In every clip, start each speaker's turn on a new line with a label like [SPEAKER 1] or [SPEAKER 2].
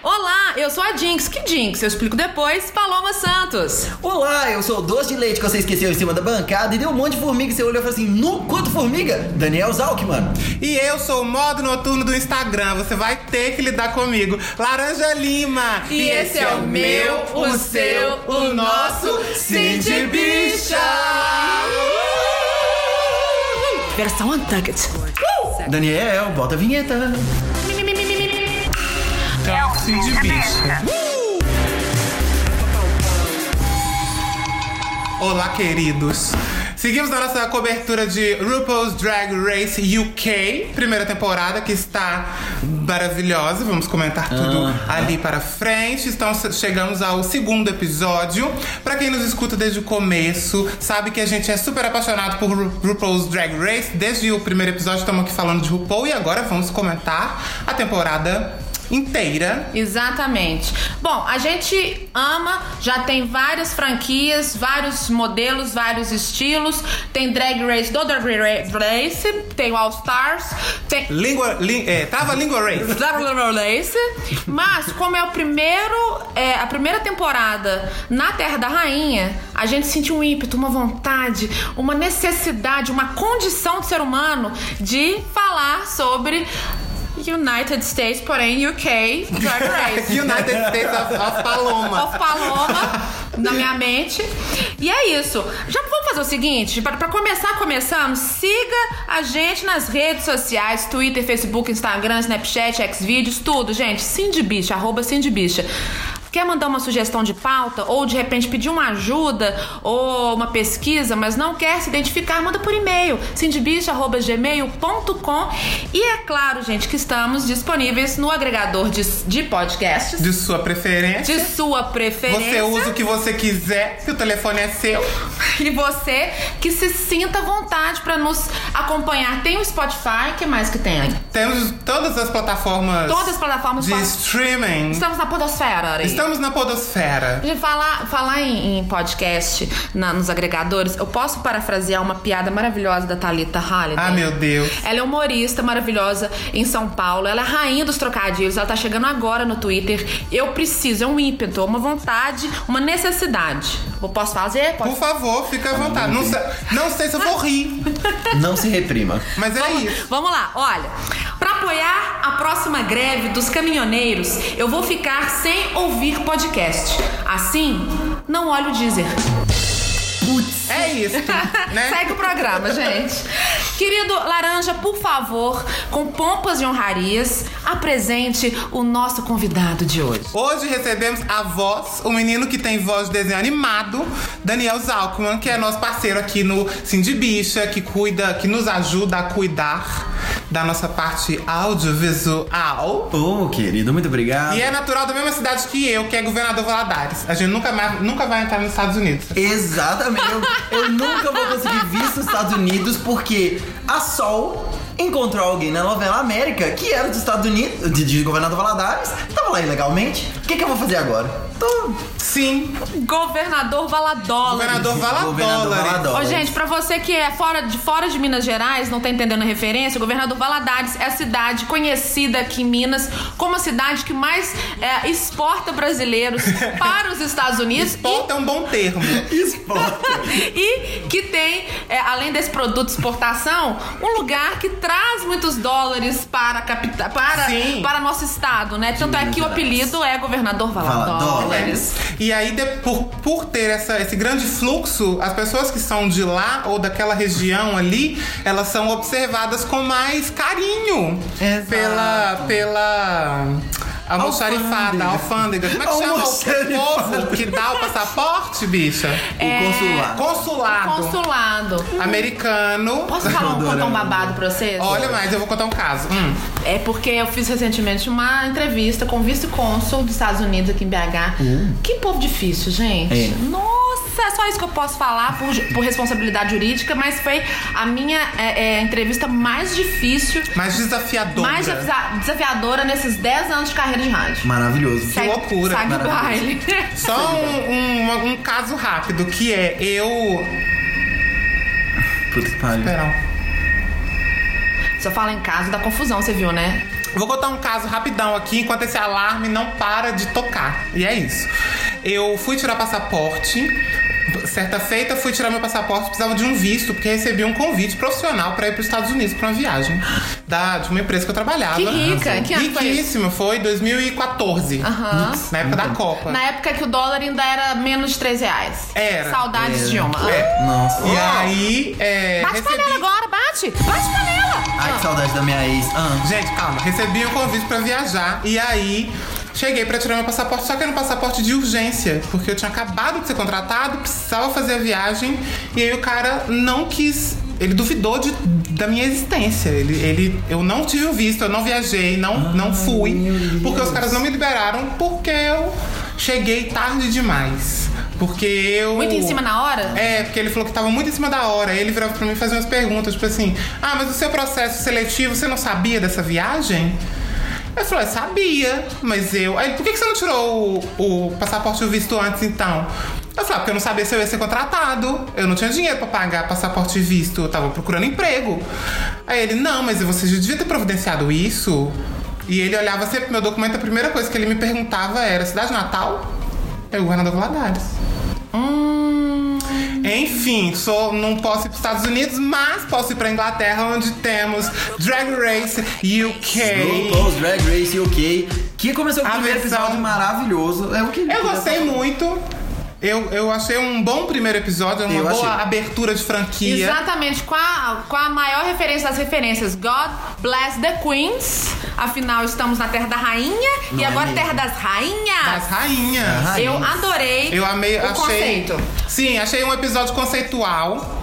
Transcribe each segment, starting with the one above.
[SPEAKER 1] Olá, eu sou a Jinx. Que Jinx? Eu explico depois. Paloma Santos.
[SPEAKER 2] Olá, eu sou o doce de leite que você esqueceu em cima da bancada e deu um monte de formiga e você olhou e falou assim: Nu, quanto formiga? Daniel Zalkman.
[SPEAKER 3] E eu sou o modo noturno do Instagram. Você vai ter que lidar comigo. Laranja Lima.
[SPEAKER 1] E esse é o meu, o seu, o nosso Cindy Bicha. Versão Untucked.
[SPEAKER 2] Daniel, bota a vinheta.
[SPEAKER 3] Cindy Bicha. Olá, queridos. Seguimos na nossa cobertura de RuPaul's Drag Race UK, primeira temporada, que está maravilhosa. Vamos comentar tudo ali para frente. Então, se- chegamos ao segundo episódio. Pra quem nos escuta desde o começo, sabe que a gente é super apaixonado por Ru- RuPaul's Drag Race. Desde o primeiro episódio, estamos aqui falando de RuPaul e agora vamos comentar a temporada inteira
[SPEAKER 1] Exatamente. Bom, a gente ama, já tem várias franquias, vários modelos, vários estilos. Tem Drag Race, do Drag Ra- Race, tem All Stars, tem
[SPEAKER 3] Língua. lin- é, trava língua race.
[SPEAKER 1] Race. Mas, como é o primeiro, é, a primeira temporada na Terra da Rainha, a gente sentiu um ímpeto, uma vontade, uma necessidade, uma condição do ser humano de falar sobre United States, porém UK Drag Race.
[SPEAKER 3] United States of, of Paloma.
[SPEAKER 1] Of Paloma na minha mente. E é isso. Já vamos fazer o seguinte, pra, pra começar, começamos, siga a gente nas redes sociais, Twitter, Facebook, Instagram, Snapchat, Xvideos, tudo, gente. Cindy Bicha, arroba Cindy Bicha. Quer mandar uma sugestão de pauta ou de repente pedir uma ajuda ou uma pesquisa, mas não quer se identificar, manda por e-mail, cindybicha.gmail.com e é claro, gente, que estamos disponíveis no agregador de, de podcasts
[SPEAKER 3] De sua preferência.
[SPEAKER 1] de sua preferência.
[SPEAKER 3] Você usa o que você quiser, que o telefone é seu.
[SPEAKER 1] E você que se sinta à vontade pra nos acompanhar. Tem o Spotify, que mais que tem?
[SPEAKER 3] Temos todas as plataformas.
[SPEAKER 1] Todas as plataformas
[SPEAKER 3] de
[SPEAKER 1] falam-
[SPEAKER 3] streaming.
[SPEAKER 1] Estamos na podosfera. Ari.
[SPEAKER 3] Estamos na Podosfera.
[SPEAKER 1] Gente, Falar, falar em, em podcast na- nos agregadores, eu posso parafrasear uma piada maravilhosa da Thalita Halliday?
[SPEAKER 3] Ah, meu Deus.
[SPEAKER 1] Ela é humorista maravilhosa em São Paulo. Ela é a rainha dos trocadilhos. Ela tá chegando agora no Twitter. Eu preciso, é um ímpeto, uma vontade, uma necessidade. Eu posso fazer? Posso
[SPEAKER 3] Por favor, fica à vontade. Não sei, não sei se eu vou rir,
[SPEAKER 2] Não se reprima.
[SPEAKER 3] mas é isso.
[SPEAKER 1] Vamos lá, olha. Pra apoiar a próxima greve dos caminhoneiros, eu vou ficar sem ouvir podcast. Assim, não olho o Deezer.
[SPEAKER 3] É isso, né?
[SPEAKER 1] Segue o programa, gente. Querido Laranja, por favor, com pompas e honrarias, apresente o nosso convidado de hoje.
[SPEAKER 3] Hoje recebemos a voz, o menino que tem voz de desenho animado, Daniel Zalkman, que é nosso parceiro aqui no Cindy Bicha, que cuida, que nos ajuda a cuidar da nossa parte audiovisual.
[SPEAKER 2] Ô, querido, muito obrigado.
[SPEAKER 3] E é natural da mesma cidade que eu, que é governador Valadares. A gente nunca, mais, nunca vai entrar nos Estados Unidos.
[SPEAKER 2] Exatamente. Eu, eu nunca vou conseguir visto nos Estados Unidos porque a Sol encontrou alguém na novela América que era dos Estados Unidos, de, de Governador Valadares, tava lá ilegalmente. O que, que eu vou fazer agora? Tô.
[SPEAKER 3] Sim,
[SPEAKER 1] Governador Valadollar.
[SPEAKER 3] governador
[SPEAKER 2] Governador
[SPEAKER 3] Valadólares.
[SPEAKER 1] Ô,
[SPEAKER 2] Valadólares.
[SPEAKER 1] gente, pra você que é fora de, fora de Minas Gerais, não tá entendendo a referência, o governador Valadares é a cidade conhecida aqui em Minas como a cidade que mais é, exporta brasileiros para os Estados Unidos.
[SPEAKER 3] Ponto é um bom termo.
[SPEAKER 2] Esporte.
[SPEAKER 1] E que tem, é, além desse produto exportação, um lugar que traz muitos dólares para a capita- para,
[SPEAKER 3] Sim.
[SPEAKER 1] para nosso estado, né? Tanto é que o apelido é Governador Valadólares.
[SPEAKER 2] Valadólares.
[SPEAKER 3] E aí, de- por, por ter essa- esse grande fluxo, as pessoas que são de lá ou daquela região ali, elas são observadas com mais carinho
[SPEAKER 2] Exato.
[SPEAKER 3] pela. pela. Almoxarifada,
[SPEAKER 2] Alfândega.
[SPEAKER 3] alfândega. Como é que chama o
[SPEAKER 2] Almoxarifada.
[SPEAKER 3] povo que dá o passaporte, bicha?
[SPEAKER 2] O consular.
[SPEAKER 3] Consulado.
[SPEAKER 1] Consulado.
[SPEAKER 3] Americano.
[SPEAKER 1] Posso falar um, contar um
[SPEAKER 2] Adorando.
[SPEAKER 1] babado pra vocês?
[SPEAKER 3] Olha, mas eu vou contar um caso. Hum.
[SPEAKER 1] É porque eu fiz recentemente uma entrevista com o vice-cônsul dos Estados Unidos aqui em BH.
[SPEAKER 3] Hum.
[SPEAKER 1] Que povo difícil, gente.
[SPEAKER 2] É.
[SPEAKER 1] Nossa, é só isso que eu posso falar por, ju- por responsabilidade jurídica, mas foi a minha é, é, entrevista mais difícil,
[SPEAKER 3] Mais desafiador.
[SPEAKER 1] mais desafi- desafiadora nesses 10 anos de carreira de rádio.
[SPEAKER 2] Maravilhoso.
[SPEAKER 1] Segue-
[SPEAKER 3] loucura,
[SPEAKER 1] Segue o
[SPEAKER 2] maravilhoso.
[SPEAKER 1] baile.
[SPEAKER 3] Só um, um- um caso rápido, que é eu.
[SPEAKER 2] Puta que pariu.
[SPEAKER 3] Pera.
[SPEAKER 1] Só fala em caso da confusão, você viu, né?
[SPEAKER 3] Vou contar um caso rapidão aqui, enquanto esse alarme não para de tocar. E é isso. Eu fui tirar passaporte. Certa feita, fui tirar meu passaporte, precisava de um visto, porque recebi um convite profissional para ir para os Estados Unidos para uma viagem da, de uma empresa que eu trabalhava.
[SPEAKER 1] Que rica, que ano foi isso?
[SPEAKER 3] Riquíssima, foi 2014.
[SPEAKER 1] Aham.
[SPEAKER 3] Na época da Copa.
[SPEAKER 1] Na época que o dólar ainda era menos de 3 reais.
[SPEAKER 3] Era.
[SPEAKER 1] Saudades
[SPEAKER 2] Era.
[SPEAKER 1] de uma.
[SPEAKER 3] É.
[SPEAKER 2] Nossa.
[SPEAKER 3] E
[SPEAKER 1] oh,
[SPEAKER 3] aí, é,
[SPEAKER 1] Bate panela agora, bate! Bate panela!
[SPEAKER 2] Ai, que saudade da minha ex. Ah.
[SPEAKER 3] Gente, calma. Recebi um convite pra viajar e aí cheguei pra tirar meu passaporte, só que era um passaporte de urgência, porque eu tinha acabado de ser contratado, precisava fazer a viagem e aí o cara não quis. Ele duvidou de- da minha existência. Ele, ele, eu não tive o visto, eu não viajei, não, não fui, porque os caras não me liberaram porque eu cheguei tarde demais. Porque eu.
[SPEAKER 1] Muito em cima na hora?
[SPEAKER 3] É, porque ele falou que tava muito em cima da hora. Aí ele virava pra mim e fazia umas perguntas, tipo assim: Ah, mas o seu processo seletivo, você não sabia dessa viagem? Eu falei, "Eu sabia, mas eu. Aí, por que que você não tirou o, o passaporte e o visto antes então? Eu falei, "Ah, porque eu não sabia se eu ia ser contratado. Eu não tinha dinheiro pra pagar passaporte e visto. Eu tava procurando emprego. Aí ele, não, mas você já devia ter providenciado isso. E ele olhava sempre pro meu documento, a primeira coisa que ele me perguntava era: cidade natal? Eu, governador Valadares. Enfim, sou, não posso ir para os Estados Unidos, mas posso ir para Inglaterra, onde temos Drag Race UK.
[SPEAKER 2] RuPaul's Drag Race UK, que começou com o
[SPEAKER 3] A
[SPEAKER 2] primeiro
[SPEAKER 3] versão-
[SPEAKER 2] episódio maravilhoso. É o que
[SPEAKER 3] Eu gostei muito. Eu, eu achei um bom primeiro episódio, uma
[SPEAKER 2] Eu
[SPEAKER 3] boa
[SPEAKER 2] achei.
[SPEAKER 3] abertura de franquia.
[SPEAKER 1] Exatamente, com a, com a maior referência das referências. God bless the queens. Afinal, estamos na Terra da Rainha e
[SPEAKER 2] é
[SPEAKER 1] agora
[SPEAKER 2] mesmo?
[SPEAKER 1] Terra das Rainhas.
[SPEAKER 3] Das rainhas.
[SPEAKER 2] Aham.
[SPEAKER 1] Eu
[SPEAKER 2] Rainhas.
[SPEAKER 1] adorei
[SPEAKER 3] Eu amei,
[SPEAKER 1] o
[SPEAKER 3] achei.
[SPEAKER 1] conceito.
[SPEAKER 3] Sim, achei um episódio conceitual.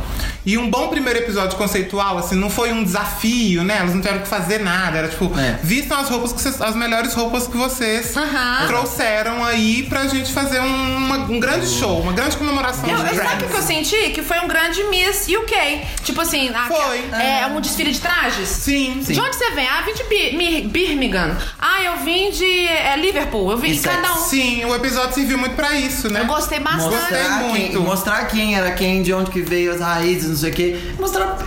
[SPEAKER 3] E um bom primeiro episódio conceitual, assim, não foi um desafio, né? Elas não tiveram que fazer nada. Era tipo,
[SPEAKER 2] É.
[SPEAKER 3] vistam as roupas que vocês- as melhores roupas que vocês
[SPEAKER 1] Aham.
[SPEAKER 3] trouxeram aí pra gente fazer um, uma- um grande show, uma grande comemoração
[SPEAKER 1] Eu,
[SPEAKER 3] de
[SPEAKER 1] eu- sabe o
[SPEAKER 3] drags.
[SPEAKER 1] que eu senti? Que foi um grande Miss UK. Tipo assim, a-
[SPEAKER 3] Foi.
[SPEAKER 1] é um desfile de trajes.
[SPEAKER 3] Sim,
[SPEAKER 1] De onde você vem? Ah, vim de Bir- Mir- Birmingham. Ah, eu vim de é, Liverpool. Eu vim de
[SPEAKER 2] Essex.
[SPEAKER 1] cada um.
[SPEAKER 3] Sim, o episódio serviu muito pra isso, né?
[SPEAKER 1] Eu gostei bastante.
[SPEAKER 2] Mostrar
[SPEAKER 3] Gostei
[SPEAKER 2] quem,
[SPEAKER 3] muito.
[SPEAKER 2] mostrar quem era quem, de onde que veio, as raízes, não sei o quê. Mostrar.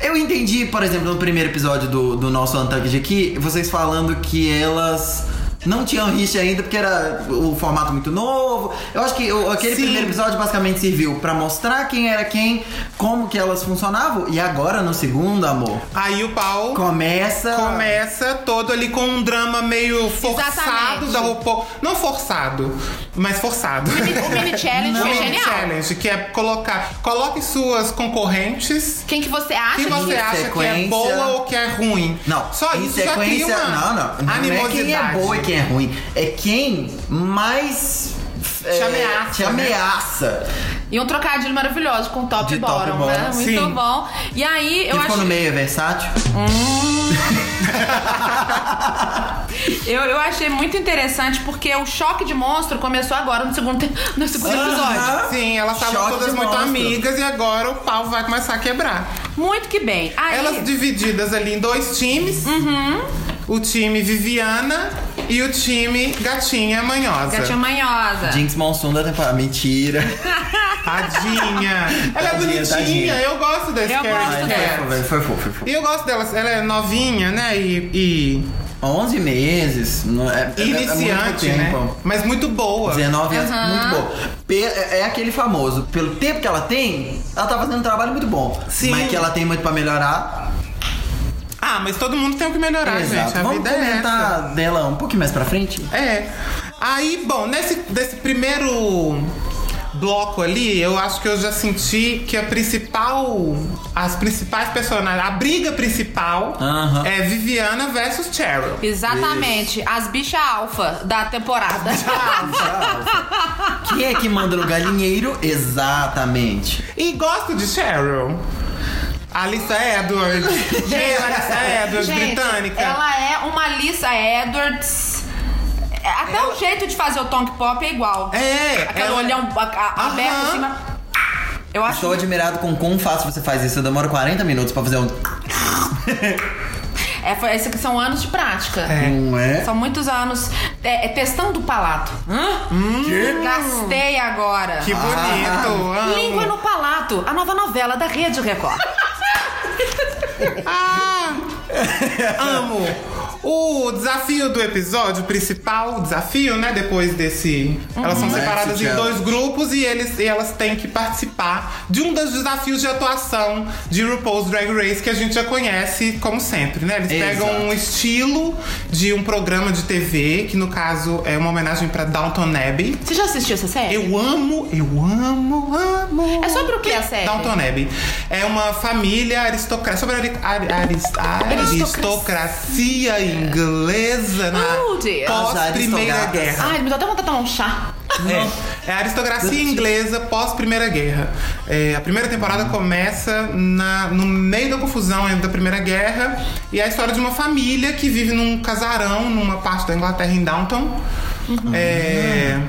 [SPEAKER 2] Eu entendi, por exemplo, no primeiro episódio do, do nosso Untucked aqui, vocês falando que elas. Não tinham rixa ainda porque era o formato muito novo. Eu acho que o- aquele
[SPEAKER 3] Sim.
[SPEAKER 2] primeiro episódio basicamente serviu pra mostrar quem era quem, como que elas funcionavam. E agora no segundo, amor,
[SPEAKER 3] Aí o pau
[SPEAKER 2] começa.
[SPEAKER 3] começa todo ali com um drama meio forçado
[SPEAKER 1] Exatamente.
[SPEAKER 3] da RuPaul. Não forçado, mas forçado.
[SPEAKER 1] O mini challenge
[SPEAKER 3] Não,
[SPEAKER 1] foi
[SPEAKER 3] mini
[SPEAKER 1] é genial.
[SPEAKER 3] challenge, que é colocar. Coloque suas concorrentes.
[SPEAKER 1] Quem que você acha
[SPEAKER 3] Que
[SPEAKER 1] que
[SPEAKER 3] você
[SPEAKER 2] em
[SPEAKER 3] acha que é
[SPEAKER 2] sequência-
[SPEAKER 3] boa ou que é ruim.
[SPEAKER 2] Não,
[SPEAKER 3] só
[SPEAKER 2] em
[SPEAKER 3] isso
[SPEAKER 2] sequência,
[SPEAKER 3] já cria uma
[SPEAKER 2] não, não, não é
[SPEAKER 3] animosidade.
[SPEAKER 2] quem é boa e quem é ruim, é quem mais é,
[SPEAKER 3] Te ameaça,
[SPEAKER 2] te
[SPEAKER 3] né?
[SPEAKER 2] ameaça.
[SPEAKER 1] E um trocadilho maravilhoso com top
[SPEAKER 2] De
[SPEAKER 1] e bottom,
[SPEAKER 2] top e
[SPEAKER 1] né?
[SPEAKER 2] bottom.
[SPEAKER 1] Muito
[SPEAKER 3] Sim.
[SPEAKER 1] bom. E aí, eu
[SPEAKER 2] Quem
[SPEAKER 1] acho.
[SPEAKER 2] ficou no meio é versátil.
[SPEAKER 1] Eu, eu achei muito interessante porque o choque de monstro começou agora no segundo, te- no segundo
[SPEAKER 2] Aham.
[SPEAKER 1] episódio.
[SPEAKER 3] Sim, elas estavam
[SPEAKER 2] Choque
[SPEAKER 3] todas
[SPEAKER 2] de
[SPEAKER 3] muito
[SPEAKER 2] monstro.
[SPEAKER 3] amigas e agora o pau vai começar a quebrar.
[SPEAKER 1] Muito que bem. Aí, Uhum.
[SPEAKER 3] Elas divididas ali em dois times. O time Viviana e o time Gatinha Manhosa.
[SPEAKER 1] gatinha manhosa.
[SPEAKER 2] Jinx Monsoon da temporada. Mentira.
[SPEAKER 3] Tadinha. Ela é
[SPEAKER 2] Tadinha,
[SPEAKER 3] bonitinha,
[SPEAKER 2] tadinha.
[SPEAKER 3] eu gosto da Scarlet
[SPEAKER 1] gosto
[SPEAKER 2] Ai,
[SPEAKER 1] dela.
[SPEAKER 2] foi
[SPEAKER 3] Cat.
[SPEAKER 2] fofo, velho, foi fofo, foi fofo.
[SPEAKER 3] é. E eu gosto dela, ela é novinha, né? E, e
[SPEAKER 2] 11 meses. não é- é- é muito então.
[SPEAKER 3] iniciante, né?
[SPEAKER 2] tempo.
[SPEAKER 3] Mas muito boa.
[SPEAKER 2] 19 anos,
[SPEAKER 1] Aham.
[SPEAKER 2] muito bom. Pe- é é aquele famoso, pelo tempo que ela tem, ela tá fazendo um trabalho muito bom.
[SPEAKER 3] Sim.
[SPEAKER 2] Mas que ela tem muito pra melhorar.
[SPEAKER 3] Ah, mas todo mundo tem o que melhorar,
[SPEAKER 2] Exato.
[SPEAKER 3] Tá, gente. A
[SPEAKER 2] Vamos
[SPEAKER 3] vida é
[SPEAKER 2] comentar dela um pouquinho mais pra frente?
[SPEAKER 3] essa. É. Aí, bom, nesse desse primeiro bloco ali, eu acho que eu já senti que a principal. As principais personagens. A briga principal
[SPEAKER 2] Aham.
[SPEAKER 3] é Viviana versus Cheryl.
[SPEAKER 1] Exatamente. As bichas alfa da temporada.
[SPEAKER 3] Ah,
[SPEAKER 2] Quem é que manda no galinheiro? Exatamente.
[SPEAKER 3] E gosto de Cheryl. Alissa Edwards. Gente, Alissa Edwards,
[SPEAKER 1] Gente,
[SPEAKER 3] britânica.
[SPEAKER 1] ela é uma Lisa Edwards. É, Até o jeito de fazer o Tonk Pop é igual.
[SPEAKER 3] É,
[SPEAKER 1] Aquele
[SPEAKER 3] ela-
[SPEAKER 1] olhão a- a-
[SPEAKER 3] Aham.
[SPEAKER 1] aberto em cima. Eu acho
[SPEAKER 2] Estou admirado com quão fácil você faz isso. Eu demoro 40 minutos pra fazer um.
[SPEAKER 1] É, foi- esses aqui são anos de prática.
[SPEAKER 2] Não é?
[SPEAKER 1] São muitos anos é, é, testando o palato. Hã? Gastei agora.
[SPEAKER 3] Hum. Que
[SPEAKER 2] Ah.
[SPEAKER 3] bonito. amo.
[SPEAKER 1] Língua no Palato, a nova novela da Rede Record.
[SPEAKER 3] Ah, amo. O desafio do episódio principal, o desafio, né? Depois desse. Elas são
[SPEAKER 2] Exit
[SPEAKER 3] separadas em
[SPEAKER 2] Challenge.
[SPEAKER 3] dois grupos e, eles, e elas têm que participar de um dos desafios de atuação de RuPaul's Drag Race que a gente já conhece, como sempre, né? Eles pegam
[SPEAKER 2] Exato.
[SPEAKER 3] um estilo de um programa de TV, que no caso é uma homenagem pra Downton Abbey.
[SPEAKER 1] Você já assistiu essa série?
[SPEAKER 3] Eu amo, eu amo, amo.
[SPEAKER 1] É sobre o que a série?
[SPEAKER 3] Downton Abbey. É uma família aristocrática. Sobre ari- ari- aris- aristocracia inglesa na
[SPEAKER 1] Oh, dear.
[SPEAKER 2] As
[SPEAKER 3] pós-Primeira
[SPEAKER 2] aristogatas.
[SPEAKER 3] Guerra.
[SPEAKER 1] Ai, me deu até vontade de tomar um chá.
[SPEAKER 3] É, é a aristocracia inglesa pós-Primeira Guerra. É, a primeira temporada
[SPEAKER 1] Hum.
[SPEAKER 3] começa na- no meio da confusão ainda da Primeira Guerra e é a história de uma família que vive num casarão numa parte da Inglaterra em Downton.
[SPEAKER 1] Uhum.
[SPEAKER 3] É,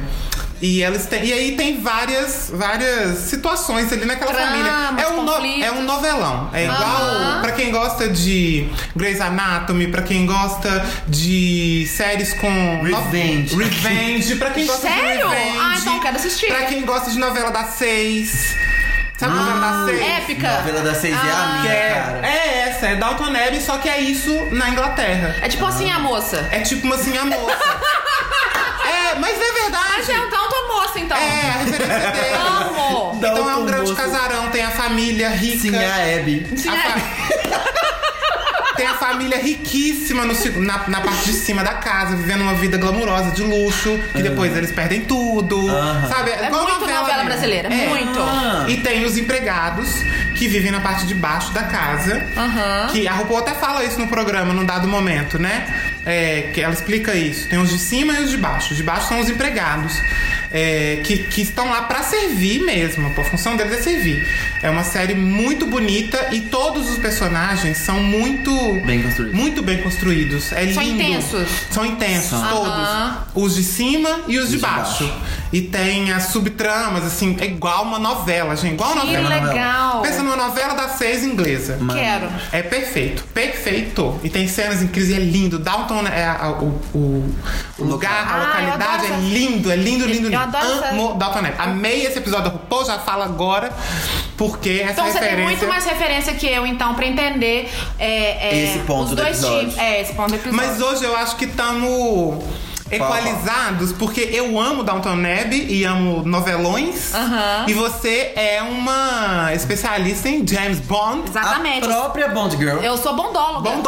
[SPEAKER 3] e, elas têm, e aí tem várias, várias situações ali naquela
[SPEAKER 1] Tramas,
[SPEAKER 3] família. É um, no-
[SPEAKER 1] conflitos.
[SPEAKER 3] é um novelão. É igual
[SPEAKER 1] Aham.
[SPEAKER 3] pra quem gosta de Grey's Anatomy, pra quem gosta de séries com
[SPEAKER 2] Revenge.
[SPEAKER 3] Revenge, pra quem gosta de
[SPEAKER 1] Sério?
[SPEAKER 3] Revenge.
[SPEAKER 1] Ah, então eu quero assistir. Ah,
[SPEAKER 3] Pra quem gosta de novela das seis. Sabe novela das seis?
[SPEAKER 1] Épica.
[SPEAKER 2] Novela da 6 é a
[SPEAKER 1] Ah.
[SPEAKER 3] Que
[SPEAKER 2] minha,
[SPEAKER 3] é,
[SPEAKER 2] cara.
[SPEAKER 3] é essa, é Dalton Abbey, só que é isso na Inglaterra.
[SPEAKER 1] É tipo assim, a moça.
[SPEAKER 3] É tipo uma assim, a moça. é, mas é
[SPEAKER 1] Mas
[SPEAKER 3] verdade.
[SPEAKER 1] é um tanto moça, então.
[SPEAKER 3] É, a referência dele.
[SPEAKER 1] Amo.
[SPEAKER 3] Então é um
[SPEAKER 2] Dalton
[SPEAKER 3] grande
[SPEAKER 2] moço.
[SPEAKER 3] casarão, tem a família rica.
[SPEAKER 2] Sim, é a Abby.
[SPEAKER 1] Sim,
[SPEAKER 3] A
[SPEAKER 1] é.
[SPEAKER 3] fa- Tem a família riquíssima no seg- na, na parte de cima da casa, vivendo uma vida glamurosa de luxo, que depois eles perdem tudo.
[SPEAKER 2] Aham.
[SPEAKER 3] Sabe?
[SPEAKER 1] É
[SPEAKER 3] igual
[SPEAKER 1] muito novela
[SPEAKER 3] mesmo.
[SPEAKER 1] brasileira,
[SPEAKER 3] É.
[SPEAKER 1] muito.
[SPEAKER 2] Ah.
[SPEAKER 3] E tem os empregados que vivem na parte de baixo da casa.
[SPEAKER 1] Aham.
[SPEAKER 3] Que a RuPaul até fala isso no programa, num dado momento, né? É, que ela explica isso. Tem os de cima e os de baixo. Os de baixo são os empregados. é, que, que estão lá pra servir mesmo. A função deles é servir. É uma série muito bonita e todos os personagens são muito.
[SPEAKER 2] Bem construídos.
[SPEAKER 3] Muito bem construídos. É
[SPEAKER 1] São
[SPEAKER 3] lindo.
[SPEAKER 1] intensos.
[SPEAKER 3] São intensos,
[SPEAKER 2] São.
[SPEAKER 1] Aham.
[SPEAKER 3] todos. Os de cima e os, de,
[SPEAKER 2] de
[SPEAKER 3] baixo.
[SPEAKER 2] baixo.
[SPEAKER 3] E tem as subtramas, assim, é igual uma novela, gente. Igual uma
[SPEAKER 1] Que
[SPEAKER 3] novela.
[SPEAKER 1] legal.
[SPEAKER 3] Pensa numa novela das seis inglesa.
[SPEAKER 1] Quero.
[SPEAKER 3] É perfeito, perfeito. E tem cenas incríveis, é lindo. Downton é a- a- o, o- o lugar, a
[SPEAKER 1] Ah, eu
[SPEAKER 3] localidade
[SPEAKER 1] adoro
[SPEAKER 3] é
[SPEAKER 1] essa-
[SPEAKER 3] lindo, é lindo, lindo,
[SPEAKER 1] Eu
[SPEAKER 3] lindo.
[SPEAKER 1] adoro essa-
[SPEAKER 3] Amo Downton Abbey. Amei esse episódio da RuPaul, já falo agora, porque essa
[SPEAKER 1] Então você
[SPEAKER 3] referência...
[SPEAKER 1] tem muito mais referência que eu, então, pra entender é, é,
[SPEAKER 2] Esse ponto
[SPEAKER 1] os
[SPEAKER 2] do
[SPEAKER 1] dois
[SPEAKER 2] episódio.
[SPEAKER 1] times. É, esse ponto do episódio.
[SPEAKER 3] Mas hoje eu acho que estamos equalizados, porque eu amo Downton Abbey e amo novelões.
[SPEAKER 1] Aham.
[SPEAKER 3] E você é uma especialista em James Bond.
[SPEAKER 1] Exatamente.
[SPEAKER 2] A própria Bond Girl.
[SPEAKER 1] Eu sou bondóloga.
[SPEAKER 3] Bond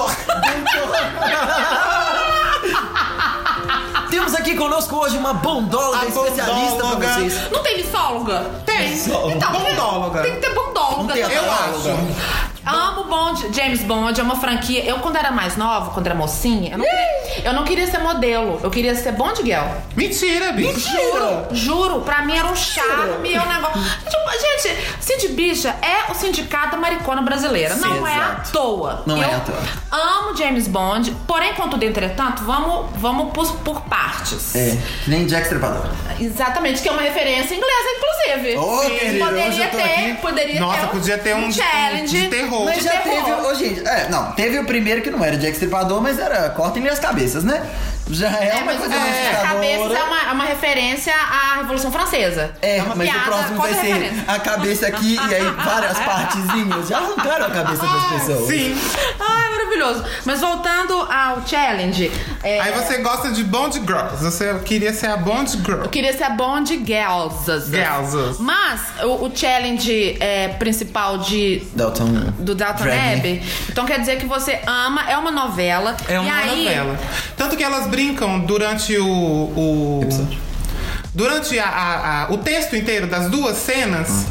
[SPEAKER 2] Temos aqui conosco hoje uma bondóloga
[SPEAKER 3] A
[SPEAKER 2] especialista
[SPEAKER 3] bondóloga.
[SPEAKER 2] pra vocês.
[SPEAKER 1] Não tem lifóloga? Tem.
[SPEAKER 2] Sou
[SPEAKER 1] Então,
[SPEAKER 3] bondóloga.
[SPEAKER 1] Tem que ter bondóloga.
[SPEAKER 2] Não tem
[SPEAKER 1] também.
[SPEAKER 3] Eu
[SPEAKER 2] Bondóloga.
[SPEAKER 3] acho.
[SPEAKER 1] Amo Bond, James Bond, é uma franquia. Eu, quando era mais nova, quando era mocinha, eu não, queria, eu não queria ser modelo. Eu queria ser Bond Girl.
[SPEAKER 3] Mentira, bicho.
[SPEAKER 1] Juro, juro. Pra mim era um charme, é um negócio. Tipo, gente, Cid Bicha é o sindicato da maricona brasileira.
[SPEAKER 2] Sim,
[SPEAKER 1] não é à
[SPEAKER 2] exato.
[SPEAKER 1] toa.
[SPEAKER 2] Não
[SPEAKER 1] eu
[SPEAKER 2] é à toa.
[SPEAKER 1] amo James Bond, porém, contudo, entretanto, vamos, vamos por, por partes.
[SPEAKER 2] É, que nem Jack Stripador.
[SPEAKER 1] Exatamente, que é uma referência inglesa, inclusive.
[SPEAKER 2] Ô, querida, hoje
[SPEAKER 1] poderia
[SPEAKER 2] eu tô
[SPEAKER 1] ter,
[SPEAKER 2] aqui.
[SPEAKER 1] poderia
[SPEAKER 3] Nossa,
[SPEAKER 1] ter um,
[SPEAKER 3] podia ter um de-
[SPEAKER 1] challenge
[SPEAKER 3] de terror.
[SPEAKER 2] Mas
[SPEAKER 1] É de
[SPEAKER 2] já
[SPEAKER 1] terror.
[SPEAKER 2] teve. Ô, gente, é, não, teve o primeiro que não era Jack Stripador, mas era Cortem-lhe as cabeças, né? Já é,
[SPEAKER 1] É,
[SPEAKER 2] uma
[SPEAKER 1] mas
[SPEAKER 2] coisa
[SPEAKER 1] é,
[SPEAKER 2] mais
[SPEAKER 1] cabeça é
[SPEAKER 2] assustadora.
[SPEAKER 1] uma, é uma referência à Revolução Francesa.
[SPEAKER 2] É,
[SPEAKER 1] uma
[SPEAKER 2] mas
[SPEAKER 1] piada
[SPEAKER 2] o próximo vai
[SPEAKER 1] contra a
[SPEAKER 2] ser
[SPEAKER 1] referência.
[SPEAKER 2] a cabeça aqui e aí várias partezinhas. Já arrancaram a cabeça das pessoas.
[SPEAKER 3] Sim.
[SPEAKER 1] Ai, maravilhoso. Mas voltando ao challenge, é,
[SPEAKER 3] Aí você gosta de Bond Girls. Você queria ser a Bond Girl.
[SPEAKER 1] eu queria ser a Bond Girls.
[SPEAKER 3] Girls.
[SPEAKER 1] Mas o, o challenge é, principal de
[SPEAKER 2] Dalton.
[SPEAKER 1] do Dalton
[SPEAKER 2] Drag me.
[SPEAKER 1] Abbey. Então quer dizer que você ama, é uma novela.
[SPEAKER 3] É
[SPEAKER 1] e
[SPEAKER 3] uma
[SPEAKER 1] aí,
[SPEAKER 3] novela. Tanto que elas brincam durante o. o-
[SPEAKER 2] Episódio.
[SPEAKER 3] Durante a- a- a- o texto inteiro das duas cenas.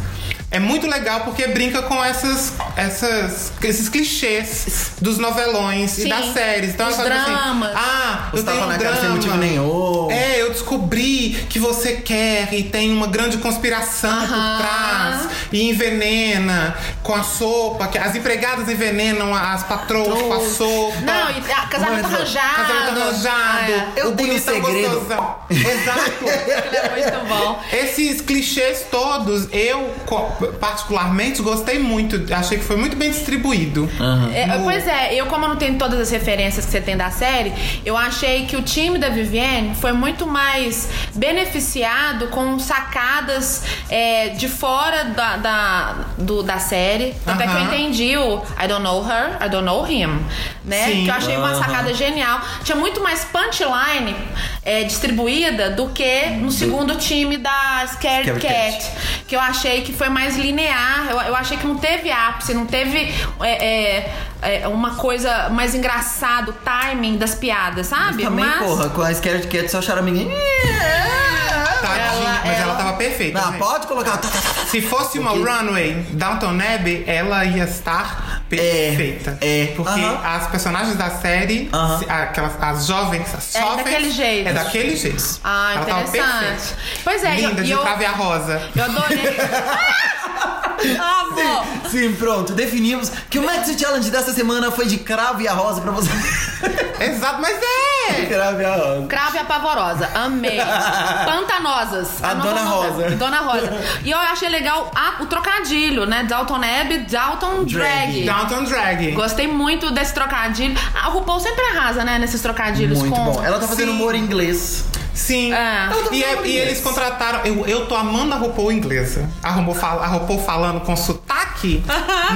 [SPEAKER 3] É muito legal porque brinca com essas, essas, esses clichês dos novelões e
[SPEAKER 1] Sim.
[SPEAKER 3] das séries. Então
[SPEAKER 1] Os
[SPEAKER 3] ela fala
[SPEAKER 1] dramas.
[SPEAKER 3] assim: Ah, eu
[SPEAKER 2] Os tapa
[SPEAKER 3] tenho um
[SPEAKER 2] na cara
[SPEAKER 3] drama.
[SPEAKER 2] sem motivo nenhum.
[SPEAKER 3] É, eu descobri que você quer e tem uma grande conspiração
[SPEAKER 1] Aham.
[SPEAKER 3] por trás e envenena com a sopa, que as empregadas envenenam as patroas com a sopa.
[SPEAKER 1] Não, e ah, casamento
[SPEAKER 2] Mas, ó,
[SPEAKER 1] arranjado.
[SPEAKER 3] Casamento arranjado.
[SPEAKER 1] É.
[SPEAKER 2] Eu
[SPEAKER 3] o
[SPEAKER 2] tenho um
[SPEAKER 3] bonitão
[SPEAKER 2] segredo.
[SPEAKER 3] gostosão. Exato.
[SPEAKER 1] Ele é muito bom.
[SPEAKER 3] Esses clichês todos, eu co- particularmente gostei muito. Achei que foi muito bem distribuído.
[SPEAKER 1] É, pois é, eu como eu não tenho todas as referências que você tem da série, eu achei que o time da Vivienne foi muito mais beneficiado com sacadas é, de fora da, da, do- da série. Tanto é que eu
[SPEAKER 3] Aham.
[SPEAKER 1] entendi o I don't know her, I don't know him. né?
[SPEAKER 3] Sim.
[SPEAKER 1] Que eu achei uma sacada genial. Tinha muito mais punchline é, distribuída do que no segundo time da Scared,
[SPEAKER 2] Scared
[SPEAKER 1] Cat,
[SPEAKER 2] Cat.
[SPEAKER 1] Que eu achei que foi mais linear. Eu, eu achei que não teve ápice, não teve é, é, é, uma coisa mais engraçada, o timing das piadas, sabe?
[SPEAKER 2] Também,
[SPEAKER 1] Mas-
[SPEAKER 2] porra, com a Scared Cat só choraminguinha.
[SPEAKER 3] Tadinha,
[SPEAKER 1] Ela-
[SPEAKER 3] Tá,
[SPEAKER 1] é
[SPEAKER 3] mas ela
[SPEAKER 1] ela-
[SPEAKER 3] tava perfeita.
[SPEAKER 2] Não,
[SPEAKER 3] gente.
[SPEAKER 2] pode colocar. Tá, tá, tá, tá.
[SPEAKER 3] Se fosse uma runway Downton Abbey, ela ia estar perfeita.
[SPEAKER 2] é,
[SPEAKER 3] Porque
[SPEAKER 2] aham.
[SPEAKER 3] as personagens da série,
[SPEAKER 2] Aham.
[SPEAKER 3] se- aquelas, as jovens, as
[SPEAKER 1] É
[SPEAKER 3] jovens,
[SPEAKER 1] daquele jeito.
[SPEAKER 3] É daquele jeito.
[SPEAKER 1] Ah,
[SPEAKER 3] ela tava
[SPEAKER 1] interessante.
[SPEAKER 3] perfeita.
[SPEAKER 1] Pois é, e eu-
[SPEAKER 3] Linda,
[SPEAKER 1] e
[SPEAKER 3] de
[SPEAKER 1] eu,
[SPEAKER 3] trave a rosa.
[SPEAKER 1] eu adorei. Ah, Amo!
[SPEAKER 2] Sim, pronto, definimos que o Max Challenge dessa semana foi de cravo e a rosa pra você.
[SPEAKER 3] Exato, mas é!
[SPEAKER 2] cravo e a rosa.
[SPEAKER 1] Crave a pavorosa, amei. Pantanosas.
[SPEAKER 2] A
[SPEAKER 1] Eu não vou
[SPEAKER 2] Dona
[SPEAKER 1] mandar.
[SPEAKER 2] Rosa.
[SPEAKER 1] Dona Rosa. E eu achei legal a- o trocadilho, né? Dalton Abbey, Dalton Drag.
[SPEAKER 2] Drag.
[SPEAKER 3] Downton Drag.
[SPEAKER 1] Gostei muito desse trocadilho. Ah, o RuPaul sempre arrasa, né? Nesses trocadilhos
[SPEAKER 2] Muito
[SPEAKER 1] com.
[SPEAKER 2] bom. Ela tá fazendo
[SPEAKER 3] Sim.
[SPEAKER 2] humor em inglês.
[SPEAKER 3] Sim.
[SPEAKER 1] É.
[SPEAKER 2] Eu tô
[SPEAKER 3] E, é-
[SPEAKER 2] falando
[SPEAKER 3] e
[SPEAKER 2] inglês.
[SPEAKER 3] eles contrataram. Eu, eu tô amando a RuPaul inglesa. A RuPaul, fala- a RuPaul falando com sotaque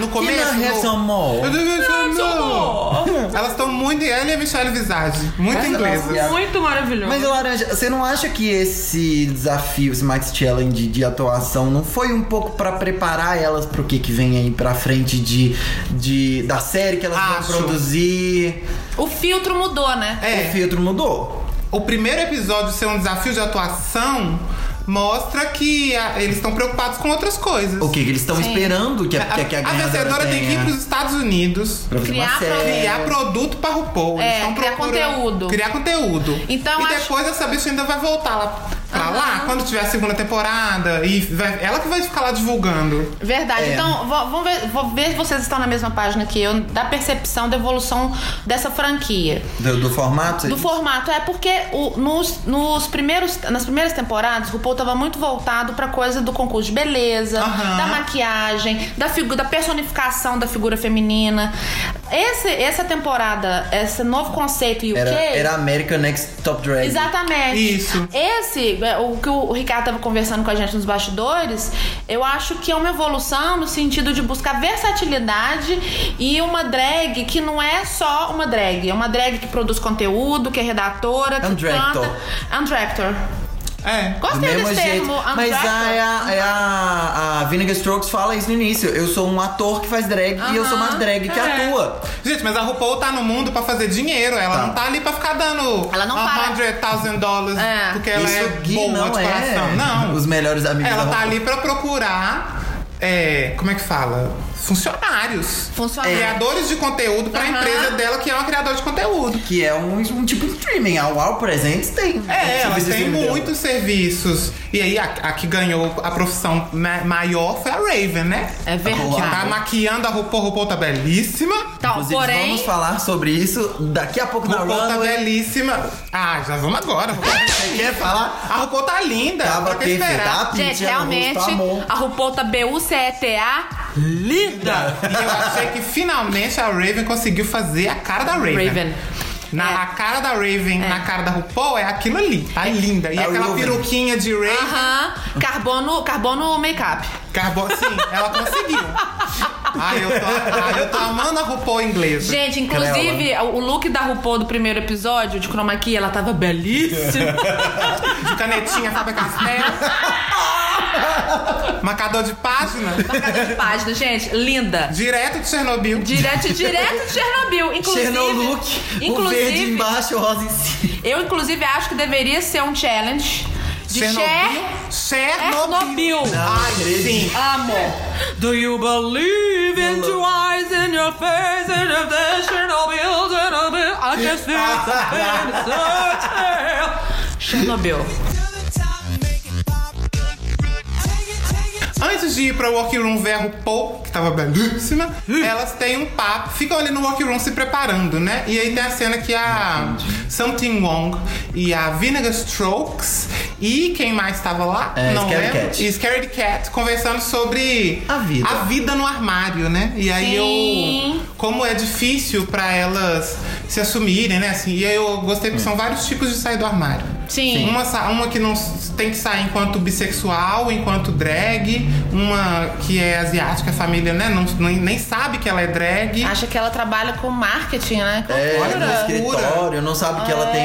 [SPEAKER 3] no começo.
[SPEAKER 2] Can I have
[SPEAKER 3] no-
[SPEAKER 2] some more?
[SPEAKER 3] Eu tenho que some more. é Elas estão muito. Ela e a Michelle Visage. Muito
[SPEAKER 2] Essa é nossa,
[SPEAKER 3] inglesas.
[SPEAKER 2] viado.
[SPEAKER 1] Muito maravilhoso.
[SPEAKER 2] Mas, Laranja, você não acha que esse desafio, esse Max Challenge de atuação, não foi um pouco pra preparar elas pro que, que vem aí pra frente de, de, da série que elas
[SPEAKER 3] Acho.
[SPEAKER 2] vão produzir?
[SPEAKER 1] O filtro mudou, né?
[SPEAKER 2] O
[SPEAKER 3] É.
[SPEAKER 2] filtro mudou?
[SPEAKER 3] O primeiro episódio ser um desafio de atuação mostra que a- eles estão preocupados com outras coisas.
[SPEAKER 2] O que, que eles estão esperando que a, que a, que a
[SPEAKER 3] a
[SPEAKER 2] ganhadora
[SPEAKER 3] vencedora tem que ir
[SPEAKER 2] tenha?
[SPEAKER 3] pros Estados Unidos.
[SPEAKER 2] Pra fazer uma
[SPEAKER 1] Criar
[SPEAKER 2] série.
[SPEAKER 1] pra-
[SPEAKER 3] Criar produto pra RuPaul.
[SPEAKER 1] É,
[SPEAKER 3] Eles tão
[SPEAKER 1] criar
[SPEAKER 3] procurando-
[SPEAKER 1] conteúdo.
[SPEAKER 3] Criar conteúdo.
[SPEAKER 1] Então,
[SPEAKER 3] e
[SPEAKER 1] acho-
[SPEAKER 3] depois essa bicha ainda vai voltar lá pra
[SPEAKER 1] Aham.
[SPEAKER 3] lá quando tiver a segunda temporada. E vai- ela que vai ficar lá divulgando.
[SPEAKER 1] Verdade.
[SPEAKER 2] É.
[SPEAKER 1] Então, vo- vamos ver, vou ver se vocês estão na mesma página que eu, da percepção da evolução dessa franquia.
[SPEAKER 2] Do, do formato?
[SPEAKER 1] Do formato, é porque o- nos, nos primeiros, nas primeiras temporadas, o RuPaul tava muito voltado pra coisa do concurso de beleza,
[SPEAKER 3] Aham.
[SPEAKER 1] da maquiagem, da, figu- da personificação da figura feminina. Esse, essa temporada, esse novo conceito UK.
[SPEAKER 2] Era, era American Next Top Drag.
[SPEAKER 1] Exatamente.
[SPEAKER 3] Isso.
[SPEAKER 1] Esse, é, o que o Ricardo tava conversando com a gente nos bastidores, eu acho que é uma evolução no sentido de buscar versatilidade e uma drag que não é só uma drag. É uma drag que produz conteúdo, que é redatora, que
[SPEAKER 2] É um director.
[SPEAKER 1] canta. É um director.
[SPEAKER 3] É.
[SPEAKER 2] Do
[SPEAKER 1] Gostei
[SPEAKER 2] mesmo
[SPEAKER 1] desse
[SPEAKER 2] jeito.
[SPEAKER 1] termo, um
[SPEAKER 2] Mas
[SPEAKER 1] director.
[SPEAKER 2] a, a, é a, a Vinegar Strokes fala isso no início. Eu sou um ator que faz drag e eu sou uma
[SPEAKER 1] Aham.
[SPEAKER 2] drag que
[SPEAKER 3] É.
[SPEAKER 2] atua.
[SPEAKER 3] Gente, mas a RuPaul tá no mundo pra fazer dinheiro. Ela
[SPEAKER 2] Tá.
[SPEAKER 3] não tá ali pra ficar dando
[SPEAKER 1] Ela não para.
[SPEAKER 3] 100,000 dólares
[SPEAKER 1] É.
[SPEAKER 3] porque ela
[SPEAKER 2] isso
[SPEAKER 3] é
[SPEAKER 2] que
[SPEAKER 3] boa
[SPEAKER 2] não
[SPEAKER 3] de coração.
[SPEAKER 2] é
[SPEAKER 3] Não.
[SPEAKER 2] os melhores amigos
[SPEAKER 3] Ela
[SPEAKER 2] da
[SPEAKER 3] tá
[SPEAKER 2] Ro-
[SPEAKER 3] ali pra procurar. é, como é que fala? Funcionários.
[SPEAKER 1] Funcionários.
[SPEAKER 3] Criadores de conteúdo pra
[SPEAKER 1] Aham.
[SPEAKER 3] empresa dela, que é uma criadora de conteúdo.
[SPEAKER 2] Que é um, um tipo de streaming. A UAU Presentes tem.
[SPEAKER 3] É,
[SPEAKER 2] Um tipo
[SPEAKER 3] ela
[SPEAKER 2] de
[SPEAKER 3] tem
[SPEAKER 2] streaming dela.
[SPEAKER 3] muitos serviços. E aí, a, a que ganhou a profissão ma- maior foi a Raven, né?
[SPEAKER 1] É
[SPEAKER 3] Que tá
[SPEAKER 1] verdade.
[SPEAKER 3] maquiando a RuPaul. RuPaul tá belíssima.
[SPEAKER 1] Então,
[SPEAKER 2] Inclusive,
[SPEAKER 1] porém.
[SPEAKER 2] vamos falar sobre isso daqui a pouco na
[SPEAKER 3] RuPaul tá
[SPEAKER 2] Runway.
[SPEAKER 3] belíssima. Ah, já vamos agora.
[SPEAKER 2] Você quer falar?
[SPEAKER 3] a RuPaul tá linda.
[SPEAKER 2] Tava
[SPEAKER 3] pra que
[SPEAKER 2] perfeita.
[SPEAKER 3] esperar?
[SPEAKER 2] Tá,
[SPEAKER 1] Gente,
[SPEAKER 2] Pintinha
[SPEAKER 1] realmente,
[SPEAKER 2] Rosa, tá bom.
[SPEAKER 1] a RuPaul tá B-U-C-E-T-A linda.
[SPEAKER 3] E eu achei que finalmente a Raven conseguiu fazer a cara da Raven.
[SPEAKER 1] Raven.
[SPEAKER 3] Na,
[SPEAKER 1] É.
[SPEAKER 3] A cara da Raven, na cara da RuPaul, é aquilo ali. Tá linda. E
[SPEAKER 2] A
[SPEAKER 3] aquela
[SPEAKER 2] É Raven.
[SPEAKER 3] peruquinha de Raven.
[SPEAKER 1] Aham. Carbono, carbono make-up.
[SPEAKER 3] Carbo... Sim, ela conseguiu. Ai, eu tô, ai, eu tô amando a RuPaul inglesa.
[SPEAKER 1] Gente, inclusive, o look da RuPaul do primeiro episódio, de chroma key, ela tava belíssima. É,
[SPEAKER 3] De canetinha, Fábio Castelo. Marcador de página.
[SPEAKER 1] Marcador de página, gente, linda.
[SPEAKER 3] Direto de Chernobyl.
[SPEAKER 1] Direto, direto de Chernobyl. Inclusive,
[SPEAKER 2] Chernoluk, o verde
[SPEAKER 1] inclusive
[SPEAKER 2] embaixo, o rosa em cima.
[SPEAKER 1] eu inclusive acho que deveria ser um challenge de Cher...
[SPEAKER 3] Chernobyl.
[SPEAKER 1] Chernobyl.
[SPEAKER 3] Ai,
[SPEAKER 2] Não acredito.
[SPEAKER 3] sim.
[SPEAKER 1] Amor. Do you believe in two eyes in your face and of the Chernobyl, Chernobyl? I just feel something so Chernobyl.
[SPEAKER 3] Antes de ir pra Workroom ver a RuPaul, que tava belíssima, elas têm um papo, ficam ali no Workroom se preparando, né? E aí tem a cena que a Something Wong e a Vinegar Strokes e quem mais tava lá?
[SPEAKER 2] É,
[SPEAKER 3] Não
[SPEAKER 2] Scaredy
[SPEAKER 3] lembro.
[SPEAKER 2] Cat.
[SPEAKER 3] E Scaredy Cat, conversando sobre
[SPEAKER 2] A vida.
[SPEAKER 3] a vida no armário, né? E aí
[SPEAKER 1] Sim.
[SPEAKER 3] eu. Como é
[SPEAKER 2] Hum.
[SPEAKER 3] difícil pra elas se assumirem, né? Assim, e aí eu gostei porque são vários tipos de sair do armário.
[SPEAKER 1] Sim.
[SPEAKER 3] Uma, sa- uma que não s- tem que sair enquanto bissexual, enquanto drag. Uma que é asiática, a família né, não, nem, nem sabe que ela é drag.
[SPEAKER 1] Acha que ela trabalha com marketing, né? Com
[SPEAKER 2] É,
[SPEAKER 1] cultura.
[SPEAKER 2] no escritório, não sabe que ela tem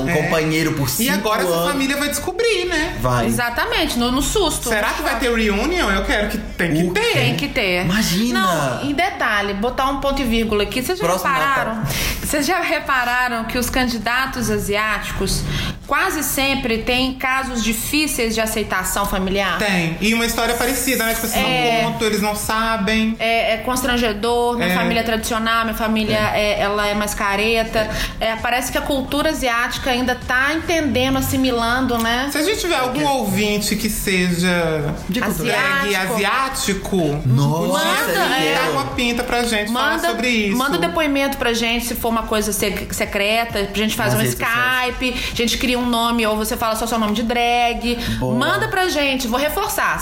[SPEAKER 2] um
[SPEAKER 3] É.
[SPEAKER 2] companheiro por
[SPEAKER 3] E
[SPEAKER 2] cinco
[SPEAKER 3] agora essa
[SPEAKER 2] anos.
[SPEAKER 3] família vai descobrir, né?
[SPEAKER 2] Vai.
[SPEAKER 1] Exatamente, no, no susto.
[SPEAKER 3] Será que vai ter reunion? Eu quero que tem que
[SPEAKER 2] O
[SPEAKER 3] ter.
[SPEAKER 1] Tem que ter.
[SPEAKER 2] Imagina!
[SPEAKER 1] Não, em detalhe, botar um ponto e vírgula aqui. Vocês já
[SPEAKER 2] Próximo
[SPEAKER 1] repararam? Vocês já repararam que os candidatos asiáticos quase sempre têm casos difíceis de aceitação familiar?
[SPEAKER 3] Tem. E uma história parecida, né? Tipo assim,
[SPEAKER 1] É.
[SPEAKER 3] não conto, eles não sabem.
[SPEAKER 1] É, é constrangedor, minha
[SPEAKER 3] É.
[SPEAKER 1] família é tradicional, minha família é, ela é mais careta. É, parece que a cultura asiática ainda tá entendendo, assimilando, né?
[SPEAKER 3] Se a gente tiver algum ouvinte que seja
[SPEAKER 2] De cultura.
[SPEAKER 3] drag
[SPEAKER 1] Asiático.
[SPEAKER 3] asiático,
[SPEAKER 2] Nossa,
[SPEAKER 1] Manda,
[SPEAKER 2] Miguel.
[SPEAKER 1] é.
[SPEAKER 3] dá uma pinta pra gente falar
[SPEAKER 1] Manda,
[SPEAKER 3] sobre isso.
[SPEAKER 1] manda depoimento pra gente se for uma coisa se- secreta. A gente faz
[SPEAKER 2] Nas
[SPEAKER 1] um
[SPEAKER 2] redes
[SPEAKER 1] Skype, a gente cria um nome ou você fala só seu nome de drag.
[SPEAKER 2] Boa.
[SPEAKER 1] Manda pra gente, vou reforçar.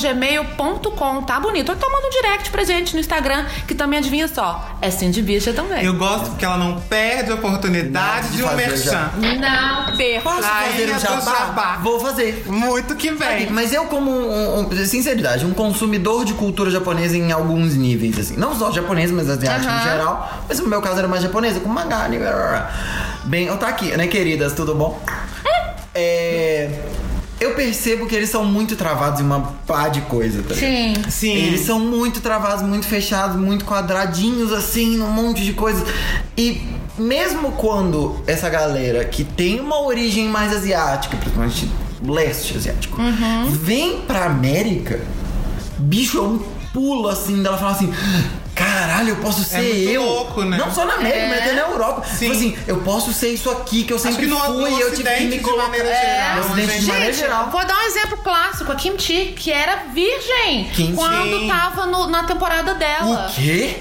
[SPEAKER 1] cindybicha.gmail.com, tá bonito. Ou então manda um direct pra gente no Instagram, que também adivinha só. É cindybicha também.
[SPEAKER 3] Eu gosto porque ela não perde a oportunidade
[SPEAKER 2] Nada de
[SPEAKER 3] de um
[SPEAKER 2] fazer
[SPEAKER 3] merchan.
[SPEAKER 1] Não perco.
[SPEAKER 2] Posso
[SPEAKER 3] Ai,
[SPEAKER 2] fazer
[SPEAKER 3] eu
[SPEAKER 2] um
[SPEAKER 3] tô
[SPEAKER 2] jabá?
[SPEAKER 3] jabá.
[SPEAKER 2] Vou fazer.
[SPEAKER 3] Muito que
[SPEAKER 2] Sabe,
[SPEAKER 3] vem.
[SPEAKER 2] Mas eu, como, um, um- sinceridade, um consumidor de cultura japonesa em alguns níveis, assim. Não só japonesa, mas asiática
[SPEAKER 1] Aham.
[SPEAKER 2] em geral. Mas no meu caso era mais japonesa, com mangá. né? Bem, eu tá aqui, né, queridas? Tudo bom? É. Eu percebo que eles são muito travados em uma pá de coisa, tá ligado?
[SPEAKER 1] Sim.
[SPEAKER 3] Sim.
[SPEAKER 2] Eles são muito travados, muito fechados, muito quadradinhos, assim, num monte de coisa. E mesmo quando essa galera que tem uma origem mais asiática, principalmente leste asiático, vem pra América, bicho, é um pulo assim dela falar assim. Caralho, eu posso ser
[SPEAKER 3] É muito
[SPEAKER 2] eu.
[SPEAKER 3] louco, né?
[SPEAKER 2] Não só na América, mas até na Europa.
[SPEAKER 3] Sim.
[SPEAKER 2] Tipo assim, eu posso ser isso aqui que eu
[SPEAKER 3] Acho
[SPEAKER 2] sempre
[SPEAKER 3] que no, no
[SPEAKER 2] fui, eu tive que
[SPEAKER 3] Ocidente,
[SPEAKER 2] me
[SPEAKER 3] de
[SPEAKER 2] colocar. É.
[SPEAKER 3] maneira geral, a
[SPEAKER 2] Ocidente de
[SPEAKER 3] gente-
[SPEAKER 2] maneira
[SPEAKER 1] Gente,
[SPEAKER 2] geral.
[SPEAKER 1] vou dar um exemplo clássico. A Kim Chi, que era virgem
[SPEAKER 2] Kim Chi.
[SPEAKER 1] quando tava no- na temporada dela.
[SPEAKER 2] O quê?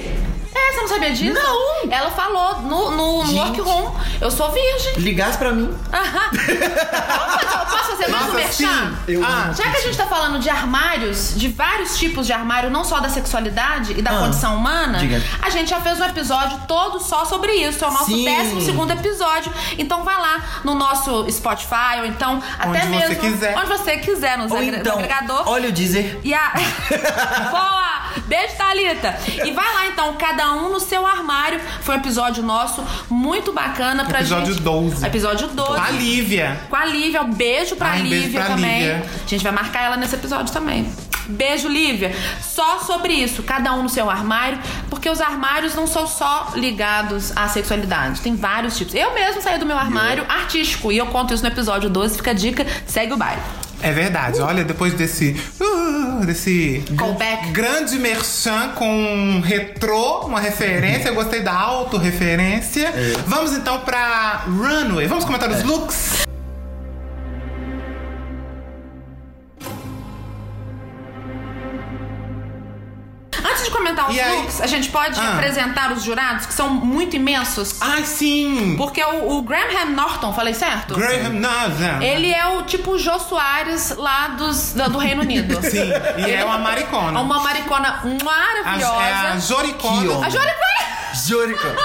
[SPEAKER 1] É, você não sabia disso?
[SPEAKER 2] Não.
[SPEAKER 1] Ela falou no, no, no
[SPEAKER 2] Gente.
[SPEAKER 1] workroom, eu sou virgem.
[SPEAKER 2] Ligasse pra mim.
[SPEAKER 1] Aham. Vamos fazer- posso fazer mais um
[SPEAKER 3] Nossa, sim.
[SPEAKER 1] merchan?
[SPEAKER 2] Eu
[SPEAKER 3] ah,
[SPEAKER 1] Já que a gente tá falando de armários, de vários tipos de armário, não só da sexualidade e da
[SPEAKER 2] Ah,
[SPEAKER 1] condição humana,
[SPEAKER 2] diga.
[SPEAKER 1] a gente já fez um episódio todo só sobre isso. É o nosso
[SPEAKER 2] Sim.
[SPEAKER 1] 12 episódio. Então vai lá no nosso Spotify, ou então até
[SPEAKER 3] Onde
[SPEAKER 1] mesmo.
[SPEAKER 3] você quiser.
[SPEAKER 1] Onde você quiser, nos
[SPEAKER 2] Ou
[SPEAKER 1] agre- no
[SPEAKER 2] então,
[SPEAKER 1] agregador.
[SPEAKER 2] olha o dizer.
[SPEAKER 1] E a. Boa! Beijo, Thalita! E vai lá então, cada um no seu armário. Foi um episódio nosso muito bacana pra
[SPEAKER 3] Episódio
[SPEAKER 1] gente.
[SPEAKER 3] 12.
[SPEAKER 1] Episódio 12.
[SPEAKER 3] a Lívia.
[SPEAKER 1] Com a Lívia, um beijo pra
[SPEAKER 3] Ai, um
[SPEAKER 1] Lívia
[SPEAKER 3] beijo pra
[SPEAKER 1] também.
[SPEAKER 3] Lívia.
[SPEAKER 1] A gente vai marcar ela nesse episódio também. Beijo, Lívia. Só sobre isso, cada um no seu armário, porque os armários não são só ligados à sexualidade. Tem vários tipos. Eu mesmo saí do meu armário artístico e eu conto isso no episódio 12. Fica a dica, segue o baile.
[SPEAKER 3] É verdade. Olha, depois desse. uh, desse.
[SPEAKER 1] Callback.
[SPEAKER 3] Grande merchan com um retrô, uma referência. Eu gostei da autorreferência. Vamos então pra Runway. Vamos comentar os looks?
[SPEAKER 1] Antes de comentar os
[SPEAKER 3] E aí?
[SPEAKER 1] looks, a gente pode
[SPEAKER 3] Ah.
[SPEAKER 1] apresentar os jurados, que são muito imensos.
[SPEAKER 3] Ai, sim!
[SPEAKER 1] Porque o, o Graham Norton, falei certo?
[SPEAKER 3] Graham Norton.
[SPEAKER 1] Ele é o tipo Jô Soares lá dos, da- do Reino Unido.
[SPEAKER 3] Sim, e é uma maricona.
[SPEAKER 1] É uma maricona
[SPEAKER 3] A, é a
[SPEAKER 1] maravilhosa.
[SPEAKER 2] Que
[SPEAKER 3] Joricona.
[SPEAKER 2] homem.
[SPEAKER 1] A Jônica
[SPEAKER 2] Júrica,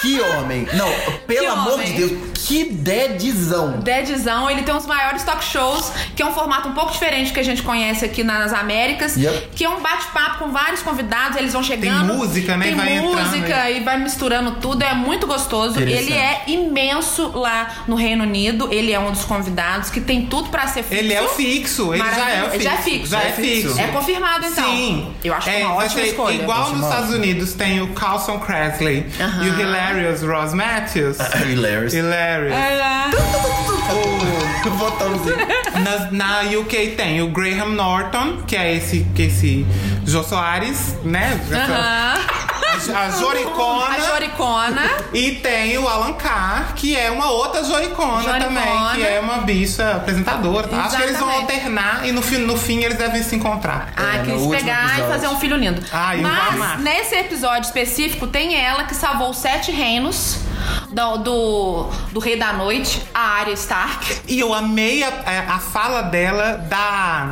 [SPEAKER 2] que homem. Não, pelo
[SPEAKER 1] Que
[SPEAKER 2] amor
[SPEAKER 1] homem.
[SPEAKER 2] de Deus, que dedizão.
[SPEAKER 1] Deadzão, ele tem os maiores talk shows, que é um formato um pouco diferente do que a gente conhece aqui nas Américas,
[SPEAKER 2] Yep.
[SPEAKER 1] que é um bate-papo com vários convidados, eles vão chegando.
[SPEAKER 3] música, né?
[SPEAKER 1] Tem
[SPEAKER 3] Vai entrando,
[SPEAKER 1] música e vai misturando tudo, é muito gostoso.
[SPEAKER 2] Interessante.
[SPEAKER 1] Ele é imenso lá no Reino Unido, ele é um dos convidados que tem tudo pra ser fixo.
[SPEAKER 3] Ele é o fixo, ele já é o
[SPEAKER 1] Maravilhoso. Já
[SPEAKER 3] fixo.
[SPEAKER 1] é fixo.
[SPEAKER 3] Já é fixo.
[SPEAKER 1] É confirmado, então.
[SPEAKER 3] Sim.
[SPEAKER 1] Eu acho que é
[SPEAKER 3] É,
[SPEAKER 1] uma
[SPEAKER 3] vai
[SPEAKER 1] ótima
[SPEAKER 3] ser
[SPEAKER 1] escolha.
[SPEAKER 3] Igual
[SPEAKER 2] Ótima
[SPEAKER 3] nos Estados
[SPEAKER 2] ótima.
[SPEAKER 3] Unidos tem o Carlson Crasley
[SPEAKER 1] Aham.
[SPEAKER 3] e o Hilarious Ross Matthews.
[SPEAKER 2] Hilarious.
[SPEAKER 3] Hilarious.
[SPEAKER 1] É.
[SPEAKER 2] Botãozinho.
[SPEAKER 3] Na, na UK tem o Graham Norton, que é esse, que é esse Jô Soares, né?
[SPEAKER 1] Aham.
[SPEAKER 3] A, a Joricona.
[SPEAKER 1] A Joricona.
[SPEAKER 3] E tem o Alan Carr, que é uma outra Joricona,
[SPEAKER 1] Joricona.
[SPEAKER 3] também, que é uma bicha apresentadora. Acho que eles vão
[SPEAKER 1] Exatamente.
[SPEAKER 3] alternar e no, fi- no fim eles devem se encontrar.
[SPEAKER 1] Ah, que
[SPEAKER 2] É, no
[SPEAKER 1] eles
[SPEAKER 2] último
[SPEAKER 1] pegar e
[SPEAKER 2] episódio.
[SPEAKER 1] fazer um filho lindo.
[SPEAKER 3] Ah, e um
[SPEAKER 1] Mas
[SPEAKER 3] barraco.
[SPEAKER 1] nesse episódio específico tem ela que salvou os sete reinos do, do, do Rei da Noite, a Arya Stark.
[SPEAKER 3] E eu amei a, a- a fala dela da.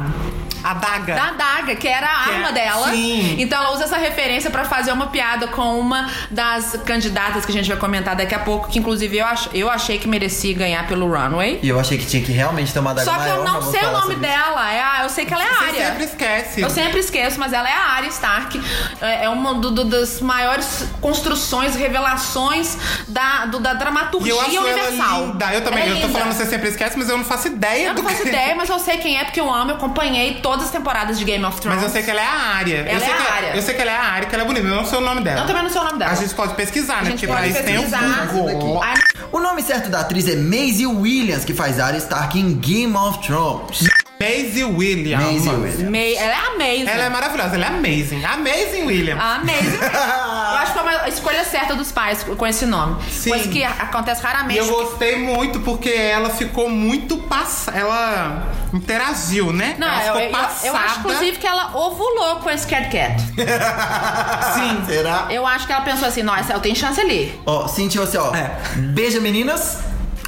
[SPEAKER 3] A daga.
[SPEAKER 1] Da Daga, que era a
[SPEAKER 3] Que
[SPEAKER 1] arma
[SPEAKER 3] é-
[SPEAKER 1] dela.
[SPEAKER 3] sim.
[SPEAKER 1] Então ela usa essa referência pra fazer uma piada com uma das candidatas que a gente vai comentar daqui a pouco, que inclusive eu, ach- eu achei que merecia ganhar pelo Runway.
[SPEAKER 2] E eu achei que tinha que realmente ter uma daga
[SPEAKER 1] Só que eu
[SPEAKER 2] maior
[SPEAKER 1] não
[SPEAKER 2] pra
[SPEAKER 1] sei o
[SPEAKER 2] falar
[SPEAKER 1] nome
[SPEAKER 2] sobre isso.
[SPEAKER 1] dela. É a- eu sei que ela é a
[SPEAKER 3] Você
[SPEAKER 1] Arya.
[SPEAKER 3] sempre esquece.
[SPEAKER 1] Eu sempre esqueço, mas ela é a Arya Stark. É é uma do- do- das maiores construções, revelações da, do- da
[SPEAKER 3] E
[SPEAKER 1] dramaturgia
[SPEAKER 3] eu acho
[SPEAKER 1] universal.
[SPEAKER 3] ela linda. Eu também.
[SPEAKER 1] Ela é
[SPEAKER 3] eu tô
[SPEAKER 1] linda.
[SPEAKER 3] falando que você sempre esquece, mas eu não faço ideia
[SPEAKER 1] Eu
[SPEAKER 3] do
[SPEAKER 1] não faço
[SPEAKER 3] que...
[SPEAKER 1] ideia, mas eu sei quem é, porque eu amo, eu acompanhei todas as temporadas de Game of Thrones.
[SPEAKER 3] Mas eu sei que ela é a área.
[SPEAKER 1] Ela
[SPEAKER 3] eu sei
[SPEAKER 1] é
[SPEAKER 3] que
[SPEAKER 1] a Arya.
[SPEAKER 3] Eu sei que ela é a área, que ela é bonita. Eu não sei o nome dela.
[SPEAKER 1] Eu também não sei o nome dela.
[SPEAKER 3] A gente pode pesquisar, né?
[SPEAKER 1] A gente
[SPEAKER 3] Porque pra
[SPEAKER 1] pode
[SPEAKER 3] isso tem o
[SPEAKER 1] pesquisar.
[SPEAKER 3] Google.
[SPEAKER 1] Ai,
[SPEAKER 2] O nome certo da atriz é Maisie Williams, que faz Arya Stark em Game of Thrones.
[SPEAKER 3] Maisie Williams.
[SPEAKER 2] Maisie Williams.
[SPEAKER 1] May, ela é amazing.
[SPEAKER 3] Ela é maravilhosa, ela é amazing. Amazing Williams.
[SPEAKER 1] Amazing. eu acho que foi uma escolha certa dos pais com esse nome.
[SPEAKER 3] Sim.
[SPEAKER 1] Coisa que a- acontece
[SPEAKER 3] E
[SPEAKER 1] raramente.
[SPEAKER 3] eu gostei muito porque ela ficou muito passada. Ela interagiu, né?
[SPEAKER 1] Não,
[SPEAKER 3] ela
[SPEAKER 1] eu,
[SPEAKER 3] ficou
[SPEAKER 1] eu- eu
[SPEAKER 3] passada.
[SPEAKER 1] acho, inclusive, que ela ovulou com esse Cat Cat.
[SPEAKER 2] Sim. Ah, Será?
[SPEAKER 1] Eu acho que ela pensou assim, nossa, eu tenho chance ali.
[SPEAKER 2] Ó, senti você, ó.
[SPEAKER 3] É.
[SPEAKER 2] Beija, meninas.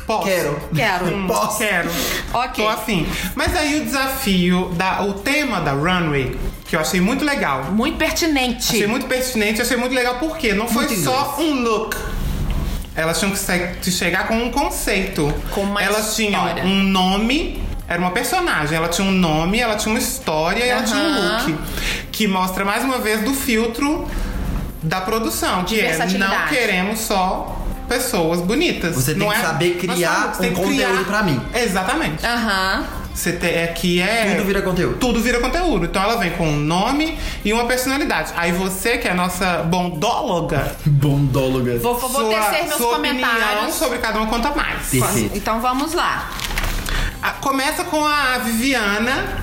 [SPEAKER 3] Posso.
[SPEAKER 2] Quero. Hum,
[SPEAKER 1] Quero.
[SPEAKER 2] Posso.
[SPEAKER 3] Hum, Quero.
[SPEAKER 1] Ok.
[SPEAKER 3] Tô afim. Mas aí o desafio, da, o tema da runway, que eu achei muito legal.
[SPEAKER 1] Muito pertinente.
[SPEAKER 3] Achei muito pertinente, achei muito legal porque não foi
[SPEAKER 2] Muito
[SPEAKER 3] só um look. Elas tinham que se- que chegar com um conceito.
[SPEAKER 1] Com uma
[SPEAKER 3] Elas
[SPEAKER 1] história.
[SPEAKER 3] tinham um nome, era uma personagem. Ela tinha um nome, ela tinha uma história e ela tinha
[SPEAKER 1] Aham.
[SPEAKER 3] um look. Que mostra mais uma vez do filtro da produção, que
[SPEAKER 1] De
[SPEAKER 3] é não
[SPEAKER 1] versatilidade.
[SPEAKER 3] queremos só pessoas bonitas.
[SPEAKER 2] Você tem
[SPEAKER 3] Não
[SPEAKER 2] que
[SPEAKER 3] é-
[SPEAKER 2] saber
[SPEAKER 3] nós
[SPEAKER 2] criar
[SPEAKER 3] somos- você
[SPEAKER 2] um
[SPEAKER 3] tem que criar-
[SPEAKER 2] conteúdo pra mim. Ah.
[SPEAKER 3] Exatamente.
[SPEAKER 1] Aham.
[SPEAKER 3] Você tem, aqui é.
[SPEAKER 2] Tudo vira conteúdo.
[SPEAKER 3] Tudo vira conteúdo. Então ela vem com um nome e uma personalidade. Aí você, que é a nossa bondóloga,
[SPEAKER 2] Bondóloga.
[SPEAKER 1] Vou, vou
[SPEAKER 3] sua,
[SPEAKER 1] tecer meus
[SPEAKER 3] sua opinião
[SPEAKER 1] comentários.
[SPEAKER 3] sobre cada um conta mais.
[SPEAKER 2] Sim.
[SPEAKER 1] Posso- Então vamos lá.
[SPEAKER 3] A- Começa com a Viviana,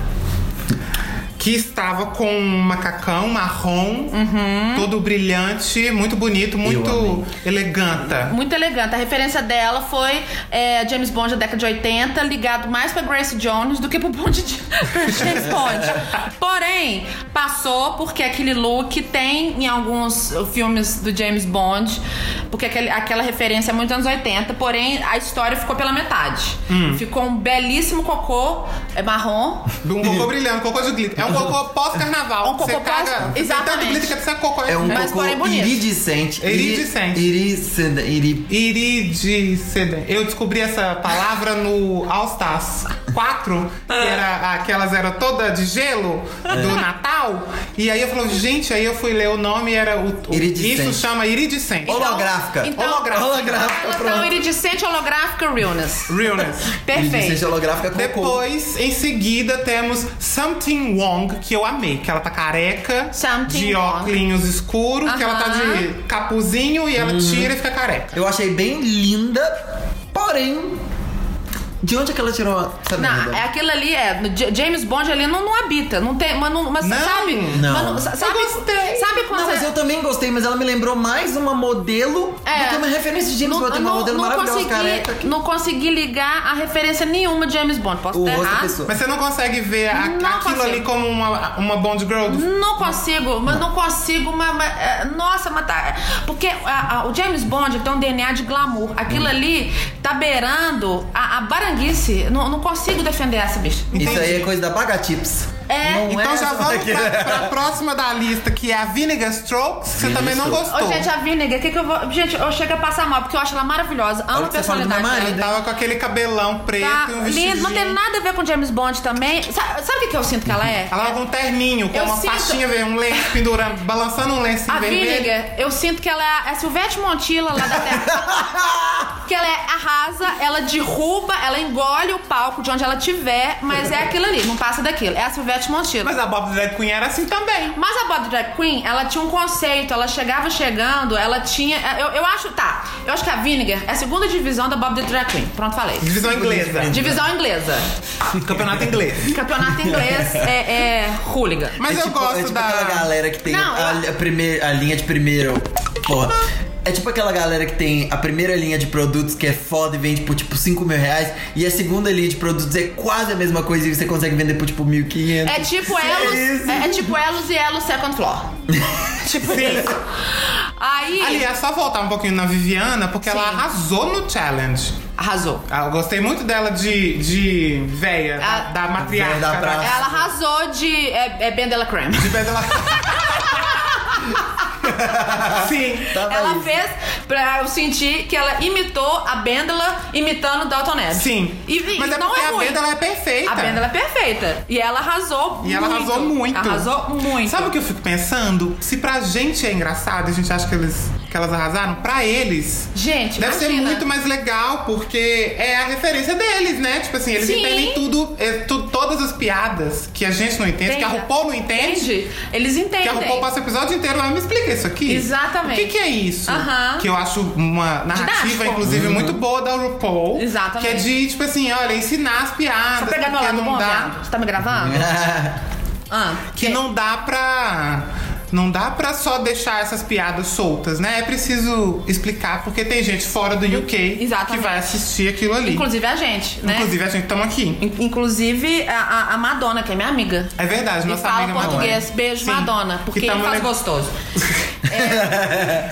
[SPEAKER 3] que estava com um macacão marrom,
[SPEAKER 1] Uhum.
[SPEAKER 3] todo brilhante, muito bonito, muito
[SPEAKER 2] amei.
[SPEAKER 3] eleganta.
[SPEAKER 1] Muito elegante. A referência dela foi é, James Bond da década de 80, ligado mais pra Grace Jones do que pro Bond de James Bond. Porém, passou porque aquele look tem em alguns filmes do James Bond, porque aquele- aquela referência é muito anos 80, porém a história ficou pela metade.
[SPEAKER 3] Hum.
[SPEAKER 1] Ficou um belíssimo cocô é, marrom.
[SPEAKER 3] Um cocô brilhante, um cocô de glitter. É um cocô pós-carnaval.
[SPEAKER 1] Um cocô
[SPEAKER 3] Você caga-
[SPEAKER 1] pós-
[SPEAKER 3] Tem tanto
[SPEAKER 1] Exatamente.
[SPEAKER 3] glitter que até cocô né?
[SPEAKER 2] É um
[SPEAKER 1] Mas,
[SPEAKER 2] cocô
[SPEAKER 1] porém, bonito.
[SPEAKER 2] iridescente.
[SPEAKER 3] Iridescente.
[SPEAKER 2] Iridescente. Iri...
[SPEAKER 3] Iridescente. Eu descobri essa palavra no All Stars 4, que era aquelas era toda de gelo do Natal. E aí eu falo, gente, aí eu fui ler o nome e era o, o-
[SPEAKER 2] Iridescente.
[SPEAKER 3] isso chama iridescente.
[SPEAKER 1] Então-
[SPEAKER 2] Holográfica.
[SPEAKER 1] então-
[SPEAKER 3] Holográfica.
[SPEAKER 2] Holográfica,
[SPEAKER 1] Então,
[SPEAKER 2] pronto.
[SPEAKER 1] iridescente holográfica realness.
[SPEAKER 3] Realness.
[SPEAKER 2] Iridescente
[SPEAKER 1] Perfeito.
[SPEAKER 2] holográfica é cocô.
[SPEAKER 3] Depois, em seguida, temos Something Wong, que eu amei. Que ela tá careca,
[SPEAKER 1] Something
[SPEAKER 3] de
[SPEAKER 1] Wong.
[SPEAKER 3] óculos escuros, que ela tá de
[SPEAKER 1] Aham.
[SPEAKER 3] capuzinho e ela tira e fica careca.
[SPEAKER 2] Eu achei bem linda, porém... De onde é que ela tirou essa
[SPEAKER 1] Não,
[SPEAKER 2] merda?
[SPEAKER 1] é aquilo ali é. no J- James Bond ali não, não habita. Não tem. Mas, não, mas
[SPEAKER 3] Não.
[SPEAKER 1] sabe?
[SPEAKER 2] Não.
[SPEAKER 1] mas sa- sabe,
[SPEAKER 3] gostei.
[SPEAKER 1] Sabe quando é- você-
[SPEAKER 2] Não,
[SPEAKER 1] é,
[SPEAKER 2] mas eu também gostei, mas ela me lembrou mais uma modelo do que uma referência de James
[SPEAKER 1] Não-
[SPEAKER 2] Bond. Tem uma
[SPEAKER 1] não-
[SPEAKER 2] modelo
[SPEAKER 1] não
[SPEAKER 2] maravilhosa,
[SPEAKER 1] consegui,
[SPEAKER 2] careca. que-
[SPEAKER 1] Não consegui ligar a referência nenhuma de James Bond. Posso
[SPEAKER 2] O
[SPEAKER 1] estar
[SPEAKER 2] rosto da
[SPEAKER 1] errado?
[SPEAKER 2] pessoa.
[SPEAKER 3] Mas você não consegue ver a-
[SPEAKER 1] Não
[SPEAKER 3] aquilo
[SPEAKER 1] consigo.
[SPEAKER 3] ali como uma, uma Bond Girl do
[SPEAKER 1] Não consigo, mas não consigo, mas, mas, é, nossa, mas tá. Porque a- a- o James Bond tem um DNA de glamour. Aquilo
[SPEAKER 2] Hum.
[SPEAKER 1] ali tá beirando a, a baranguice. Não, não consigo defender essa bicha.
[SPEAKER 2] Isso aí
[SPEAKER 3] Entendi.
[SPEAKER 2] é coisa da Pagatips.
[SPEAKER 1] É,
[SPEAKER 2] Não
[SPEAKER 3] Então
[SPEAKER 2] é
[SPEAKER 3] já
[SPEAKER 2] essa
[SPEAKER 3] vamos
[SPEAKER 2] daqui.
[SPEAKER 3] pra, pra próxima da lista, que é a Vinegar Strokes, que você também não
[SPEAKER 2] Strokes.
[SPEAKER 1] Ô,
[SPEAKER 3] gostou.
[SPEAKER 1] gente, a Vinegar, que que eu vou. Gente, eu chego a passar mal, porque eu acho ela maravilhosa. Amo
[SPEAKER 2] Olha
[SPEAKER 1] a
[SPEAKER 2] o que você fala do meu
[SPEAKER 1] personalidade dela.
[SPEAKER 2] marido.
[SPEAKER 3] Tava com aquele cabelão preto
[SPEAKER 1] Tá,
[SPEAKER 3] e um vestidinho.
[SPEAKER 1] lindo, não tem nada a ver com James Bond também. Sa- Sabe, o que, que eu sinto que ela é?
[SPEAKER 3] Ela tava com um terninho, com
[SPEAKER 1] Eu
[SPEAKER 3] uma
[SPEAKER 1] sinto-
[SPEAKER 3] faixinha, ver- um lenço pendurando, balançando um
[SPEAKER 2] é
[SPEAKER 3] lenço
[SPEAKER 1] A
[SPEAKER 3] vermelho.
[SPEAKER 1] Vinegar, eu sinto que ela é a- é a Silvete Montilla lá da Terra. que ela é- arrasa, ela derruba, ela engole o palco de onde ela tiver, mas é aquilo ali, não passa daquilo. É a Silvete Montilla.
[SPEAKER 3] Mas a Bob Drag Queen era assim também.
[SPEAKER 1] Mas a Bob Drag Queen, ela tinha um conceito, ela chegava chegando, ela tinha. Eu, eu acho, tá, eu acho que a Vinegar é a segunda divisão da Bob the Drag Queen. Pronto, falei.
[SPEAKER 3] Divisão inglesa.
[SPEAKER 1] Divisão inglesa.
[SPEAKER 3] Campeonato inglês.
[SPEAKER 1] Campeonato inglês é, é hooligan.
[SPEAKER 3] Mas
[SPEAKER 2] é
[SPEAKER 3] eu
[SPEAKER 2] tipo,
[SPEAKER 3] gosto
[SPEAKER 2] é tipo
[SPEAKER 3] da...
[SPEAKER 2] aquela galera que tem
[SPEAKER 1] Não,
[SPEAKER 2] a,
[SPEAKER 1] eu-
[SPEAKER 2] a primeira, a linha de primeiro. Porra. É tipo aquela galera que tem a primeira linha de produtos que é foda e vende por tipo 5 mil reais, e a segunda linha de produtos é quase a mesma coisa e você consegue vender por tipo 1.500.
[SPEAKER 1] É tipo
[SPEAKER 2] Sim.
[SPEAKER 1] Elos, é, é tipo Elos e Elos Second Floor. tipo isso. Aí,
[SPEAKER 3] Aliás, só voltar um pouquinho na Viviana, porque ela
[SPEAKER 1] Sim.
[SPEAKER 3] arrasou no challenge.
[SPEAKER 1] arrasou.
[SPEAKER 3] Ah, Eu gostei muito dela de, de véia,
[SPEAKER 1] A-
[SPEAKER 3] da, da matriarca. né?
[SPEAKER 2] Véia da praça.
[SPEAKER 1] Ela arrasou de é, é Ben Della Creme.
[SPEAKER 3] De pé dela. Sim.
[SPEAKER 2] Tava
[SPEAKER 1] Ela
[SPEAKER 2] isso.
[SPEAKER 1] fez pra eu sentir que ela imitou a Bendela imitando o Dalton Neb.
[SPEAKER 3] Sim.
[SPEAKER 1] E, e
[SPEAKER 3] Mas é
[SPEAKER 1] não
[SPEAKER 3] porque
[SPEAKER 1] é
[SPEAKER 3] a
[SPEAKER 1] ruim.
[SPEAKER 3] Benda ela é perfeita.
[SPEAKER 1] A Benda ela é perfeita. E ela arrasou muito.
[SPEAKER 3] E ela arrasou muito.
[SPEAKER 1] Arrasou muito.
[SPEAKER 3] Sabe o que eu fico pensando? Se pra gente é engraçado e a gente acha que, eles, que elas arrasaram, pra eles.
[SPEAKER 1] Gente,
[SPEAKER 3] Deve ser
[SPEAKER 1] imagina.
[SPEAKER 3] muito mais legal, porque é a referência deles, né? Tipo assim, eles
[SPEAKER 1] Sim.
[SPEAKER 3] entendem tudo, é, tu- todas as piadas que a gente não entende, que a
[SPEAKER 1] Entende.
[SPEAKER 3] RuPaul não entende.
[SPEAKER 1] Entende? Eles entendem.
[SPEAKER 3] Que a RuPaul passa o episódio inteiro, ela me explica isso aqui.
[SPEAKER 1] Exatamente.
[SPEAKER 3] O que, que é isso?
[SPEAKER 1] Aham.
[SPEAKER 3] Que eu acho uma narrativa,
[SPEAKER 1] Didático.
[SPEAKER 3] inclusive, muito boa da RuPaul.
[SPEAKER 1] Exatamente.
[SPEAKER 3] Que é de, tipo assim, olha, ensinar as piadas.
[SPEAKER 1] Só pegar meu
[SPEAKER 3] porque
[SPEAKER 1] lado
[SPEAKER 3] Ah, não
[SPEAKER 1] bom,
[SPEAKER 3] dá-
[SPEAKER 1] viado. Você tá me gravando? Ah.
[SPEAKER 3] que não dá pra. Não dá pra só deixar essas piadas soltas, né? É preciso explicar, porque tem gente fora do UK
[SPEAKER 1] Exatamente.
[SPEAKER 3] que vai assistir aquilo ali.
[SPEAKER 1] Inclusive a gente, né?
[SPEAKER 3] Inclusive, a gente estamos aqui.
[SPEAKER 1] In- Inclusive a, a- a Madonna, que é minha amiga.
[SPEAKER 3] É verdade,
[SPEAKER 1] E
[SPEAKER 3] nossa
[SPEAKER 1] fala
[SPEAKER 3] amiga
[SPEAKER 1] português.
[SPEAKER 3] Madonna.
[SPEAKER 1] Beijo,
[SPEAKER 3] Sim.
[SPEAKER 1] Madonna.
[SPEAKER 3] Que tá
[SPEAKER 1] Porque ele
[SPEAKER 3] tamo
[SPEAKER 1] faz
[SPEAKER 3] le-
[SPEAKER 1] gostoso.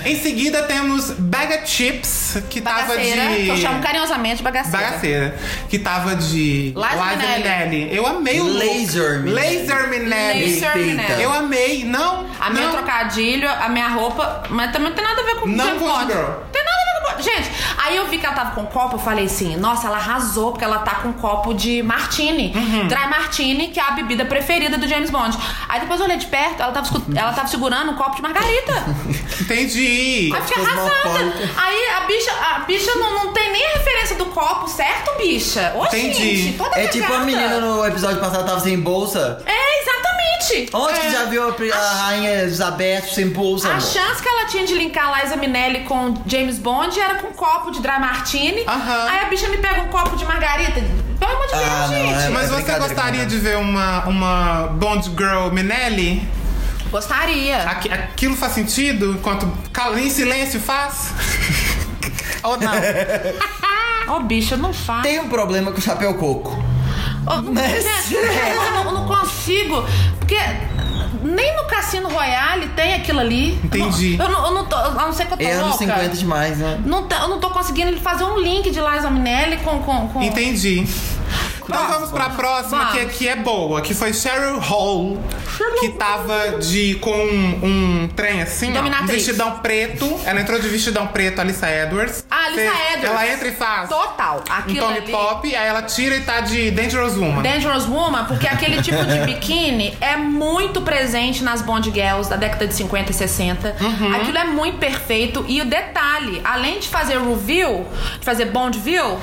[SPEAKER 3] Em seguida temos Baga Chips, que tava de.
[SPEAKER 1] Bagaceira, que eu chamo carinhosamente de bagaceira.
[SPEAKER 3] Bagaceira. Que tava de.
[SPEAKER 1] Liza Minnelli.
[SPEAKER 3] Minelli. Eu amei o. look.
[SPEAKER 2] Laser Minnelli.
[SPEAKER 3] Laser Minelli.
[SPEAKER 1] Laser Minnelli.
[SPEAKER 3] né? Eu amei. Não.
[SPEAKER 1] A minha
[SPEAKER 3] não.
[SPEAKER 1] trocadilho, a minha roupa, mas também não tem nada a ver com
[SPEAKER 3] Não
[SPEAKER 1] Jane
[SPEAKER 3] com
[SPEAKER 1] Fonda.
[SPEAKER 3] Girl.
[SPEAKER 1] Tem nada a ver com Bond. Gente, aí eu vi que ela tava com copo, eu falei assim, nossa, ela arrasou, porque ela tá com copo de martini.
[SPEAKER 2] Uhum.
[SPEAKER 1] Dry martini, que é a bebida preferida do James Bond. Aí depois eu olhei de perto, ela tava, escu- ela tava segurando um copo de margarita.
[SPEAKER 3] Entendi.
[SPEAKER 1] Aí fica arrasada.
[SPEAKER 2] Cosmopolita.
[SPEAKER 1] Aí a bicha, a bicha não, não tem nem a referência do copo, certo, bicha? Ô,
[SPEAKER 3] Entendi.
[SPEAKER 1] gente, toda
[SPEAKER 2] É tipo a
[SPEAKER 1] cagada.
[SPEAKER 2] menina no episódio passado tava sem bolsa.
[SPEAKER 1] É, exatamente.
[SPEAKER 2] Onde que
[SPEAKER 1] É.
[SPEAKER 2] já viu a, pri- a rainha Elizabeth sem bolsa?
[SPEAKER 1] A
[SPEAKER 2] amor?
[SPEAKER 1] chance que ela tinha de linkar a Liza Minelli com James Bond era com um copo de dry martini.
[SPEAKER 3] Aham.
[SPEAKER 1] Aí a bicha me pega um copo de margarita. Pelo amor de Deus,
[SPEAKER 2] Ah, não,
[SPEAKER 1] gente.
[SPEAKER 2] é-
[SPEAKER 3] Mas você
[SPEAKER 2] brincadeira,
[SPEAKER 3] gostaria
[SPEAKER 2] brincadeira.
[SPEAKER 3] de ver uma, uma Bond Girl Minelli? é.
[SPEAKER 1] Gostaria.
[SPEAKER 3] Aqu- aquilo faz sentido enquanto cala em silêncio faz? Ou não?
[SPEAKER 1] Ó, bicha, não faz.
[SPEAKER 2] Tem um problema com o chapéu coco.
[SPEAKER 1] Ó, não,
[SPEAKER 2] Mas-
[SPEAKER 1] gente, eu não, eu não consigo. Porque nem no Cassino Royale tem aquilo ali.
[SPEAKER 3] Entendi.
[SPEAKER 1] Eu não, eu não tô. A não ser que eu tô
[SPEAKER 2] É anos
[SPEAKER 1] Tá louca.
[SPEAKER 2] 50 demais, né?
[SPEAKER 1] Não tá- eu não tô conseguindo fazer um link de Liza Minelli com. com, com...
[SPEAKER 3] Entendi. Então vamos pra próxima, que
[SPEAKER 1] É. Vamos.
[SPEAKER 3] aqui é boa, que foi Cheryl Hall,
[SPEAKER 1] Cheryl
[SPEAKER 3] que tava de com um, um trem assim, ó, um
[SPEAKER 1] Dominatriz.
[SPEAKER 3] vestidão preto. Ela entrou de vestidão preto, Alissa Edwards.
[SPEAKER 1] Ah, Alissa
[SPEAKER 3] Fez-
[SPEAKER 1] Edwards.
[SPEAKER 3] Ela entra e faz
[SPEAKER 1] Total.
[SPEAKER 3] um
[SPEAKER 1] Aquilo
[SPEAKER 3] Tommy
[SPEAKER 1] ali.
[SPEAKER 3] Pop, aí ela tira e tá de Dangerous Woman.
[SPEAKER 1] Dangerous Woman, porque aquele tipo de biquíni é muito presente nas Bond Girls da década de 50 e 60. Aquilo é muito perfeito. E o detalhe, além de fazer review, de fazer Bondville,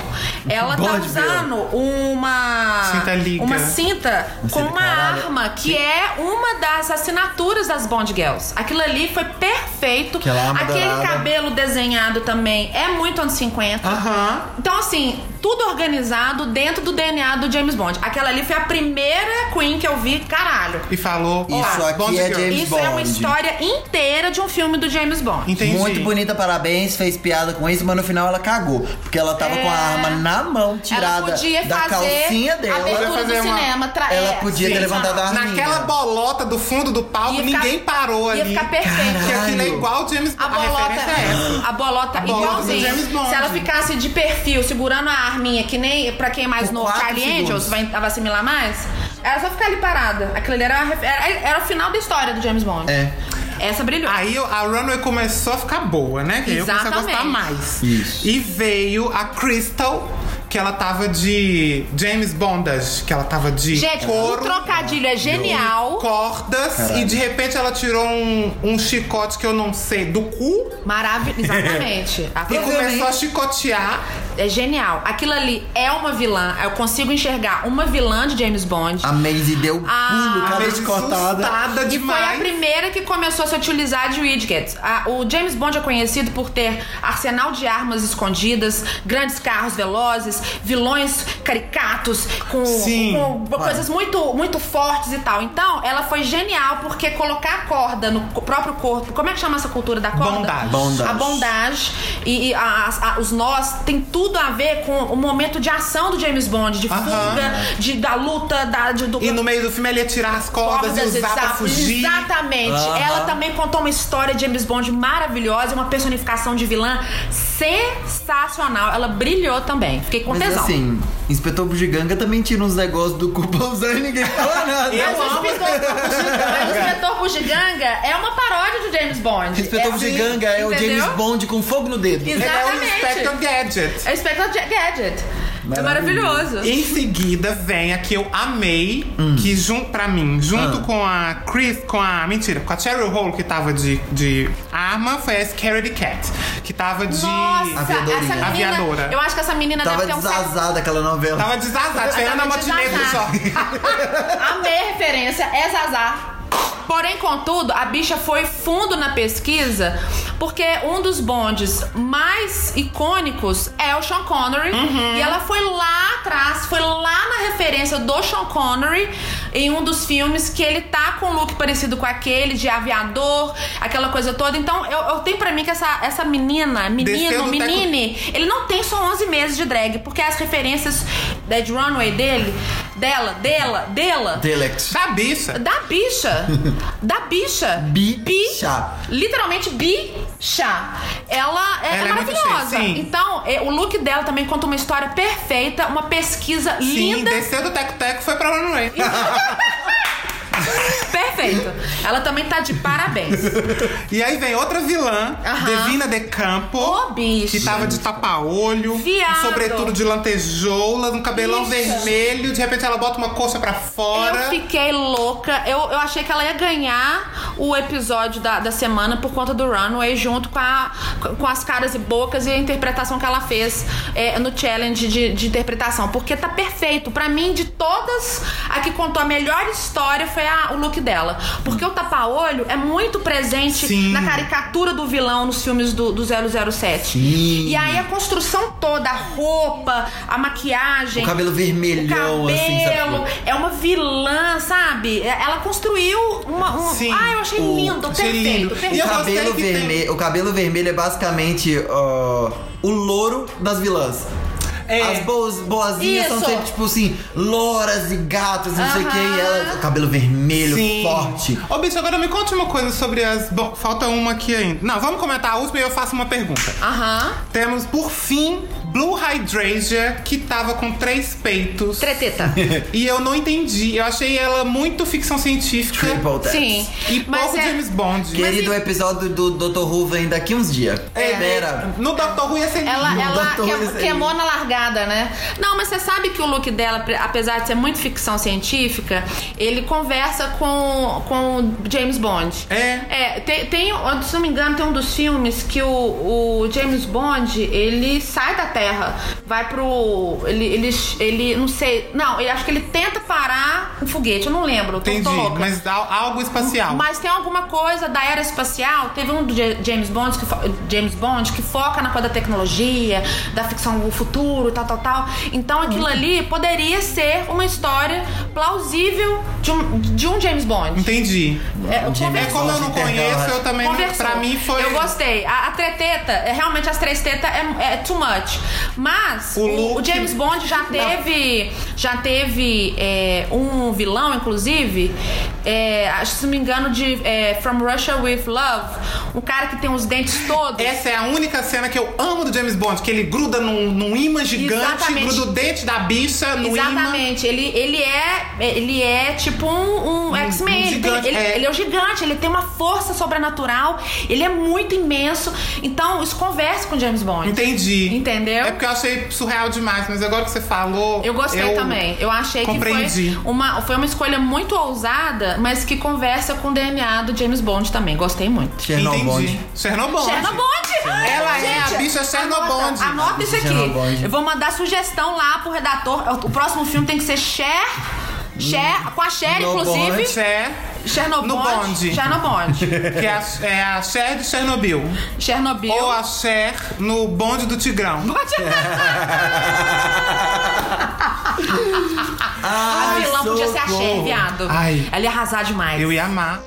[SPEAKER 1] ela tá
[SPEAKER 2] Bondville.
[SPEAKER 1] usando uma
[SPEAKER 3] Cinta liga.
[SPEAKER 1] uma cinta com
[SPEAKER 2] cinta
[SPEAKER 1] uma
[SPEAKER 2] caralho.
[SPEAKER 1] arma que é uma das assinaturas das Bond Girls. Aquilo ali foi perfeito.
[SPEAKER 2] Aquela arma
[SPEAKER 1] Aquele
[SPEAKER 2] dourada.
[SPEAKER 1] cabelo desenhado também é muito anos 50.
[SPEAKER 3] Aham.
[SPEAKER 1] Então, assim, tudo organizado dentro do DNA do James Bond. Aquela ali foi a primeira Queen que eu vi, caralho.
[SPEAKER 3] E falou.
[SPEAKER 2] Isso
[SPEAKER 3] "Olá,
[SPEAKER 2] aqui
[SPEAKER 3] Bond
[SPEAKER 2] é
[SPEAKER 3] Girl."
[SPEAKER 2] James
[SPEAKER 1] Isso é uma
[SPEAKER 2] Bond.
[SPEAKER 1] história inteira de um filme do James Bond.
[SPEAKER 3] Entendi.
[SPEAKER 2] Muito bonita, parabéns, fez piada com isso, mas no final ela cagou. Porque ela tava com a arma na mão,
[SPEAKER 1] É. Ela
[SPEAKER 2] tirada
[SPEAKER 1] podia
[SPEAKER 2] da
[SPEAKER 1] fazer
[SPEAKER 2] calcinha
[SPEAKER 1] a
[SPEAKER 2] dela.
[SPEAKER 1] abertura do
[SPEAKER 3] Fazer uma-
[SPEAKER 1] cinema. Tra...
[SPEAKER 2] Ela
[SPEAKER 1] é,
[SPEAKER 2] podia ter
[SPEAKER 1] sim,
[SPEAKER 2] levantado a
[SPEAKER 1] exato.
[SPEAKER 2] arminha.
[SPEAKER 3] Naquela bolota do fundo do palco,
[SPEAKER 1] Ia ficar-
[SPEAKER 3] ninguém parou
[SPEAKER 1] ia
[SPEAKER 3] ali.
[SPEAKER 1] ficar perfeito.
[SPEAKER 3] Porque aquilo é
[SPEAKER 2] Caralho.
[SPEAKER 3] igual o James
[SPEAKER 1] A
[SPEAKER 3] Bond.
[SPEAKER 1] bolota,
[SPEAKER 3] referência é
[SPEAKER 1] a
[SPEAKER 3] essa.
[SPEAKER 1] bolota,
[SPEAKER 3] A bolota
[SPEAKER 1] igualzinho.
[SPEAKER 3] do James Bond.
[SPEAKER 1] Se ela ficasse de perfil, segurando a arminha, que nem pra quem é mais
[SPEAKER 2] Por
[SPEAKER 1] novo,
[SPEAKER 2] quatro
[SPEAKER 1] Charlie
[SPEAKER 2] segundos.
[SPEAKER 1] Angels, vai, vai assimilar mais, era só ficar ali parada. Aquilo ali era, a refer- era, era o final da história do James Bond.
[SPEAKER 2] É.
[SPEAKER 1] Essa brilhou.
[SPEAKER 3] Aí eu- a runway começou a ficar boa, né? Que aí eu comecei a gostar
[SPEAKER 1] Exatamente.
[SPEAKER 3] mais.
[SPEAKER 2] Isso.
[SPEAKER 3] E veio a Crystal, que ela tava de James Bondage, que ela tava de
[SPEAKER 1] Gente, o
[SPEAKER 3] couro,
[SPEAKER 1] trocadilho é genial.
[SPEAKER 3] cordas, e de repente ela tirou um, um chicote que eu não sei, do cu.
[SPEAKER 1] Maravilhoso. Exatamente. A
[SPEAKER 3] E
[SPEAKER 1] coisa-
[SPEAKER 2] Provavelmente.
[SPEAKER 3] começou a chicotear
[SPEAKER 1] é genial. Aquilo ali é uma vilã. Eu consigo enxergar uma vilã de James Bond.
[SPEAKER 2] A Maisie deu pulo,
[SPEAKER 1] Ah,
[SPEAKER 2] cada
[SPEAKER 3] Meio
[SPEAKER 2] descortada.
[SPEAKER 3] assustada
[SPEAKER 1] E foi a
[SPEAKER 3] demais.
[SPEAKER 1] primeira que começou a se utilizar de widgets. A- o James Bond é conhecido por ter arsenal de armas escondidas, grandes carros velozes, vilões caricatos, com,
[SPEAKER 3] Sim.
[SPEAKER 1] com
[SPEAKER 2] Vai.
[SPEAKER 1] coisas muito, muito fortes e tal. Então, ela foi genial porque colocar a corda no co- próprio corpo. Como é que chama essa cultura da corda?
[SPEAKER 3] Bondage.
[SPEAKER 2] Bondage.
[SPEAKER 1] A bondage e, e a- a- a- os nós tem tudo a ver com o momento de ação do James Bond, de
[SPEAKER 3] Aham.
[SPEAKER 1] fuga, de, da luta, da, de- do
[SPEAKER 3] E no meio do filme ele ia tirar as cordas, e usar pra
[SPEAKER 1] exa-
[SPEAKER 3] fugir.
[SPEAKER 1] Exatamente.
[SPEAKER 2] Aham.
[SPEAKER 1] Ela também contou uma história de James Bond maravilhosa, uma personificação de vilã sensacional. Ela brilhou também. Fiquei com
[SPEAKER 2] Mas
[SPEAKER 1] tesão.
[SPEAKER 2] assim, Inspetor Bugiganga também tira uns negócios do cu pra usar e ninguém fala nada.
[SPEAKER 1] Mas o inspetor Bugiganga- mas o inspetor Bugiganga é uma paródia do James Bond.
[SPEAKER 2] Inspetor
[SPEAKER 1] é,
[SPEAKER 2] Bugiganga é o
[SPEAKER 1] entendeu?
[SPEAKER 2] James Bond com fogo no dedo.
[SPEAKER 1] Ex-
[SPEAKER 3] Ele é o
[SPEAKER 1] Exatamente.
[SPEAKER 3] Inspector Gadget.
[SPEAKER 1] É o Inspector Ja- Gadget. É
[SPEAKER 2] Maravilhoso.
[SPEAKER 1] maravilhoso.
[SPEAKER 3] Em seguida vem a que eu amei, que jun, pra mim, junto
[SPEAKER 2] Ah.
[SPEAKER 3] com a Chris, com a. Mentira, com a Cheryl Hole que tava de, de arma, foi a Scaredy Cat, que tava de.
[SPEAKER 1] Nossa,
[SPEAKER 2] Aviadorinha.
[SPEAKER 1] essa menina.
[SPEAKER 3] Aviadora.
[SPEAKER 1] Eu acho que essa menina
[SPEAKER 2] Tava
[SPEAKER 1] deve ter um Tá. certo
[SPEAKER 2] desazada aquela novela.
[SPEAKER 3] Tava de Zazá, tirando a
[SPEAKER 1] Tava
[SPEAKER 3] motineta do
[SPEAKER 1] de Zazá.
[SPEAKER 3] shopping.
[SPEAKER 1] Amei a referência, é Zazar. Porém, contudo, a bicha foi fundo na pesquisa, porque um dos bondes mais icônicos é o Sean Connery.
[SPEAKER 3] Uhum.
[SPEAKER 1] E ela foi lá atrás, foi lá na referência do Sean Connery em um dos filmes que ele tá com um look parecido com aquele de aviador, aquela coisa toda. Então, eu, eu tenho pra mim que essa, essa menina,
[SPEAKER 3] Desceu
[SPEAKER 1] menino,
[SPEAKER 3] do teco-
[SPEAKER 1] menine, ele não tem só 11 meses de drag, porque as referências da de runway dele, dela, dela, dela,
[SPEAKER 2] Telex.
[SPEAKER 3] Da Tá, bicha.
[SPEAKER 1] da bicha. Da bicha.
[SPEAKER 2] Bi-
[SPEAKER 1] Bi.
[SPEAKER 2] chá.
[SPEAKER 1] Literalmente bicha. Ela é,
[SPEAKER 3] Ela
[SPEAKER 1] é
[SPEAKER 3] é muito
[SPEAKER 1] maravilhosa.
[SPEAKER 3] cheia, sim.
[SPEAKER 1] então, é, o look dela também conta uma história perfeita, uma pesquisa
[SPEAKER 3] Sim,
[SPEAKER 1] linda.
[SPEAKER 3] desceu do teco-teco e foi pra runway.
[SPEAKER 1] Perfeito. Ela também tá de parabéns.
[SPEAKER 3] E aí vem outra vilã,
[SPEAKER 1] Aham.
[SPEAKER 3] Devina de Campo.
[SPEAKER 1] Ô, bicho.
[SPEAKER 3] Que tava de tapa-olho,
[SPEAKER 1] Viado.
[SPEAKER 3] um sobretudo de lantejoula, um cabelão
[SPEAKER 1] Bicha.
[SPEAKER 3] vermelho. De repente ela bota uma coxa pra fora.
[SPEAKER 1] Eu fiquei louca. Eu, eu achei que ela ia ganhar o episódio da, da semana por conta do Runway, junto com, a, com as caras e bocas e a interpretação que ela fez é, no challenge de, de interpretação. Porque tá perfeito. Pra mim, de todas, a que contou a melhor história foi a- o look dela. Porque o tapa-olho é muito presente
[SPEAKER 3] Sim.
[SPEAKER 1] na caricatura do vilão nos filmes do, do 007.
[SPEAKER 2] Sim.
[SPEAKER 1] E aí a construção toda, a roupa, a maquiagem.
[SPEAKER 2] O cabelo
[SPEAKER 1] O
[SPEAKER 2] vermelhão,
[SPEAKER 1] cabelo,
[SPEAKER 2] assim, sabe?
[SPEAKER 1] é uma vilã, sabe? É- Ela construiu uma. uma...
[SPEAKER 3] Sim.
[SPEAKER 1] Ah, eu achei
[SPEAKER 2] O-
[SPEAKER 1] lindo,
[SPEAKER 3] achei
[SPEAKER 1] perfeito,
[SPEAKER 2] O
[SPEAKER 3] lindo. E eu
[SPEAKER 1] perfeito.
[SPEAKER 3] gostei
[SPEAKER 2] cabelo,
[SPEAKER 3] que tem-
[SPEAKER 2] vermelho, o cabelo vermelho é basicamente ó, o louro das vilãs.
[SPEAKER 3] É.
[SPEAKER 2] As boas, boazinhas são
[SPEAKER 1] Isso.
[SPEAKER 2] sempre, tipo assim, louras e gatas, não sei o que.
[SPEAKER 1] Aham.
[SPEAKER 2] E ela, o cabelo vermelho, forte.
[SPEAKER 3] Ô, bicho, agora me conte uma coisa sobre as. Bom, falta uma aqui ainda. Não, vamos comentar a última e eu faço uma pergunta.
[SPEAKER 1] Aham.
[SPEAKER 3] Temos, por fim, Blue Hydrangea, que tava com três peitos.
[SPEAKER 1] Treteta.
[SPEAKER 3] E eu não entendi. Eu achei ela muito ficção científica.
[SPEAKER 2] Triple Tets.
[SPEAKER 1] Sim.
[SPEAKER 3] E
[SPEAKER 1] Mas
[SPEAKER 3] pouco
[SPEAKER 1] é-
[SPEAKER 3] James Bond.
[SPEAKER 2] Querido o episódio do Dr. Who vem daqui uns dias.
[SPEAKER 3] É,
[SPEAKER 2] Espera.
[SPEAKER 3] No Dr. Who ia ser
[SPEAKER 1] Ela,
[SPEAKER 3] lindo.
[SPEAKER 1] ela
[SPEAKER 2] botou
[SPEAKER 1] que-
[SPEAKER 2] isso aí.
[SPEAKER 1] queimou na largada, né? Não, mas você sabe que o look dela, pre- apesar de ser muito ficção científica, ele conversa com, com o James Bond.
[SPEAKER 3] É.
[SPEAKER 1] É, tem, tem, um- se não me engano, tem um dos filmes que o, o James Bond, ele sai da Terra, vai pro... Ele, ele, ele, não sei... Não, ele, acho que ele tenta parar um foguete, eu não lembro. eu tô-
[SPEAKER 3] Entendi.
[SPEAKER 1] Tô louca.
[SPEAKER 3] Mas é al- algo espacial.
[SPEAKER 1] Mas tem alguma coisa da era espacial. Teve um do Ja- James Bond que, fo- James Bond que foca na coisa da tecnologia, da ficção do futuro, tal, tal, tal. Então aquilo ali poderia ser uma história plausível de um, de um James Bond.
[SPEAKER 3] Entendi.
[SPEAKER 1] É, eu
[SPEAKER 2] James
[SPEAKER 3] É
[SPEAKER 1] conversou.
[SPEAKER 3] como eu não
[SPEAKER 2] Intergaláctico.
[SPEAKER 3] conheço, eu também não.
[SPEAKER 1] Conversou.
[SPEAKER 3] Pra mim foi.
[SPEAKER 1] Eu gostei. A, a treteta, é, realmente as três tetas é, é too much. Mas
[SPEAKER 3] O
[SPEAKER 1] o,
[SPEAKER 3] look-
[SPEAKER 1] o James Bond já teve. Já teve é, um vilão, inclusive. é, acho que se não me engano, de é, From Russia with Love. Um cara que tem os dentes todos.
[SPEAKER 3] Essa é a única cena que eu amo do James Bond, que ele gruda num, num imã gigante,
[SPEAKER 1] Exatamente.
[SPEAKER 3] gruda o dente da bicha no imã.
[SPEAKER 1] Exatamente, ele, ele é ele é tipo um, um X-Men. ele, tem-
[SPEAKER 3] gigante,
[SPEAKER 1] ele,
[SPEAKER 3] é.
[SPEAKER 1] ele é um gigante, ele tem uma força sobrenatural, ele é muito imenso. Então, isso conversa com James Bond.
[SPEAKER 3] Entendi.
[SPEAKER 1] Entendeu?
[SPEAKER 3] É porque eu achei surreal demais, mas agora que você falou.
[SPEAKER 1] Eu gostei também. Eu achei
[SPEAKER 3] compreendi.
[SPEAKER 1] que foi uma, foi uma escolha muito ousada nada, mas que conversa com o DNA do James Bond também. Gostei muito.
[SPEAKER 2] Chernobyl.
[SPEAKER 3] Entendi. Chernobyl.
[SPEAKER 1] Chernobyl!
[SPEAKER 3] Ela é a
[SPEAKER 1] Gente,
[SPEAKER 3] bicha Chernobond.
[SPEAKER 1] Anota, anota isso
[SPEAKER 2] Chernobond.
[SPEAKER 1] aqui. Eu vou mandar sugestão lá pro redator. É, O próximo filme tem que ser Cher. Cher, com a Cher,
[SPEAKER 2] No
[SPEAKER 1] inclusive.
[SPEAKER 3] Cher, No
[SPEAKER 1] Chernobond.
[SPEAKER 3] bonde.
[SPEAKER 1] Chernobond.
[SPEAKER 3] que é a, é a Cher de Chernobyl.
[SPEAKER 1] Chernobyl.
[SPEAKER 3] Ou a Cher no bonde do Tigrão.
[SPEAKER 1] A
[SPEAKER 2] Ai,
[SPEAKER 1] vilã podia ser a Cher,
[SPEAKER 2] socorro.
[SPEAKER 1] viado.
[SPEAKER 3] Ah, Ai.
[SPEAKER 1] Ela ia arrasar demais.
[SPEAKER 3] Eu ia amar.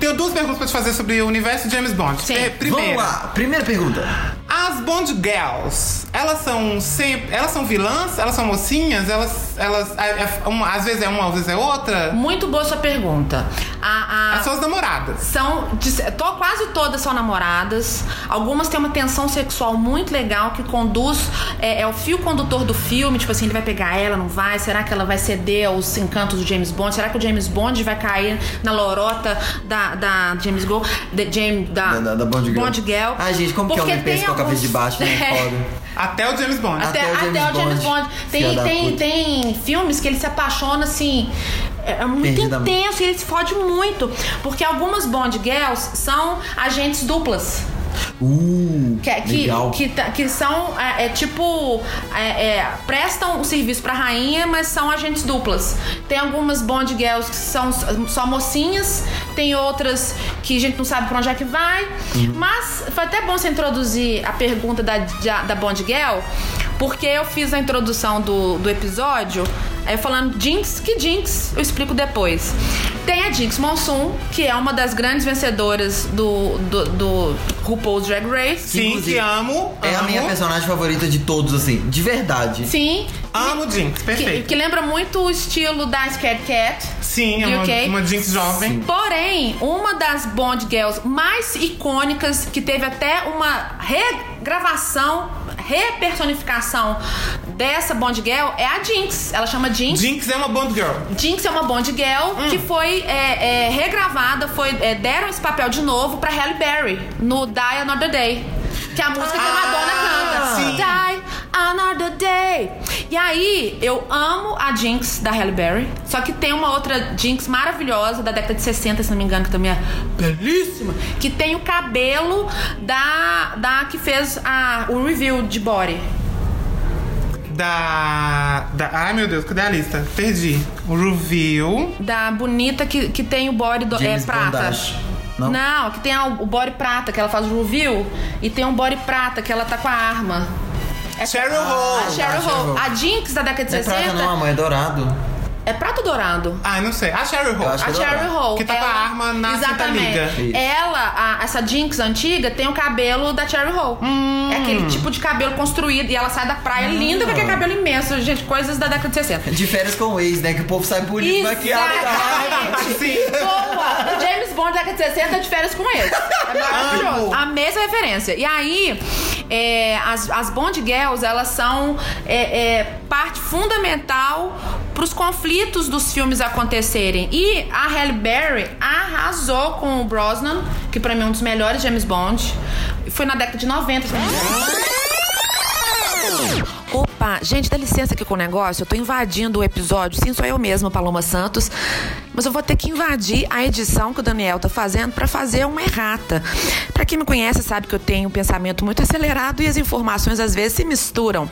[SPEAKER 3] Tenho duas perguntas pra te fazer sobre o universo de James Bond.
[SPEAKER 1] Sim.
[SPEAKER 3] Eh,
[SPEAKER 2] Vamos
[SPEAKER 3] Primeira,
[SPEAKER 2] lá, primeira pergunta.
[SPEAKER 3] as Bond Girls, elas são sempre. Elas são vilãs? Elas são mocinhas? Elas. elas é- é uma- às vezes é uma, às vezes é outra?
[SPEAKER 1] Muito boa sua pergunta. A, a-
[SPEAKER 3] As suas namoradas.
[SPEAKER 1] São. de- to- quase todas são namoradas. Algumas têm uma tensão sexual muito legal que conduz. É, é o fio condutor do filme. Tipo assim, ele vai pegar ela, não vai? Será que ela vai ceder aos encantos do James Bond? Será que o James Bond vai cair na lorota da, da James Go? de- James, da,
[SPEAKER 2] Da, da, da Bond Girl.
[SPEAKER 1] Ah. Bond Girl?
[SPEAKER 2] Ai, gente, como que
[SPEAKER 1] Porque
[SPEAKER 2] homem pensa
[SPEAKER 1] tem
[SPEAKER 2] com a cabeça de
[SPEAKER 1] alguns-
[SPEAKER 2] baixo, né?
[SPEAKER 1] É.
[SPEAKER 2] Foda.
[SPEAKER 3] Até o James Bond.
[SPEAKER 1] Até, até, o James Bond.
[SPEAKER 2] Filha
[SPEAKER 1] Tem,
[SPEAKER 2] da
[SPEAKER 1] tem,
[SPEAKER 2] puta.
[SPEAKER 1] tem filmes que ele se apaixona assim. É é muito
[SPEAKER 2] Perdidamente.
[SPEAKER 1] intenso e ele se fode muito. Porque algumas Bond Girls são agentes duplas.
[SPEAKER 2] Uh,
[SPEAKER 1] Que, que,
[SPEAKER 2] legal.
[SPEAKER 1] que, tá- que são, é, é, tipo, é, é, prestam o serviço pra rainha, mas são agentes duplas. Tem algumas Bond Girls que são s- só mocinhas, tem outras que a gente não sabe pra onde é que vai. Mas foi até bom você introduzir a pergunta da, da, da Bond Girl, porque eu fiz a introdução do, do episódio é, falando Jinx, que Jinx eu explico depois. Tem a Jinx Monsoon, que é uma das grandes vencedoras do, do, do RuPaul's Drag Race.
[SPEAKER 3] Sim,
[SPEAKER 2] Inclusive,
[SPEAKER 3] que amo.
[SPEAKER 2] É a
[SPEAKER 3] amo.
[SPEAKER 2] minha personagem favorita de todos, assim, de verdade.
[SPEAKER 1] Sim.
[SPEAKER 3] Amo Jinx,
[SPEAKER 1] Que,
[SPEAKER 3] Ah, perfeito.
[SPEAKER 1] que lembra muito o estilo da Scared Cat.
[SPEAKER 3] Sim, é uma,
[SPEAKER 1] UK.
[SPEAKER 3] uma Jinx jovem.
[SPEAKER 1] Porém, uma das Bond Girls mais icônicas, que teve até uma regravação, repersonificação dessa Bond Girl, é a Jinx. Ela chama Jinx.
[SPEAKER 3] Jinx é uma Bond Girl.
[SPEAKER 1] Jinx é uma Bond Girl que foi é, é, regravada, foi, é, deram esse papel de novo pra Halle Berry no Die Another Day. Que é a música que a
[SPEAKER 3] Ah, sim.
[SPEAKER 1] Madonna canta. Die Another Day. E aí, eu amo a Jinx da Halle Berry. Só que tem uma outra Jinx maravilhosa da década de 60, se não me engano, que também é belíssima. Que tem o cabelo da, da que fez a, o review de Body.
[SPEAKER 3] Da, da. Ai meu Deus, cadê a lista? Perdi. O Review.
[SPEAKER 1] Da bonita que, que tem o body do, é,
[SPEAKER 2] James
[SPEAKER 1] prata.
[SPEAKER 2] Bondage.
[SPEAKER 1] Não?
[SPEAKER 2] Não?
[SPEAKER 1] que tem a- o body prata, que ela faz o review, e tem um body prata, que ela tá com a arma. É
[SPEAKER 3] Cheryl
[SPEAKER 1] A
[SPEAKER 3] Hole.
[SPEAKER 1] Cheryl
[SPEAKER 2] Ah, Cheryl
[SPEAKER 1] Hole.
[SPEAKER 2] Hole.
[SPEAKER 1] A Jinx da década de
[SPEAKER 2] Não é
[SPEAKER 1] 60
[SPEAKER 2] prata não, amor, é dourado.
[SPEAKER 1] é prato dourado.
[SPEAKER 3] Ai, não sei. A Cheryl Hole.
[SPEAKER 2] Eu acho
[SPEAKER 1] A
[SPEAKER 2] que é
[SPEAKER 1] Cheryl
[SPEAKER 2] dourado.
[SPEAKER 1] Hole.
[SPEAKER 3] Que tá com a arma na
[SPEAKER 1] Exatamente.
[SPEAKER 3] Santa
[SPEAKER 2] Liga.
[SPEAKER 1] Ela, a- essa Jinx antiga, tem o cabelo da Cheryl Hole.
[SPEAKER 2] Hum.
[SPEAKER 1] É aquele tipo de cabelo construído. E ela sai da praia linda com aquele cabelo imenso. Gente, coisas da década de 60.
[SPEAKER 2] De férias com o ex, né? Que o povo sai bonito maquiado. Ai,
[SPEAKER 1] Exatamente.
[SPEAKER 3] Sim.
[SPEAKER 1] Boa! O James Bond da década de 60 é de férias com ele. É maravilhoso.
[SPEAKER 3] Amo.
[SPEAKER 1] A mesma referência. E aí, é, as, as Bond Girls, elas são é, é, parte fundamental pros conflitos dos filmes acontecerem. E a Halle Berry arrasou com o Brosnan, que pra mim é um dos melhores James Bond. Foi na década de 90. se não me engano. Opa, gente, dá licença aqui com o negócio. Eu tô invadindo o episódio. Sim, sou eu mesma, Paloma Santos. Mas eu vou ter que invadir a edição que o Daniel tá fazendo pra fazer uma errata. Pra quem me conhece, sabe que eu tenho um pensamento muito acelerado e as informações às vezes se misturam.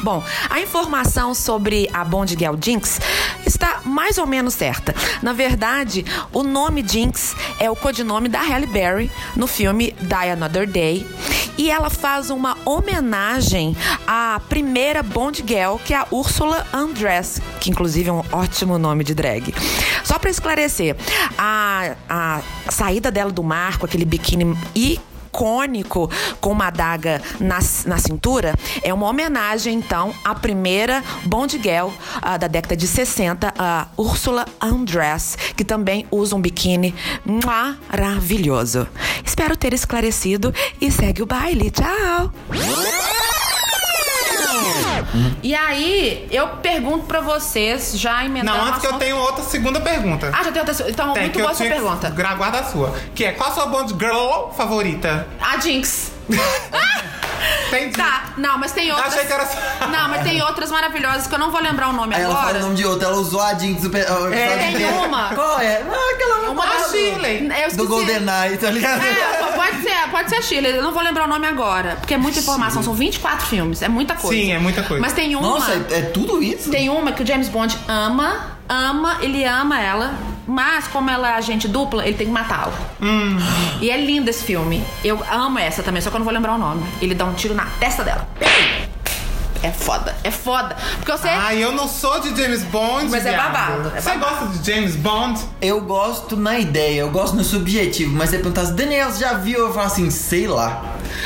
[SPEAKER 1] Bom, a informação sobre a Bond Girl Jinx está mais ou menos certa. Na verdade, o nome Jinx é o codinome da Halle Berry no filme Die Another Day. E ela faz uma homenagem à primeira Bond Girl, que é a Ursula Andress, que inclusive é um ótimo nome de drag. Só para esclarecer, a, a saída dela do mar com aquele biquíni icônico com uma adaga na, na cintura é uma homenagem, então, à primeira Bond Girl ah, da década de 60, a Ursula Andress, que também usa um biquíni maravilhoso. Espero ter esclarecido e segue o baile. Tchau! E aí, eu pergunto pra vocês, já emendando
[SPEAKER 3] Não,
[SPEAKER 1] o
[SPEAKER 3] antes que eu
[SPEAKER 1] assunto-
[SPEAKER 3] tenho outra segunda pergunta.
[SPEAKER 1] Ah, já tem outra... Então,
[SPEAKER 3] Tem,
[SPEAKER 1] muito
[SPEAKER 3] que eu
[SPEAKER 1] boa sua
[SPEAKER 3] tinha que-
[SPEAKER 1] pergunta.
[SPEAKER 3] Gra- Guarda a sua. Que é, qual a sua Bond Girl favorita?
[SPEAKER 1] A Jinx.
[SPEAKER 3] Entendi.
[SPEAKER 1] Tá, não, mas tem outras.
[SPEAKER 3] Achei que era só-
[SPEAKER 1] Não, mas tem outras maravilhosas que eu não vou lembrar o nome
[SPEAKER 2] Aí ela fala
[SPEAKER 1] agora.
[SPEAKER 2] o nome de outra, ela usou a Jinx do pe- o episódio
[SPEAKER 1] tem
[SPEAKER 2] inteiro.
[SPEAKER 1] É, uma.
[SPEAKER 2] Qual é? Ah, aquela
[SPEAKER 1] Uma
[SPEAKER 2] lá
[SPEAKER 1] da
[SPEAKER 2] do-
[SPEAKER 1] Shirley. Eu esqueci.
[SPEAKER 2] Do GoldenEye, tá ligado?
[SPEAKER 1] É, pô, pode ser, pode ser a Shirley. Eu não vou lembrar o nome agora, porque é muita informação. São 24 filmes, é muita coisa.
[SPEAKER 3] Sim, é muita coisa.
[SPEAKER 1] Mas tem uma.
[SPEAKER 2] Nossa, é, é tudo isso?
[SPEAKER 1] Tem uma que o James Bond ama, ama, ele ama ela, mas como ela é agente dupla, ele tem que matá-la. E é lindo esse filme. Eu amo essa também, só que eu não vou lembrar o nome. Ele dá um tiro na testa dela. É foda, é foda. Porque você.
[SPEAKER 3] Ai, eu não sou de James Bond.
[SPEAKER 1] é- Mas é
[SPEAKER 3] viado.
[SPEAKER 1] babado, é
[SPEAKER 3] Você gosta de James Bond?
[SPEAKER 2] Eu gosto na ideia, eu gosto no subjetivo, mas se eu perguntasse, Daniel, você já viu? Eu falo assim, sei lá.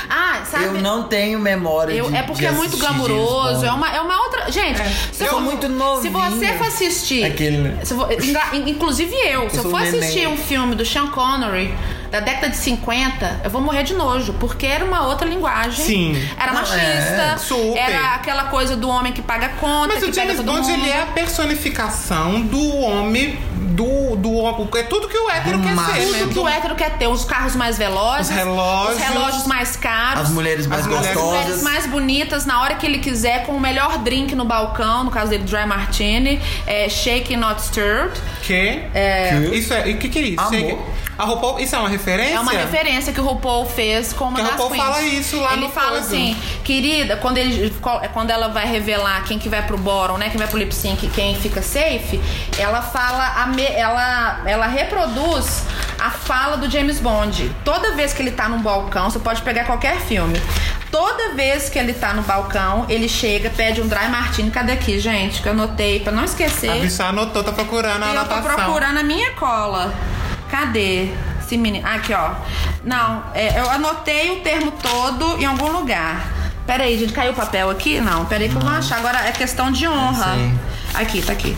[SPEAKER 1] Ah, sabe?
[SPEAKER 2] Eu não tenho memória
[SPEAKER 1] Eu-
[SPEAKER 2] de,
[SPEAKER 1] é porque
[SPEAKER 2] de
[SPEAKER 1] é muito
[SPEAKER 2] assistir James
[SPEAKER 1] glamuroso,
[SPEAKER 2] Bond.
[SPEAKER 1] é uma, é uma outra. Gente, se
[SPEAKER 2] Eu
[SPEAKER 1] for-
[SPEAKER 2] sou muito
[SPEAKER 1] Se
[SPEAKER 2] novinho.
[SPEAKER 1] você for assistir.
[SPEAKER 2] Aquele, né?
[SPEAKER 1] se eu for- engra- in- inclusive eu, se eu
[SPEAKER 2] sou
[SPEAKER 1] for
[SPEAKER 2] um neném.
[SPEAKER 1] assistir um filme do Sean Connery da década de 50, eu vou morrer de nojo, porque era uma outra linguagem.
[SPEAKER 3] Sim.
[SPEAKER 1] Era
[SPEAKER 2] Não,
[SPEAKER 1] machista.
[SPEAKER 2] é,
[SPEAKER 3] super.
[SPEAKER 1] Era aquela coisa do homem que paga conta,
[SPEAKER 3] Mas
[SPEAKER 1] que
[SPEAKER 3] o James
[SPEAKER 1] pega todo
[SPEAKER 3] Bond,
[SPEAKER 1] mundo.
[SPEAKER 3] ele é a personificação do homem. Do, do homem. É tudo que o hétero
[SPEAKER 2] Do
[SPEAKER 3] quer ser,
[SPEAKER 2] macho.
[SPEAKER 3] né?
[SPEAKER 1] tudo que o hétero quer ter, os carros mais velozes,
[SPEAKER 3] Os relógios.
[SPEAKER 1] os relógios mais caros,
[SPEAKER 2] As mulheres mais
[SPEAKER 3] As mulheres-
[SPEAKER 1] as mulheres
[SPEAKER 2] gostosas.
[SPEAKER 1] mais bonitas na hora que ele quiser, com o melhor drink no balcão, no caso dele, Dry Martini, é, Shake Not Stirred.
[SPEAKER 3] Que? É. Isso é. O que, que é isso?
[SPEAKER 2] Amor.
[SPEAKER 3] Chega- A RuPaul, isso é uma referência?
[SPEAKER 1] É uma referência que o RuPaul fez com uma
[SPEAKER 3] Que o
[SPEAKER 1] das
[SPEAKER 3] RuPaul
[SPEAKER 1] queens.
[SPEAKER 3] fala isso lá
[SPEAKER 1] Ele
[SPEAKER 3] no
[SPEAKER 1] fala
[SPEAKER 3] coisa.
[SPEAKER 1] assim, querida, quando, ele, qual- é quando ela vai revelar quem que vai pro bórum, né, quem vai pro lip sync, quem fica safe, ela fala, a me- ela, ela reproduz a fala do James Bond. Toda vez que ele tá num balcão, você pode pegar qualquer filme. Toda vez que ele tá no balcão, ele chega, pede um dry martini. Cadê aqui, gente? Que eu anotei pra não esquecer.
[SPEAKER 3] A bicha anotou, tá procurando a
[SPEAKER 1] Eu tô
[SPEAKER 3] anotação.
[SPEAKER 1] procurando a minha cola. Cadê? Esse menino. Aqui, ó. Não, é, eu anotei o termo todo em algum lugar. Pera aí, gente, caiu o papel aqui? Não, pera aí que eu vou achar. Agora é questão de honra.
[SPEAKER 2] Sim.
[SPEAKER 1] Aqui, tá aqui.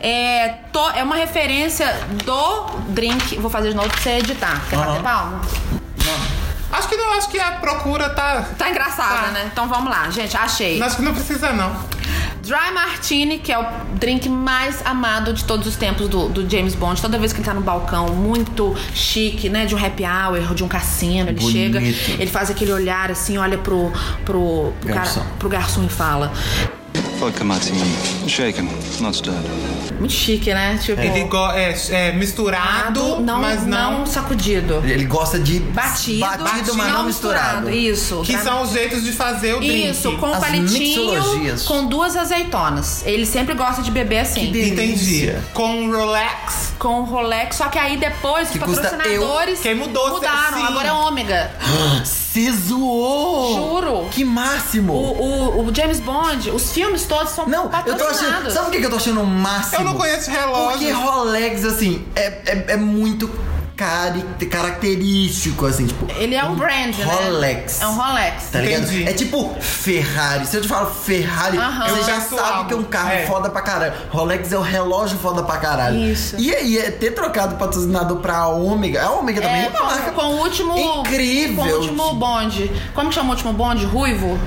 [SPEAKER 1] É, to- é uma referência do drink. Vou fazer de novo pra você editar. Quer
[SPEAKER 2] Aham.
[SPEAKER 1] bater palma?
[SPEAKER 3] Acho que não, acho que a procura tá.
[SPEAKER 1] Tá engraçada,
[SPEAKER 3] Tá.
[SPEAKER 1] né? Então vamos lá, gente. Achei.
[SPEAKER 3] Acho que não precisa, não.
[SPEAKER 1] Dry Martini, que é o drink mais amado de todos os tempos do, do James Bond. Toda vez que ele tá no balcão, muito chique, né? De um happy hour, de um cassino, ele
[SPEAKER 2] Bonito.
[SPEAKER 1] chega, ele faz aquele olhar assim, olha pro, pro, pro, cara-
[SPEAKER 2] Garçom.
[SPEAKER 1] pro garçom e fala.
[SPEAKER 4] Vodka martini. Shaken, not stirred.
[SPEAKER 1] Muito chique, né? Tipo,
[SPEAKER 3] Ele go- é, é misturado,
[SPEAKER 1] não,
[SPEAKER 3] mas não.
[SPEAKER 1] não sacudido.
[SPEAKER 2] Ele gosta de
[SPEAKER 1] Batido,
[SPEAKER 2] batido mas não, misturado.
[SPEAKER 1] Isso.
[SPEAKER 3] Que
[SPEAKER 1] Dry
[SPEAKER 3] são os jeitos de fazer o drink.
[SPEAKER 1] Isso, com um
[SPEAKER 2] As
[SPEAKER 1] palitinho,
[SPEAKER 2] mixologias.
[SPEAKER 1] com duas azeitonas. Ele sempre gosta de beber assim.
[SPEAKER 3] Entendi.
[SPEAKER 2] delícia.
[SPEAKER 3] Com Rolex.
[SPEAKER 1] com o Rolex, só que aí depois os
[SPEAKER 2] Que custa
[SPEAKER 1] patrocinadores
[SPEAKER 3] eu. Quem mudou,
[SPEAKER 1] mudaram,
[SPEAKER 3] sim.
[SPEAKER 1] agora é ômega.
[SPEAKER 2] Se Ah, zoou!
[SPEAKER 1] Juro.
[SPEAKER 2] Que
[SPEAKER 1] O,
[SPEAKER 2] máximo!
[SPEAKER 1] o, o James Bond, os filmes todos são
[SPEAKER 2] Não, eu tô
[SPEAKER 1] patrocinados.
[SPEAKER 2] achando. Sabe o que que eu tô achando o máximo?
[SPEAKER 3] Eu não conheço
[SPEAKER 2] Porque
[SPEAKER 3] relógio.
[SPEAKER 2] Rolex, assim, é, é, é muito cari característico, assim, tipo.
[SPEAKER 1] Ele é um brand, né?
[SPEAKER 2] Rolex.
[SPEAKER 1] É um Rolex.
[SPEAKER 2] Tá ligado?
[SPEAKER 3] Entendi.
[SPEAKER 2] É tipo Ferrari. Se eu te falo Ferrari,
[SPEAKER 1] Aham.
[SPEAKER 2] você
[SPEAKER 3] Eu
[SPEAKER 2] já
[SPEAKER 3] penso
[SPEAKER 2] sabe
[SPEAKER 3] algo.
[SPEAKER 2] que é um carro
[SPEAKER 3] É.
[SPEAKER 2] foda pra caralho. Rolex é o relógio foda pra caralho.
[SPEAKER 1] Isso.
[SPEAKER 2] E aí, é ter trocado o patrocinador pra Ômega. A Ômega também
[SPEAKER 1] É,
[SPEAKER 2] é uma marca
[SPEAKER 1] com, com o último.
[SPEAKER 2] incrível.
[SPEAKER 1] Com o último Bond. Como que chama o último Bond? Ruivo?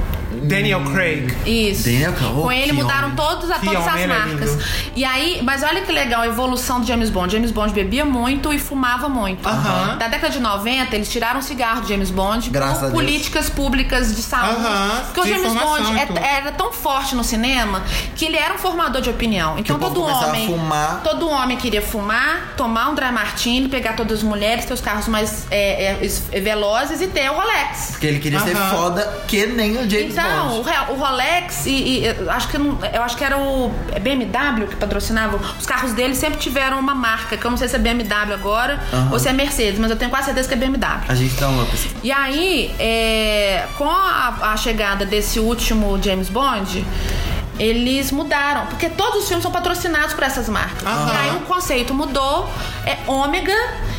[SPEAKER 3] Daniel Craig.
[SPEAKER 1] Isso.
[SPEAKER 2] Daniel Craig, oh,
[SPEAKER 1] Com ele
[SPEAKER 2] que
[SPEAKER 1] mudaram
[SPEAKER 2] homem. né,
[SPEAKER 1] todos, a,
[SPEAKER 3] Que
[SPEAKER 1] todas
[SPEAKER 3] homem,
[SPEAKER 1] as
[SPEAKER 3] ele é
[SPEAKER 1] marcas.
[SPEAKER 3] lindo.
[SPEAKER 1] e aí, mas olha que legal a evolução do James Bond. James Bond bebia muito e fumava muito.
[SPEAKER 3] Aham.
[SPEAKER 1] Da década de 90, eles tiraram o cigarro do James Bond
[SPEAKER 2] Graças a
[SPEAKER 1] por
[SPEAKER 2] Deus.
[SPEAKER 1] políticas públicas de saúde.
[SPEAKER 3] Aham,
[SPEAKER 1] Porque o
[SPEAKER 3] de
[SPEAKER 1] James
[SPEAKER 3] informação
[SPEAKER 1] Bond
[SPEAKER 3] e
[SPEAKER 1] é-
[SPEAKER 3] tudo.
[SPEAKER 1] era tão forte no cinema que ele era um formador de opinião. Então
[SPEAKER 2] o povo
[SPEAKER 1] todo
[SPEAKER 2] começava a
[SPEAKER 1] homem.
[SPEAKER 2] fumar.
[SPEAKER 1] Todo homem queria fumar, tomar um dry martini, pegar todas as mulheres, ter os carros mais é, é, es- velozes e ter o Rolex.
[SPEAKER 2] Porque ele queria ser
[SPEAKER 3] Aham.
[SPEAKER 2] foda que nem o James
[SPEAKER 1] Então, o,
[SPEAKER 2] Bond.
[SPEAKER 1] Re- o Rolex e, e, eu acho que não- eu acho que era o BMW que patrocinava. Os carros dele sempre tiveram uma marca, que eu não sei se é BMW agora ou se é Mercedes, mas eu tenho quase certeza que é BMW.
[SPEAKER 2] A gente dá uma assim. pesquisa.
[SPEAKER 1] E aí, é, com a, a chegada desse último James Bond, eles mudaram, porque todos os filmes são patrocinados por essas marcas.
[SPEAKER 3] Aham.
[SPEAKER 1] E aí o conceito mudou, é ômega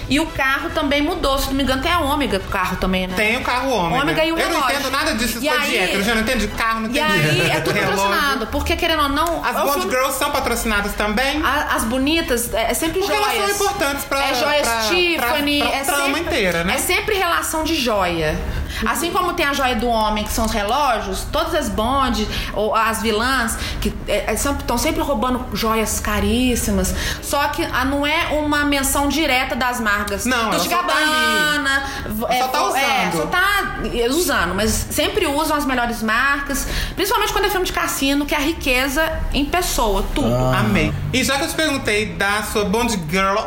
[SPEAKER 1] e o carro também mudou. Se não me engano, tem a ômega o carro também, né?
[SPEAKER 3] Tem o carro ômega.
[SPEAKER 1] Ômega e o
[SPEAKER 3] Eu não
[SPEAKER 1] um relógio.
[SPEAKER 3] entendo nada disso,
[SPEAKER 1] E
[SPEAKER 3] sou
[SPEAKER 1] aí-
[SPEAKER 3] de hétero. Eu já não entendo de carro, não
[SPEAKER 1] E
[SPEAKER 3] entendo de
[SPEAKER 1] aí é tudo
[SPEAKER 3] relógio.
[SPEAKER 1] patrocinado, porque querendo ou não,
[SPEAKER 3] As
[SPEAKER 1] é um
[SPEAKER 3] Bond
[SPEAKER 1] filme-
[SPEAKER 3] Girls são patrocinadas também?
[SPEAKER 1] a- as bonitas é é sempre
[SPEAKER 3] Porque
[SPEAKER 1] joias.
[SPEAKER 3] elas são importantes pra-
[SPEAKER 1] É joias
[SPEAKER 3] pra-
[SPEAKER 1] Tiffany,
[SPEAKER 3] pra- pra
[SPEAKER 1] é
[SPEAKER 3] trama
[SPEAKER 1] sempre
[SPEAKER 3] inteira, né?
[SPEAKER 1] É sempre relação de joia. Assim como tem a joia do homem, que são os relógios, todas as Bond ou as vilãs que é, estão sempre roubando joias caríssimas. Só que ah, não é uma menção direta das marcas.
[SPEAKER 3] Não,
[SPEAKER 1] Dolce
[SPEAKER 3] ela só tá ali.
[SPEAKER 1] Gabbana, v- é,
[SPEAKER 3] Só tá
[SPEAKER 1] fo- é,
[SPEAKER 3] usando.
[SPEAKER 1] só tá é, usando, mas sempre usam as melhores marcas, principalmente quando é filme de cassino, que é a riqueza em pessoa, tudo.
[SPEAKER 2] Ah.
[SPEAKER 3] Amei. E já que eu te perguntei da sua Bond Girl,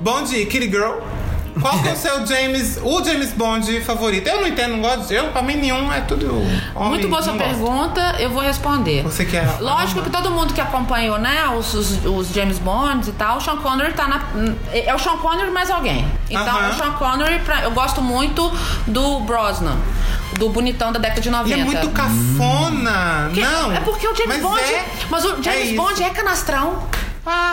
[SPEAKER 3] Bond Kitty Girl, qual que é o seu James, o James Bond favorito? Eu não entendo, não gosto de. Eu, pra mim, nenhum é tudo. homem,
[SPEAKER 1] Muito boa
[SPEAKER 3] não
[SPEAKER 1] sua
[SPEAKER 3] gosto.
[SPEAKER 1] pergunta, eu vou responder.
[SPEAKER 3] Você é quer?
[SPEAKER 1] Lógico que todo mundo que acompanhou, né, os, os- os James Bonds e tal, o Sean Connery tá na. É o Sean Connery mais alguém. Então,
[SPEAKER 3] Aham.
[SPEAKER 1] o Sean Connery, pra- eu gosto muito do Brosnan, do bonitão da década de 90.
[SPEAKER 3] E é muito cafona.
[SPEAKER 1] Porque-
[SPEAKER 3] Não.
[SPEAKER 1] É porque o James
[SPEAKER 3] mas
[SPEAKER 1] Bond.
[SPEAKER 3] é-
[SPEAKER 1] Mas o
[SPEAKER 3] é
[SPEAKER 1] James
[SPEAKER 3] isso. Ah.
[SPEAKER 1] Bond é canastrão.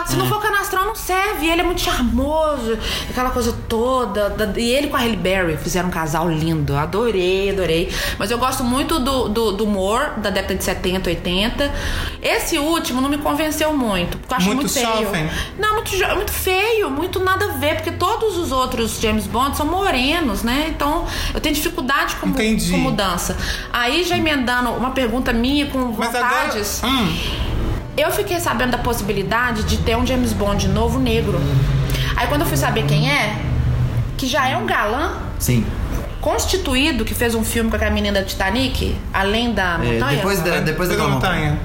[SPEAKER 1] Se não for canastrão, não serve. Ele é muito charmoso, aquela coisa toda. da- e ele com a Halle Berry fizeram um casal lindo. Adorei, adorei. Mas eu gosto muito do, do, do humor da década de 70, 80. Esse último não me convenceu muito, porque eu acho muito,
[SPEAKER 3] Muito
[SPEAKER 1] feio.
[SPEAKER 3] jovem.
[SPEAKER 1] Não, muito, jo- muito feio, muito nada a ver, porque todos os outros James Bond são morenos, né? Então eu tenho dificuldade com,
[SPEAKER 3] Entendi.
[SPEAKER 1] com mudança. Aí já emendando uma pergunta minha com
[SPEAKER 3] Mas agora.
[SPEAKER 1] vontades,
[SPEAKER 3] Hum,
[SPEAKER 1] eu fiquei sabendo da possibilidade de ter um James Bond novo negro. Aí quando eu fui saber quem é, que já é um galã
[SPEAKER 2] Sim.
[SPEAKER 1] constituído, que fez um filme com aquela menina do Titanic, além da
[SPEAKER 2] É,
[SPEAKER 1] montanha.
[SPEAKER 2] depois da, depois da
[SPEAKER 3] Pedro Montanha.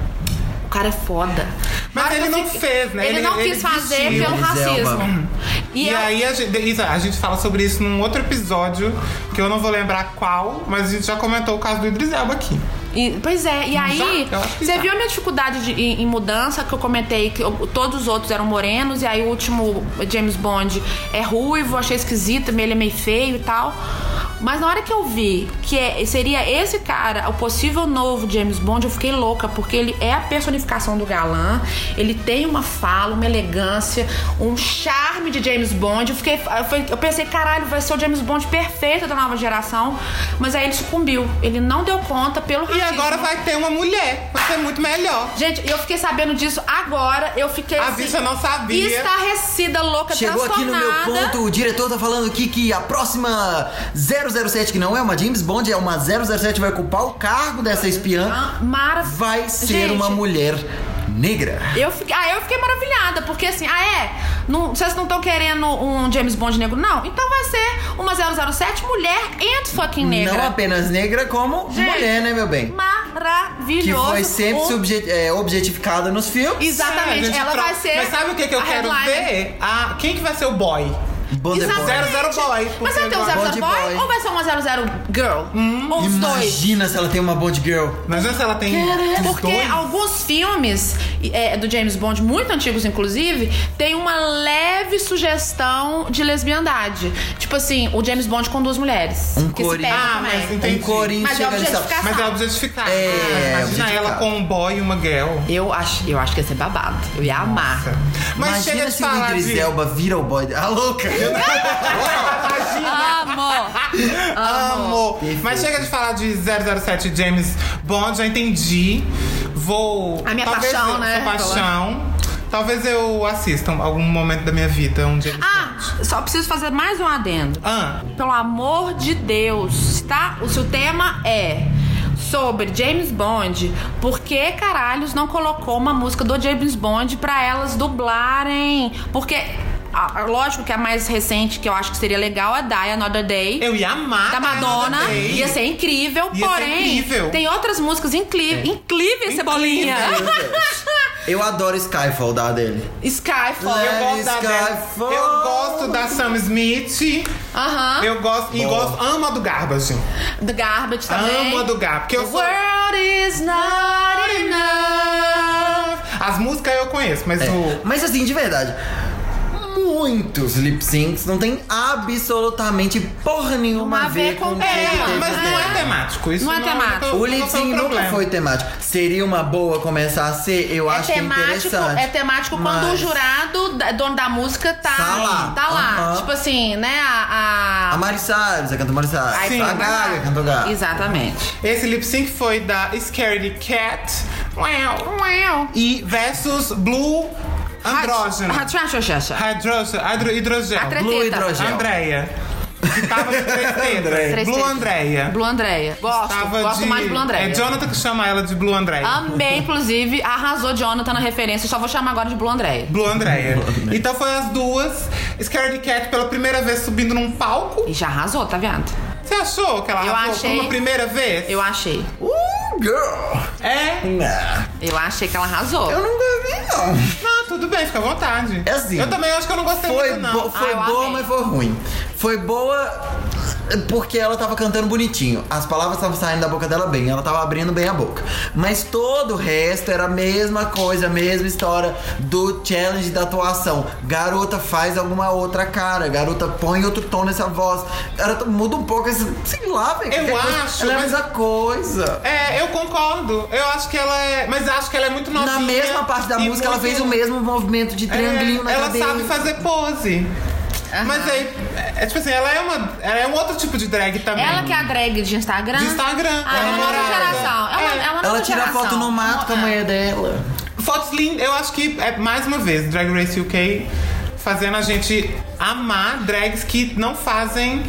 [SPEAKER 1] O cara é foda.
[SPEAKER 3] Mas
[SPEAKER 1] Na hora
[SPEAKER 3] ele
[SPEAKER 1] que eu
[SPEAKER 3] não fez, né?
[SPEAKER 1] Ele,
[SPEAKER 3] Ele-
[SPEAKER 1] não
[SPEAKER 3] ele
[SPEAKER 1] quis fazer
[SPEAKER 3] desistiu.
[SPEAKER 1] pelo
[SPEAKER 2] Ele zelba.
[SPEAKER 1] racismo.
[SPEAKER 3] E,
[SPEAKER 1] eu-
[SPEAKER 3] aí a gente, Isa, a gente fala sobre isso num outro episódio, que eu não vou lembrar qual, mas a gente já comentou o caso do Idris Elba aqui.
[SPEAKER 1] E- pois é, e aí
[SPEAKER 3] Já? Eu acho
[SPEAKER 1] você
[SPEAKER 3] que tá. já.
[SPEAKER 1] viu a minha dificuldade de- em, em mudança que eu comentei que eu- todos os outros eram morenos e aí o último James Bond é ruivo, achei esquisito, meio- ele é meio feio e tal. Mas na hora que eu vi que é- seria esse cara o possível novo James Bond, eu fiquei louca, porque ele é a personificação do galã, ele tem uma fala, uma elegância, um charme de James Bond. Eu, fiquei, eu fui- eu pensei, caralho, vai ser o James Bond perfeito da nova geração, mas aí ele sucumbiu, ele não deu conta pelo
[SPEAKER 3] E
[SPEAKER 1] racismo.
[SPEAKER 3] agora vai ter uma mulher, vai ser muito melhor.
[SPEAKER 1] Gente, eu fiquei sabendo disso agora. Eu fiquei.
[SPEAKER 3] A bicha não sabia.
[SPEAKER 1] Estarrecida, louca,
[SPEAKER 2] Chegou aqui no
[SPEAKER 1] transtornada.
[SPEAKER 2] meu ponto, o diretor tá falando aqui que a próxima 007, que não é uma James Bond, é uma 007, vai ocupar o cargo dessa espiã,
[SPEAKER 1] Ah, Mara.
[SPEAKER 2] vai ser
[SPEAKER 1] Gente,
[SPEAKER 2] uma mulher negra.
[SPEAKER 1] Eu fiquei, ah, eu fiquei maravilhada, porque assim, ah é? Não, vocês não estão querendo um James Bond negro, não? Então vai ser uma 007 mulher and fucking negra.
[SPEAKER 2] Não apenas negra, como
[SPEAKER 1] Gente,
[SPEAKER 2] mulher, né, meu bem? Que
[SPEAKER 1] Maravilhoso.
[SPEAKER 2] foi sempre
[SPEAKER 1] Um-
[SPEAKER 2] subje- é, objetificada nos filmes.
[SPEAKER 1] Exatamente,
[SPEAKER 3] Sabe, gente,
[SPEAKER 1] ela
[SPEAKER 3] pro-
[SPEAKER 1] vai ser.
[SPEAKER 3] Mas sabe o que, que eu
[SPEAKER 1] a
[SPEAKER 3] quero
[SPEAKER 1] headliner.
[SPEAKER 3] ver? Ah, quem que vai ser o boy?
[SPEAKER 2] Bond
[SPEAKER 1] Exatamente.
[SPEAKER 2] Boy.
[SPEAKER 3] Zero, zero boy,
[SPEAKER 1] Mas vai ter um
[SPEAKER 3] porque Hum.
[SPEAKER 1] 00
[SPEAKER 2] Bond
[SPEAKER 1] boy,
[SPEAKER 2] boy.
[SPEAKER 1] ou vai ser uma 00 girl? ou os dois?
[SPEAKER 2] Imagina se ela tem uma Bond Girl.
[SPEAKER 3] Imagina é se ela tem. os
[SPEAKER 1] Porque
[SPEAKER 3] dois.
[SPEAKER 1] alguns filmes é, do James Bond, muito antigos inclusive, tem uma leve sugestão de lesbiandade. Tipo assim, o James Bond com duas mulheres.
[SPEAKER 2] Um
[SPEAKER 1] que
[SPEAKER 2] core-
[SPEAKER 1] se pegam
[SPEAKER 3] Ah,
[SPEAKER 1] também.
[SPEAKER 3] mas
[SPEAKER 2] Tem
[SPEAKER 3] entendi.
[SPEAKER 2] um corinho
[SPEAKER 1] Mas é
[SPEAKER 2] chegando e fala,
[SPEAKER 1] objetificação.
[SPEAKER 3] Mas é objetificada.
[SPEAKER 2] É,
[SPEAKER 3] Ah, imagina
[SPEAKER 2] objetificada.
[SPEAKER 3] ela com um boy e uma girl.
[SPEAKER 1] Eu acho, eu acho que ia ser babado. Eu ia amar.
[SPEAKER 3] Mas chega
[SPEAKER 2] Imagina
[SPEAKER 3] de
[SPEAKER 2] se o
[SPEAKER 3] falar
[SPEAKER 2] Idris
[SPEAKER 3] de...
[SPEAKER 2] Elba vira o boy. A louca! né?
[SPEAKER 1] Amor!
[SPEAKER 3] Amo!
[SPEAKER 2] Perfeito.
[SPEAKER 3] Mas chega de falar de 007 James Bond, já entendi. Vou.
[SPEAKER 1] A minha
[SPEAKER 3] talvez
[SPEAKER 1] paixão,
[SPEAKER 3] eu-
[SPEAKER 1] né?
[SPEAKER 3] sua paixão. Talvez eu assista um, algum momento da minha vida, um James
[SPEAKER 1] Ah,
[SPEAKER 3] Bond.
[SPEAKER 1] só preciso fazer mais um adendo.
[SPEAKER 3] Ah,
[SPEAKER 1] Pelo amor de Deus, tá? O seu tema é sobre James Bond. Por que caralhos não colocou uma música do James Bond pra elas dublarem? Porque, ah, lógico que a mais recente que eu acho que seria legal é Die Another Day.
[SPEAKER 3] eu ia amar.
[SPEAKER 1] Da
[SPEAKER 3] Diana
[SPEAKER 1] Madonna,
[SPEAKER 3] Day.
[SPEAKER 1] ia ser incrível,
[SPEAKER 3] Ia ser
[SPEAKER 1] porém,
[SPEAKER 3] incrível.
[SPEAKER 1] tem outras músicas incríveis, incríveis, Cebolinha.
[SPEAKER 3] Incrível.
[SPEAKER 2] Eu adoro Skyfall da dele.
[SPEAKER 1] Skyfall.
[SPEAKER 3] Eu
[SPEAKER 2] Let
[SPEAKER 3] gosto,
[SPEAKER 2] it
[SPEAKER 3] da,
[SPEAKER 2] skyfall.
[SPEAKER 3] eu gosto da Sam Smith.
[SPEAKER 1] Aham.
[SPEAKER 3] Eu gosto. E
[SPEAKER 2] Boa.
[SPEAKER 3] gosto. Amo a do assim. Garbage.
[SPEAKER 1] Do Garbage também.
[SPEAKER 3] Amo a do Garbage. Porque
[SPEAKER 1] The
[SPEAKER 3] eu sou.
[SPEAKER 1] world is not enough.
[SPEAKER 3] As músicas eu conheço, mas o.
[SPEAKER 2] Mas assim, de verdade, muitos lip syncs não tem absolutamente porra nenhuma
[SPEAKER 1] Não
[SPEAKER 2] a ver com o que
[SPEAKER 1] É,
[SPEAKER 2] teve
[SPEAKER 3] mas
[SPEAKER 2] no
[SPEAKER 3] não
[SPEAKER 2] tema.
[SPEAKER 3] é temático. Isso
[SPEAKER 1] Não é temático.
[SPEAKER 2] O
[SPEAKER 3] não
[SPEAKER 2] lip
[SPEAKER 3] foi um
[SPEAKER 2] sync nunca
[SPEAKER 3] problema.
[SPEAKER 2] foi temático. Seria uma boa começar a ser? Eu acho que é
[SPEAKER 1] temático,
[SPEAKER 2] interessante.
[SPEAKER 1] é temático quando o
[SPEAKER 2] Mas
[SPEAKER 1] jurado, da- dono da música, tá,
[SPEAKER 2] Tá lá.
[SPEAKER 1] Tá lá.
[SPEAKER 2] Aham.
[SPEAKER 1] Tipo assim, né? A.
[SPEAKER 2] A
[SPEAKER 1] a...
[SPEAKER 2] Mari Salles, a cantora Mari Salles.
[SPEAKER 3] Sim.
[SPEAKER 2] A Gaga, cantou Gaga.
[SPEAKER 1] Exatamente.
[SPEAKER 3] Esse lip sync foi da Scaredy Cat uau, uau, e versus Blue Andrógeno.
[SPEAKER 1] Hydrogen.
[SPEAKER 3] Hydroge- hidro- Hidrogel.
[SPEAKER 1] Atre-
[SPEAKER 2] Blue
[SPEAKER 1] Teta.
[SPEAKER 2] Hidrogel.
[SPEAKER 3] Andréia. Que tava de três tetas.
[SPEAKER 1] Três
[SPEAKER 3] Blue
[SPEAKER 1] tetas.
[SPEAKER 3] Andréia.
[SPEAKER 1] Blue Andréia. Gosto.
[SPEAKER 3] Tava
[SPEAKER 1] gosto
[SPEAKER 3] de...
[SPEAKER 1] mais de Blue Andréia.
[SPEAKER 3] É Jonathan que chama ela de Blue Andréia.
[SPEAKER 1] Amei, inclusive. Arrasou Jonathan na referência. Só vou chamar agora de Blue Andréia.
[SPEAKER 3] Blue Andréia. Então foi as duas. Scaredy Cat pela primeira vez subindo num palco.
[SPEAKER 1] E já arrasou, tá vendo?
[SPEAKER 3] Você achou que ela
[SPEAKER 1] Eu
[SPEAKER 3] arrasou
[SPEAKER 1] achei.
[SPEAKER 3] uma primeira vez?
[SPEAKER 1] Eu achei.
[SPEAKER 2] Uh, girl!
[SPEAKER 3] É?
[SPEAKER 2] Nah,
[SPEAKER 1] Eu achei que ela arrasou.
[SPEAKER 2] eu nunca vi, não.
[SPEAKER 3] Não, tudo bem, fica à vontade.
[SPEAKER 2] É assim.
[SPEAKER 3] Eu também acho que eu não gostei
[SPEAKER 2] Foi,
[SPEAKER 3] muito,
[SPEAKER 2] bo-
[SPEAKER 3] não.
[SPEAKER 2] foi
[SPEAKER 1] Ah, eu
[SPEAKER 2] boa,
[SPEAKER 1] amei.
[SPEAKER 2] mas foi ruim. Foi boa porque ela tava cantando bonitinho. As palavras estavam saindo da boca dela bem, ela tava abrindo bem a boca. Mas todo o resto era a mesma coisa, a mesma história do challenge da atuação. Garota, faz alguma outra cara. Garota, põe outro tom nessa voz. Garota, muda um pouco esse. Sei lá, velho.
[SPEAKER 3] Eu
[SPEAKER 2] qualquer coisa.
[SPEAKER 3] acho,
[SPEAKER 2] Ela é a
[SPEAKER 3] mas-
[SPEAKER 2] mesma coisa.
[SPEAKER 3] É, eu concordo. Eu acho que ela é. Mas acho que ela é muito novinha.
[SPEAKER 2] Na mesma parte da
[SPEAKER 3] e
[SPEAKER 2] música, ela
[SPEAKER 3] muito-
[SPEAKER 2] fez o mesmo movimento de triangulinho
[SPEAKER 3] É,
[SPEAKER 2] na
[SPEAKER 3] Ela
[SPEAKER 2] cadeira.
[SPEAKER 3] sabe fazer pose. Mas aí, é, é tipo assim, ela é uma. Ela é um outro tipo de drag também.
[SPEAKER 1] Ela que é a drag de Instagram.
[SPEAKER 3] De Instagram,
[SPEAKER 1] Ah, é uma nova
[SPEAKER 3] namorada.
[SPEAKER 1] geração. É uma,
[SPEAKER 3] É.
[SPEAKER 1] é uma nova
[SPEAKER 2] Ela tira
[SPEAKER 1] geração. é.
[SPEAKER 2] foto no mato com a mulher dela.
[SPEAKER 3] Fotos lindas, eu acho que é mais uma vez, Drag Race UK fazendo a gente amar drags que não fazem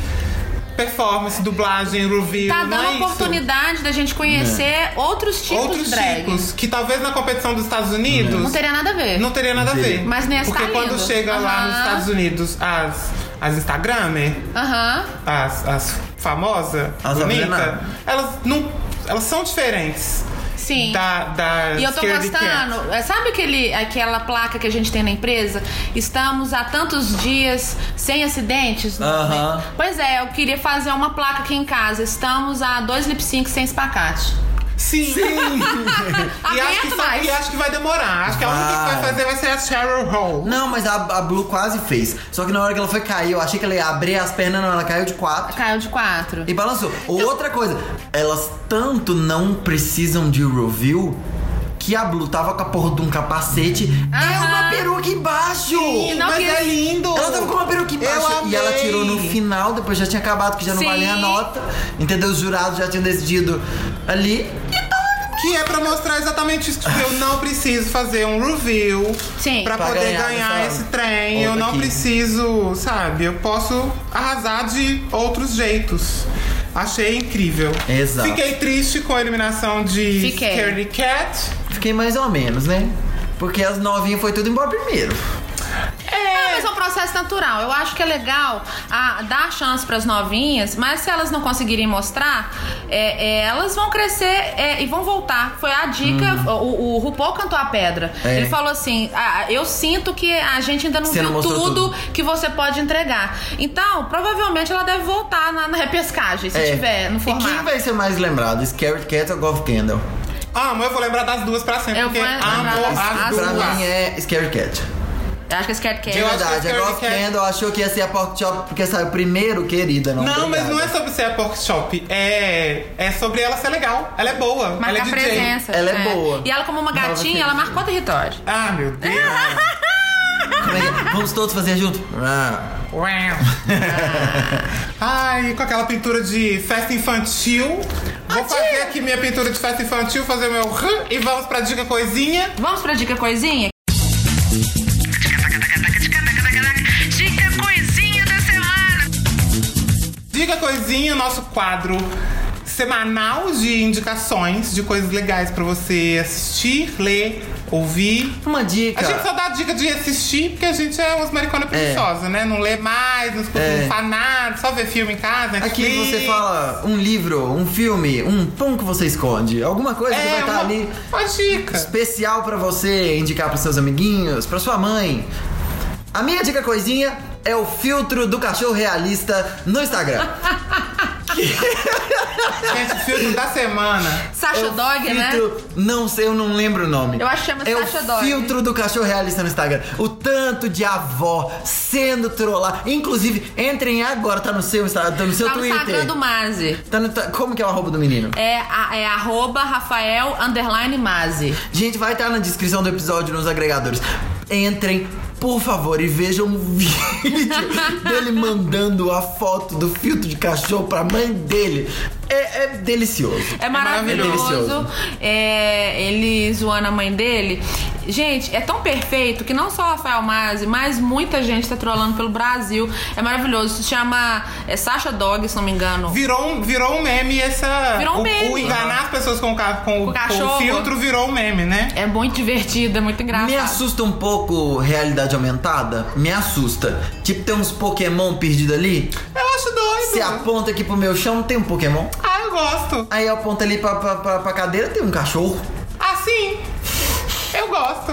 [SPEAKER 3] performance, dublagem, review.
[SPEAKER 1] Tá
[SPEAKER 3] não
[SPEAKER 1] dando
[SPEAKER 3] é isso.
[SPEAKER 1] oportunidade da gente conhecer outros tipos
[SPEAKER 3] É. Outros
[SPEAKER 1] de drag.
[SPEAKER 3] tipos, que talvez na competição dos Estados Unidos
[SPEAKER 1] Não teria nada a ver.
[SPEAKER 3] não teria nada a ver.
[SPEAKER 1] Mas nessa
[SPEAKER 3] Porque
[SPEAKER 1] tá
[SPEAKER 3] quando
[SPEAKER 1] lindo.
[SPEAKER 3] chega lá
[SPEAKER 1] Aham.
[SPEAKER 3] nos Estados Unidos as, as Instagramer,
[SPEAKER 1] Aham.
[SPEAKER 3] as, as famosas,
[SPEAKER 2] As
[SPEAKER 3] bonitas,
[SPEAKER 2] Avelina.
[SPEAKER 3] elas não. Elas são diferentes.
[SPEAKER 1] Sim.
[SPEAKER 3] Da, da
[SPEAKER 1] E eu tô
[SPEAKER 3] Scaredy Cat.
[SPEAKER 1] gostando. É, Sabe aquele, aquela placa que a gente tem na empresa? Estamos há tantos dias sem acidentes? né?
[SPEAKER 2] Aham.
[SPEAKER 1] Pois é, eu queria fazer uma placa aqui em casa. Estamos há dois lip syncs sem espacate.
[SPEAKER 3] Sim. e, acho que
[SPEAKER 1] Aguento
[SPEAKER 3] só-
[SPEAKER 1] mais.
[SPEAKER 3] e acho que vai demorar. Acho que a única que vai
[SPEAKER 2] Vai.
[SPEAKER 3] fazer vai ser a Cheryl Hall.
[SPEAKER 2] Não, mas a, a Blue quase fez. Só que na hora que ela foi cair, eu achei que ela ia abrir as pernas, não, ela caiu de quatro
[SPEAKER 1] Caiu de quatro.
[SPEAKER 2] e balançou.
[SPEAKER 1] Então-
[SPEAKER 2] Outra coisa, elas tanto não precisam de review que a Blue tava com a porra de um capacete e
[SPEAKER 1] Aham.
[SPEAKER 2] uma peruca embaixo.
[SPEAKER 1] E assim, não
[SPEAKER 3] mas
[SPEAKER 1] quis-
[SPEAKER 3] é lindo.
[SPEAKER 2] Ela tava com uma peruca embaixo
[SPEAKER 3] Eu
[SPEAKER 2] e ela
[SPEAKER 3] amei.
[SPEAKER 2] tirou no final, depois já tinha acabado, que já não
[SPEAKER 1] Sim.
[SPEAKER 2] valia a nota. Entendeu? Os jurados já tinham decidido ali.
[SPEAKER 3] Que é pra mostrar exatamente isso. Tipo, eu não preciso fazer um review
[SPEAKER 1] Sim.
[SPEAKER 3] pra,
[SPEAKER 2] Ah. Pra
[SPEAKER 3] poder ganhar,
[SPEAKER 2] ganhar, sabe?
[SPEAKER 3] esse trem.
[SPEAKER 2] Ou
[SPEAKER 3] eu não
[SPEAKER 2] daqui.
[SPEAKER 3] preciso, sabe? Eu posso arrasar de outros jeitos. Achei incrível.
[SPEAKER 2] Exato.
[SPEAKER 3] Fiquei triste com a eliminação de
[SPEAKER 1] Fiquei.
[SPEAKER 3] Scaredy Cat.
[SPEAKER 2] Fiquei mais ou menos, né? Porque as novinhas foi tudo embora primeiro.
[SPEAKER 1] Ah, mas é um processo natural. Eu acho que é legal ah, dar chance pras novinhas, mas se elas não conseguirem mostrar, é, é, elas vão crescer é, e vão voltar. Foi a dica. O, o RuPaul cantou a pedra.
[SPEAKER 2] Uhum. É.
[SPEAKER 1] Ele falou assim: "Ah, eu sinto que a gente ainda não
[SPEAKER 2] Você não
[SPEAKER 1] viu
[SPEAKER 2] mostrou
[SPEAKER 1] tudo,
[SPEAKER 2] tudo."
[SPEAKER 1] que você pode entregar. Então, provavelmente ela deve voltar na, na repescagem, se
[SPEAKER 2] É.
[SPEAKER 1] tiver no formato.
[SPEAKER 2] E quem vai ser mais lembrado? Scarlet Cat ou Golf Candle?
[SPEAKER 3] Amo, eu vou lembrar das duas pra sempre.
[SPEAKER 1] Eu
[SPEAKER 3] porque
[SPEAKER 1] vou lembrar
[SPEAKER 3] amo
[SPEAKER 1] das-
[SPEAKER 3] as
[SPEAKER 1] as
[SPEAKER 3] duas.
[SPEAKER 2] Pra mim é Scarlet Cat.
[SPEAKER 1] Eu acho que esse quer
[SPEAKER 3] Eu
[SPEAKER 2] É
[SPEAKER 1] quer.
[SPEAKER 3] acho que
[SPEAKER 2] verdade, a
[SPEAKER 3] Scarlet
[SPEAKER 2] Golf
[SPEAKER 3] Cat-
[SPEAKER 2] Candle achou que ia ser a Pork Chop porque saiu primeiro, querida. Não,
[SPEAKER 3] Não, mas
[SPEAKER 2] obrigada.
[SPEAKER 3] não é sobre ser a pork shop. É, é sobre ela ser legal. Ela é boa. ela é
[SPEAKER 1] Marcar
[SPEAKER 3] DJ.
[SPEAKER 1] presença. né?
[SPEAKER 2] Ela é boa.
[SPEAKER 1] E ela, como uma
[SPEAKER 2] Nova É.
[SPEAKER 1] gatinha, ela
[SPEAKER 2] feliz.
[SPEAKER 1] marcou território.
[SPEAKER 3] Ah, meu Deus.
[SPEAKER 2] Como é que é? Vamos todos fazer junto? Ah.
[SPEAKER 3] Uau. Ai, com aquela pintura de festa infantil. Vou fazer aqui minha pintura de festa infantil, fazer meu rã, e vamos pra dica coisinha.
[SPEAKER 1] Vamos pra dica coisinha?
[SPEAKER 5] Dica coisinha da semana.
[SPEAKER 3] Dica coisinha, nosso quadro semanal de indicações de coisas legais pra você assistir, ler, ouvir,
[SPEAKER 2] Uma dica.
[SPEAKER 3] A gente só dá dica de assistir, porque a gente é umas maricona preguiçosa, né? Não lê mais, não, escuta,
[SPEAKER 2] É.
[SPEAKER 3] não faz nada, só vê filme em casa.
[SPEAKER 2] Aqui
[SPEAKER 3] Netflix.
[SPEAKER 2] você fala um livro, um filme, um pão que você esconde. Alguma coisa que
[SPEAKER 3] É,
[SPEAKER 2] vai estar
[SPEAKER 3] uma, É.
[SPEAKER 2] ali
[SPEAKER 3] uma dica.
[SPEAKER 2] especial pra você indicar pros seus amiguinhos, pra sua mãe. A minha dica coisinha é o filtro do cachorro realista no Instagram.
[SPEAKER 3] Gente, filtro da semana.
[SPEAKER 1] Sasha
[SPEAKER 2] o
[SPEAKER 1] Dog, né?
[SPEAKER 2] filtro, Não sei, eu não lembro o nome.
[SPEAKER 1] Eu acho que chama
[SPEAKER 2] é
[SPEAKER 1] Sasha
[SPEAKER 2] o
[SPEAKER 1] Dog.
[SPEAKER 2] filtro do cachorro realista no Instagram. O tanto de avó sendo trollada. Inclusive, entrem agora, tá no seu Instagram, tá no seu
[SPEAKER 1] Tá no Instagram
[SPEAKER 2] Twitter.
[SPEAKER 1] do Mazi.
[SPEAKER 2] Tá no- tá- como que é o arroba do menino?
[SPEAKER 1] É, a- é arroba Rafael underline Mazi.
[SPEAKER 2] Gente, vai estar na descrição do episódio nos agregadores. Entrem, por favor, e vejam o vídeo dele mandando a foto do filtro de cachorro pra mãe dele. é, é delicioso.
[SPEAKER 1] É
[SPEAKER 2] maravilhoso.
[SPEAKER 1] maravilhoso. É, ele zoando a mãe dele. Gente, é tão perfeito que não só Rafael Mazzi, mas muita gente tá trolando pelo Brasil. É maravilhoso. Se chama é, Sasha Dog, se não me engano.
[SPEAKER 3] Virou um, virou um meme essa.
[SPEAKER 1] Virou um
[SPEAKER 3] o,
[SPEAKER 1] meme.
[SPEAKER 3] o enganar as pessoas com o, ca- com, o-
[SPEAKER 1] Com o
[SPEAKER 3] com o
[SPEAKER 1] cachorro.
[SPEAKER 3] filtro virou um meme, né?
[SPEAKER 1] É muito divertido, é muito engraçado.
[SPEAKER 2] Me assusta um pouco realidade aumentada. Me assusta. Tipo, tem uns Pokémon perdidos ali.
[SPEAKER 3] Eu acho doido.
[SPEAKER 2] Você aponta aqui pro meu chão, tem um Pokémon.
[SPEAKER 3] Ah, eu gosto.
[SPEAKER 2] Aí eu aponto ali pra, pra, pra, pra cadeira, tem um cachorro.
[SPEAKER 3] Assim. Eu gosto.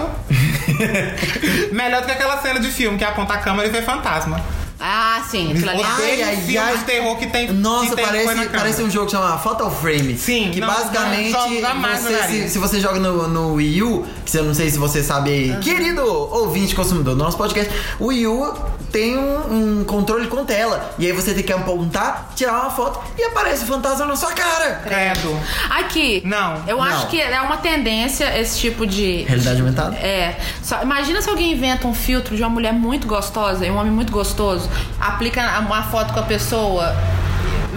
[SPEAKER 3] Melhor do que aquela cena de filme que aponta a câmera e vê fantasma.
[SPEAKER 1] Ah, sim. Aquilo ali.
[SPEAKER 2] Ai,
[SPEAKER 3] Odeio
[SPEAKER 2] ai,
[SPEAKER 3] filme
[SPEAKER 2] ai.
[SPEAKER 3] de terror que tem. que
[SPEAKER 2] Nossa,
[SPEAKER 3] tem coisa na
[SPEAKER 2] parece,
[SPEAKER 3] câmera.
[SPEAKER 2] parece um jogo que chama Fatal Frame.
[SPEAKER 3] Sim,
[SPEAKER 2] Que
[SPEAKER 3] não,
[SPEAKER 2] basicamente,
[SPEAKER 3] não, joga mais no
[SPEAKER 2] você,
[SPEAKER 3] nariz.
[SPEAKER 2] se, se você joga no, no Wii U, que eu não sei se você sabe aí, querido ouvinte consumidor do nosso podcast, o Wii U tem um, um controle com tela. E aí você tem que apontar, tirar uma foto e aparece o fantasma na sua cara.
[SPEAKER 3] Credo.
[SPEAKER 1] Aqui.
[SPEAKER 3] Não,
[SPEAKER 1] Eu acho
[SPEAKER 2] não.
[SPEAKER 1] que é uma tendência esse tipo de.
[SPEAKER 2] Realidade aumentada?
[SPEAKER 1] É. Só- imagina se alguém inventa um filtro de uma mulher muito gostosa e um homem muito gostoso, aplica a- uma foto com a pessoa.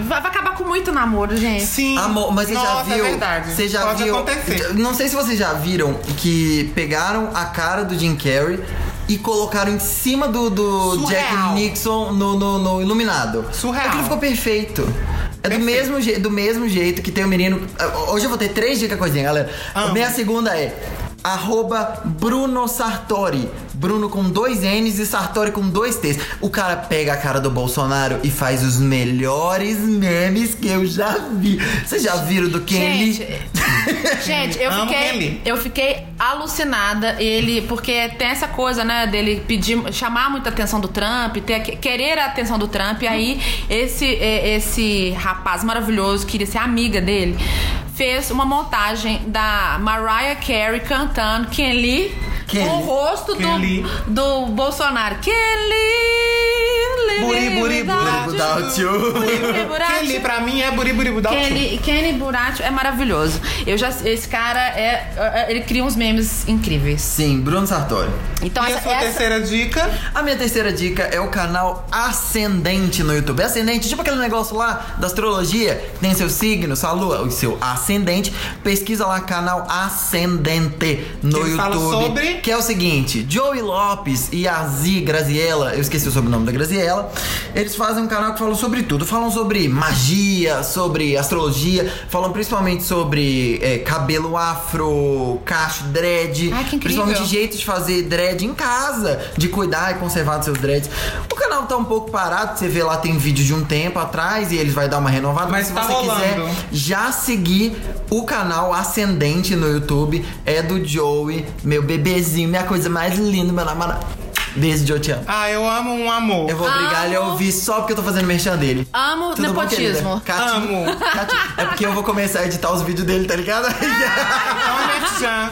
[SPEAKER 1] Vai, vai acabar com muito namoro, gente.
[SPEAKER 3] Sim.
[SPEAKER 2] Amor, mas você já
[SPEAKER 3] Nossa,
[SPEAKER 2] viu.
[SPEAKER 3] É verdade.
[SPEAKER 2] Você já
[SPEAKER 3] Pode
[SPEAKER 2] viu. Então,
[SPEAKER 3] acontecer.
[SPEAKER 2] Não sei se vocês já viram que pegaram a cara do Jim Carrey e colocaram em cima do, do
[SPEAKER 3] Surreal.
[SPEAKER 2] Jack Nixon no, no- no Iluminado.
[SPEAKER 3] Surreal.
[SPEAKER 2] Aquilo ficou perfeito. É do
[SPEAKER 3] Perfeito.
[SPEAKER 2] mesmo, je- do mesmo jeito que tem o menino. Hoje eu vou ter três dicas coisinha, galera.
[SPEAKER 3] Amo.
[SPEAKER 2] Minha segunda é. Arroba Bruno Sartori. Bruno com dois N's e Sartori com dois T's. O cara pega a cara do Bolsonaro e faz os melhores memes que eu já vi. Vocês já viram do Kenny?
[SPEAKER 1] Gente, gente, eu
[SPEAKER 3] Amo
[SPEAKER 1] fiquei,
[SPEAKER 3] ele.
[SPEAKER 1] eu fiquei alucinada. Ele, porque tem essa coisa, né, dele pedir, chamar muita atenção do Trump, ter, querer a atenção do Trump. E aí, esse, é, esse rapaz maravilhoso, queria ser amiga dele, fez uma montagem da Mariah Carey cantando Kelly
[SPEAKER 2] Kelly.
[SPEAKER 1] com o rosto
[SPEAKER 3] Kelly.
[SPEAKER 1] do, do Bolsonaro. Kelly!
[SPEAKER 3] Buri, buri, buri,
[SPEAKER 2] without you.
[SPEAKER 1] Buri,
[SPEAKER 2] Então-
[SPEAKER 1] buri,
[SPEAKER 3] Kelly, pra mim, é buri buri budal.
[SPEAKER 1] Kenny, Kenny Burati é maravilhoso. Eu já, esse cara é, é- ele cria uns memes incríveis.
[SPEAKER 2] Sim, Bruno Sartori.
[SPEAKER 1] Então
[SPEAKER 3] E a
[SPEAKER 1] essa,
[SPEAKER 3] sua
[SPEAKER 1] essa-
[SPEAKER 3] terceira dica?
[SPEAKER 2] A minha terceira dica é o canal Ascendente no YouTube. Ascendente, tipo aquele negócio lá da astrologia, que tem seu signo, sua lua, o seu ascendente. Pesquisa lá canal Ascendente no
[SPEAKER 3] Que ele
[SPEAKER 2] YouTube.
[SPEAKER 3] fala sobre?
[SPEAKER 2] Que é o seguinte, Joey Lopes e a Zi Graziella, eu esqueci o sobrenome da Graziella, eles fazem um canal que fala sobre tudo. Falam sobre magia, sobre astrologia, falam principalmente sobre eh, cabelo afro, cacho, dread.
[SPEAKER 1] Ai, que incrível.
[SPEAKER 2] Principalmente jeito de fazer dread em casa, de cuidar e conservar dos seus dreads. O canal tá um pouco parado, você vê lá tem vídeo de um tempo atrás e eles vai dar uma renovada, mas,
[SPEAKER 3] Mas
[SPEAKER 2] se
[SPEAKER 3] tá
[SPEAKER 2] você quiser
[SPEAKER 3] rolando.
[SPEAKER 2] já seguir o canal Ascendente no YouTube é do Joey, meu bebezinho, minha coisa mais linda, meu namorado. Beijo, Joe, te amo.
[SPEAKER 3] Ah, eu amo um amor.
[SPEAKER 2] Eu vou obrigar ele a
[SPEAKER 1] Amo.
[SPEAKER 2] ouvir só porque eu tô fazendo merchan dele.
[SPEAKER 1] Amo é
[SPEAKER 2] Tudo bom,
[SPEAKER 1] nepotismo.
[SPEAKER 2] querida? Cati-
[SPEAKER 3] Amo.
[SPEAKER 2] Cati- É porque eu vou começar a editar os vídeos dele, tá ligado?
[SPEAKER 3] Então, merchan.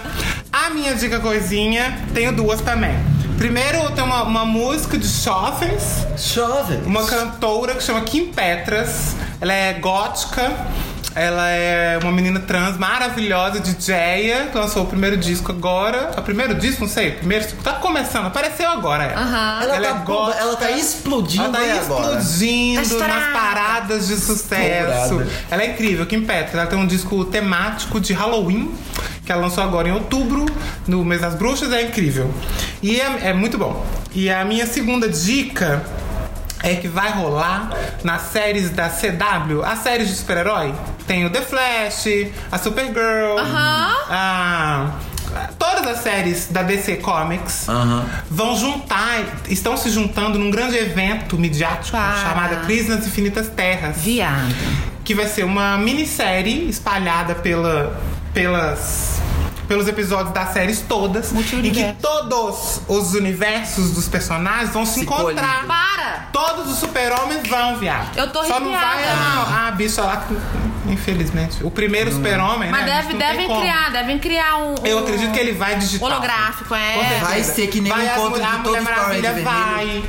[SPEAKER 3] A minha dica coisinha, tenho duas também. Primeiro, tem uma, uma música de jovens,
[SPEAKER 2] Chove.
[SPEAKER 3] uma cantora que chama Kim Petras. Ela é gótica, ela é uma menina trans maravilhosa, DJ, que lançou o primeiro disco agora. É O primeiro disco, não sei, primeiro, tá começando, apareceu agora. Ela,
[SPEAKER 1] Aham.
[SPEAKER 2] Ela, tá
[SPEAKER 3] é
[SPEAKER 2] bomba-
[SPEAKER 3] gótica.
[SPEAKER 2] ela tá explodindo
[SPEAKER 3] Ela tá
[SPEAKER 2] aí agora.
[SPEAKER 1] Tá
[SPEAKER 3] explodindo
[SPEAKER 1] estourada.
[SPEAKER 3] nas paradas de sucesso.
[SPEAKER 2] Estourada.
[SPEAKER 3] Ela é incrível, Kim Petras. Ela tem um disco temático de Halloween, que ela lançou agora em outubro, no mês das bruxas, é incrível. E é, é muito bom. E a minha segunda dica é que vai rolar nas séries da CW, as séries de super-herói. Tem o The Flash, a Supergirl,
[SPEAKER 1] Aham.
[SPEAKER 3] a- Todas as séries da DC Comics
[SPEAKER 2] Aham.
[SPEAKER 3] vão juntar, estão se juntando num grande evento midiático
[SPEAKER 1] Ah.
[SPEAKER 3] chamado Crise nas Infinitas Terras,
[SPEAKER 1] Viado.
[SPEAKER 3] que vai ser uma minissérie espalhada pela, pelas, pelos episódios das séries todas, em que
[SPEAKER 1] Multiuniverso.
[SPEAKER 3] todos os universos dos personagens vão se,
[SPEAKER 2] Se
[SPEAKER 3] encontrar.
[SPEAKER 1] Para!
[SPEAKER 3] Todos os super-homens vão, viado.
[SPEAKER 1] Eu tô
[SPEAKER 3] Só não vai
[SPEAKER 1] arrepiada.
[SPEAKER 3] a, a bicha lá, que, infelizmente. O primeiro super-homem,
[SPEAKER 1] Mas
[SPEAKER 3] né, a gente
[SPEAKER 1] deve,
[SPEAKER 3] não tem
[SPEAKER 1] devem
[SPEAKER 3] como.
[SPEAKER 1] criar, devem criar um.
[SPEAKER 3] Eu
[SPEAKER 1] um
[SPEAKER 3] acredito que ele vai digitar.
[SPEAKER 1] Holográfico, é.
[SPEAKER 2] Vai ser que nem o
[SPEAKER 3] vai as
[SPEAKER 2] encontro
[SPEAKER 3] mulher-
[SPEAKER 2] de
[SPEAKER 3] a
[SPEAKER 2] todos
[SPEAKER 3] Mulher
[SPEAKER 2] os Power
[SPEAKER 3] Maravilha
[SPEAKER 2] Rangers
[SPEAKER 3] vai.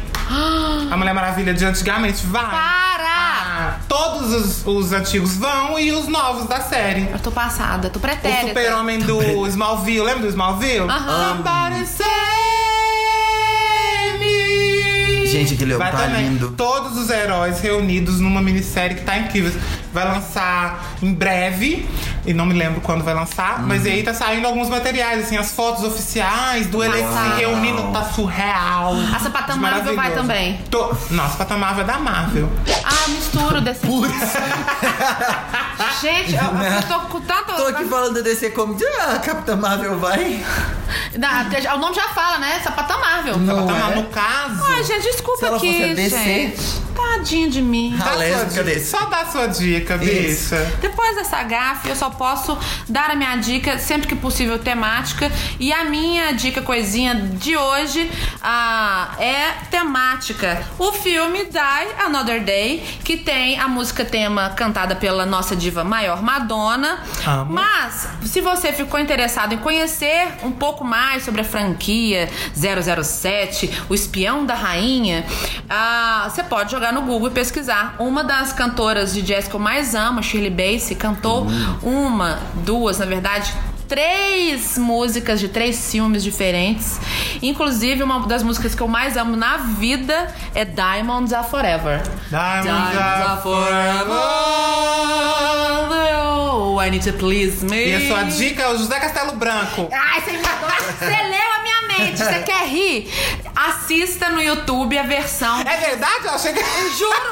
[SPEAKER 3] A Mulher Maravilha de antigamente vai.
[SPEAKER 1] Para!
[SPEAKER 3] Ah, Todos os, os antigos vão e os novos da série.
[SPEAKER 1] Eu tô passada, tô
[SPEAKER 3] O
[SPEAKER 1] pretérita.
[SPEAKER 3] super-homem é do Smallville, um lembra do Smallville?
[SPEAKER 1] Aham.
[SPEAKER 3] Somebody save me.
[SPEAKER 2] Gente, aquele
[SPEAKER 3] Vai
[SPEAKER 2] homem tá
[SPEAKER 3] também.
[SPEAKER 2] lindo.
[SPEAKER 3] Todos os heróis reunidos numa minissérie que tá incrível. Vai lançar em breve, e não me lembro quando vai lançar,
[SPEAKER 2] Uhum.
[SPEAKER 3] mas aí tá saindo alguns materiais, assim, as fotos oficiais do elenco se reunindo, tá surreal.
[SPEAKER 1] A Sapatão Marvel vai
[SPEAKER 3] Maravilhoso.
[SPEAKER 1] também.
[SPEAKER 3] Tô... Não, a Sapatão Marvel é da Marvel.
[SPEAKER 1] Ah, misturo desse. Gente, eu, eu tô com tanto.
[SPEAKER 2] Tô aqui falando da DC Comics. Ah, Capitã Marvel vai.
[SPEAKER 1] Da- porque já- o nome já fala, né? Sapatão Marvel.
[SPEAKER 2] Não
[SPEAKER 3] Então,
[SPEAKER 2] é.
[SPEAKER 3] no caso.
[SPEAKER 1] Ai, gente, desculpa
[SPEAKER 2] Se ela
[SPEAKER 1] aqui,
[SPEAKER 2] fosse a DC.
[SPEAKER 1] gente. Tadinho de mim.
[SPEAKER 2] Ah.
[SPEAKER 3] dá sua
[SPEAKER 2] lésbica
[SPEAKER 3] dica.
[SPEAKER 2] desse.
[SPEAKER 3] Só dá sua dica,
[SPEAKER 2] Isso.
[SPEAKER 3] bicha.
[SPEAKER 1] Depois dessa gafe, eu só posso dar a minha dica, sempre que possível, temática. E a minha dica, coisinha de hoje, ah, é temática. O filme Die Another Day, que tem a música tema cantada pela nossa diva maior, Madonna.
[SPEAKER 3] Amo.
[SPEAKER 1] Mas, se você ficou interessado em conhecer um pouco mais sobre a franquia 007, O Espião da Rainha, ah, você pode jogar no Google e pesquisar. Uma das cantoras de jazz que eu mais amo, Shirley Bassey, cantou
[SPEAKER 3] Hum.
[SPEAKER 1] uma, duas, na verdade, três músicas de três filmes diferentes. Inclusive, uma das músicas que eu mais amo na vida é Diamonds Are Forever.
[SPEAKER 3] Diamonds are forever.
[SPEAKER 1] Oh, I need to please me.
[SPEAKER 3] E a sua dica é o José Castelo Branco.
[SPEAKER 1] Ai, você me mandou. Você leu a minha mente. Você quer rir? Assista no YouTube a versão.
[SPEAKER 3] É verdade? Eu achei que. É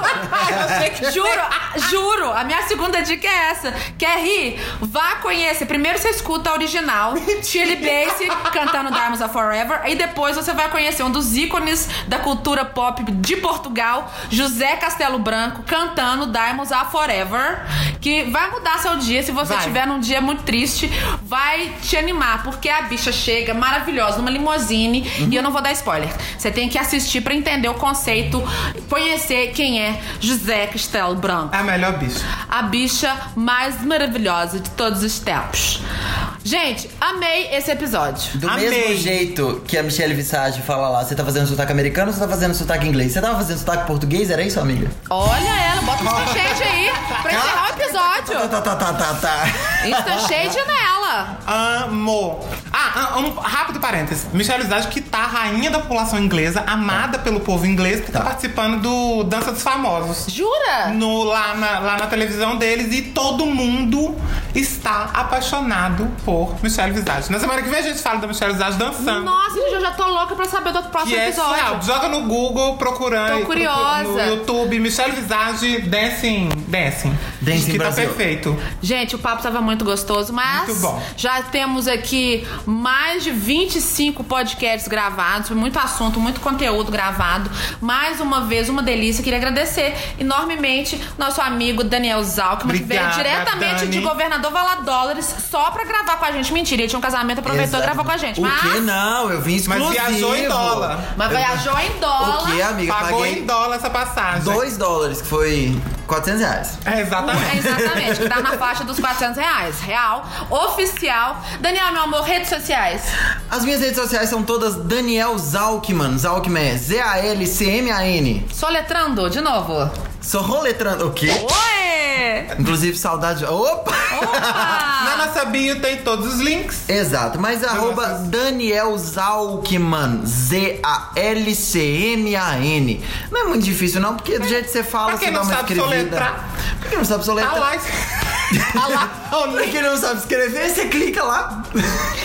[SPEAKER 1] Juro! Juro! a- Juro! A minha segunda dica é essa. Quer rir? Vá conhecer. Primeiro você escuta a original, Shirley Bassey cantando Diamonds Are Forever, e depois você vai conhecer um dos ícones da cultura pop de Portugal, José Castelo Branco, cantando Diamonds Are Forever, que vai mudar seu dia se você
[SPEAKER 3] Vai.
[SPEAKER 1] tiver num dia muito triste, vai te animar, porque a bicha chega maravilhosa numa limousine e eu não vou dar spoiler. Você tem que assistir pra entender o conceito, conhecer quem é José Castelo Branco,
[SPEAKER 3] É a melhor bicha.
[SPEAKER 1] a bicha mais maravilhosa de todos os tempos. Gente, amei esse episódio.
[SPEAKER 2] Do
[SPEAKER 3] Amei.
[SPEAKER 2] mesmo jeito que a Michelle Visage fala lá, você tá fazendo sotaque americano ou você tá fazendo sotaque inglês? Você tava fazendo sotaque português? Era isso, amiga?
[SPEAKER 1] Olha ela, bota um instanchete aí pra encerrar o
[SPEAKER 2] Tá,
[SPEAKER 1] episódio.
[SPEAKER 2] tá, tá, tá, tá, tá.
[SPEAKER 1] Instanchete nela.
[SPEAKER 3] Amo. Ah, ah, um rápido parênteses. Michelle Visage, que tá a rainha da população inglesa, amada pelo povo inglês, que tá,
[SPEAKER 2] Tá.
[SPEAKER 3] participando do Dança dos Famosos.
[SPEAKER 1] Jura?
[SPEAKER 3] No, lá, na, lá na televisão deles e todo mundo está apaixonado por Michelle Visage. Na semana que vem a gente fala da Michelle Visage dançando.
[SPEAKER 1] Nossa, gente, eu já tô louca pra saber do
[SPEAKER 3] Que
[SPEAKER 1] próximo
[SPEAKER 3] é
[SPEAKER 1] episódio.
[SPEAKER 3] surreal. Joga no Google procurando.
[SPEAKER 1] Tô curiosa.
[SPEAKER 3] No YouTube, Michelle Visage, Dancing. Dancing.
[SPEAKER 2] Dancing
[SPEAKER 3] que tá
[SPEAKER 2] Brasil.
[SPEAKER 3] perfeito.
[SPEAKER 1] Gente, o papo tava muito gostoso, mas
[SPEAKER 3] Muito bom.
[SPEAKER 1] já temos aqui mais de 25 podcasts gravados, muito assunto, muito conteúdo gravado. Mais uma vez, uma delícia. Queria agradecer enormemente nosso amigo Daniel Zalkman, que veio
[SPEAKER 3] Obrigada,
[SPEAKER 1] diretamente
[SPEAKER 3] Dani.
[SPEAKER 1] de Governador Valadólares só pra gravar com a gente. Mentira, ele tinha um casamento, aproveitou e
[SPEAKER 2] Exato.
[SPEAKER 1] gravou com a gente.
[SPEAKER 2] O
[SPEAKER 1] mas,
[SPEAKER 2] que?
[SPEAKER 3] né?
[SPEAKER 2] Não, eu vim
[SPEAKER 3] Mas
[SPEAKER 2] exclusivo.
[SPEAKER 3] viajou em dólar.
[SPEAKER 1] mas viajou em dólar.
[SPEAKER 2] O que, amiga?
[SPEAKER 3] Pagou
[SPEAKER 2] Paguei
[SPEAKER 3] em dólar essa passagem.
[SPEAKER 2] 2 dólares, que foi 400 reais.
[SPEAKER 3] É,
[SPEAKER 1] É,
[SPEAKER 3] exatamente.
[SPEAKER 1] Exatamente, que tá na faixa dos 400 reais. Real, oficial. Daniel, meu amor, redes sociais.
[SPEAKER 2] As minhas redes sociais são todas Daniel Zalkman. Zalkman é Z-A-L-C-M-A-N.
[SPEAKER 1] Soletrando, de novo.
[SPEAKER 2] Sou roletrando. O quê?
[SPEAKER 1] Oi!
[SPEAKER 2] Inclusive, saudade. Opa!
[SPEAKER 3] Na
[SPEAKER 1] Opa!
[SPEAKER 3] nossa bio tem todos os links.
[SPEAKER 2] Exato, mas arroba Daniel Zalkman, Z-A-L-C-M-A-N. Não é muito difícil, não, porque do jeito que você fala,
[SPEAKER 3] Pra quem
[SPEAKER 2] você dá
[SPEAKER 3] não
[SPEAKER 2] uma
[SPEAKER 3] sabe
[SPEAKER 2] escrevida.
[SPEAKER 3] soletrar.
[SPEAKER 2] Pra quem não sabe
[SPEAKER 3] Tá
[SPEAKER 2] soletrar.
[SPEAKER 3] lá. Tá lá.
[SPEAKER 2] Pra quem não sabe escrever, você clica lá.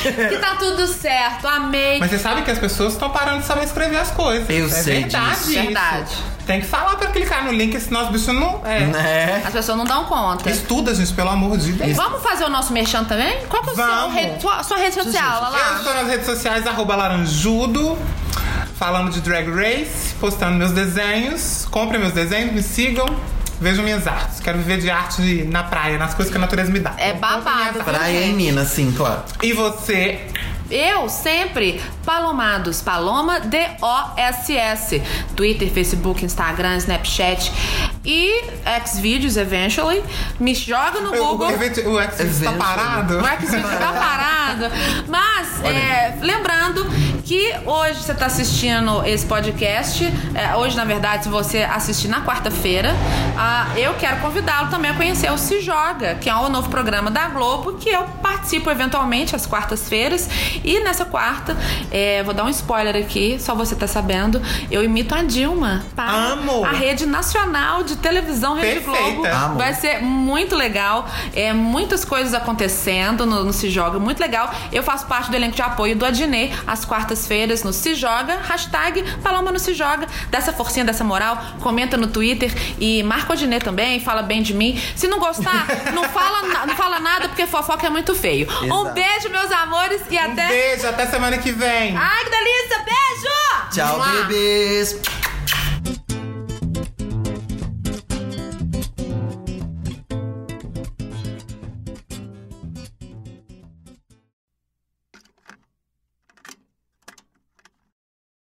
[SPEAKER 1] Que tá tudo certo, amei.
[SPEAKER 3] Mas você sabe que as pessoas estão parando de saber escrever as coisas.
[SPEAKER 2] Eu
[SPEAKER 3] é
[SPEAKER 2] sei
[SPEAKER 3] verdade
[SPEAKER 2] disso.
[SPEAKER 3] isso.
[SPEAKER 1] Verdade.
[SPEAKER 3] Tem que falar pra clicar no link, senão os bichos não... É.
[SPEAKER 2] né?
[SPEAKER 1] As pessoas não dão conta.
[SPEAKER 3] Estuda, gente, pelo amor de Deus.
[SPEAKER 1] Vamos fazer o nosso merchan também? Qual que é o seu
[SPEAKER 3] Vamos.
[SPEAKER 1] rede, sua, sua rede social? Olha
[SPEAKER 3] Eu estou
[SPEAKER 1] lá.
[SPEAKER 3] nas redes sociais, arroba laranjudo, falando de Drag Race, postando meus desenhos. Comprem meus desenhos, me sigam, vejam minhas artes. Quero viver de arte na praia, nas coisas que a natureza me dá.
[SPEAKER 1] É babado. viu,
[SPEAKER 2] Praia em
[SPEAKER 1] gente?
[SPEAKER 2] Minas, sim, claro.
[SPEAKER 3] E você,
[SPEAKER 1] Eu sempre, Palomados, Paloma D-O-S-S. Twitter, Facebook, Instagram, Snapchat e Xvideos, eventually. Me joga no
[SPEAKER 3] o,
[SPEAKER 1] Google.
[SPEAKER 3] o, evento- o X está
[SPEAKER 2] Evento.
[SPEAKER 3] parado?
[SPEAKER 1] O Xvideos tá parado. Mas, é, lembrando que hoje você está assistindo esse podcast. é, hoje, na verdade, se você assistir na quarta-feira, ah, eu quero convidá-lo também a conhecer o Se Joga, que é o novo programa da Globo, que eu participo eventualmente às quartas-feiras. E nessa quarta, é, vou dar um spoiler aqui, só você tá sabendo, eu imito a Dilma para
[SPEAKER 3] Amo!
[SPEAKER 1] a Rede Nacional de Televisão Rede
[SPEAKER 3] Perfeita.
[SPEAKER 1] Globo.
[SPEAKER 2] Amo.
[SPEAKER 1] Vai ser muito legal. É, muitas coisas acontecendo no, no Se Joga, muito legal. Eu faço parte do elenco de apoio do Adnet às quartas-feiras no Se Joga. Hashtag Paloma no Se Joga. Dá essa forcinha, dessa moral. Comenta no Twitter e marca o Adnet também. Fala bem de mim. Se não gostar, não fala, na- não fala nada porque fofoca é muito feio. Um
[SPEAKER 2] Exato.
[SPEAKER 1] beijo, meus amores, e
[SPEAKER 3] Um
[SPEAKER 1] até.
[SPEAKER 3] beijo, até semana que vem.
[SPEAKER 1] Ai, que delícia! Beijo!
[SPEAKER 2] Tchau,
[SPEAKER 1] Mua.
[SPEAKER 2] bebês.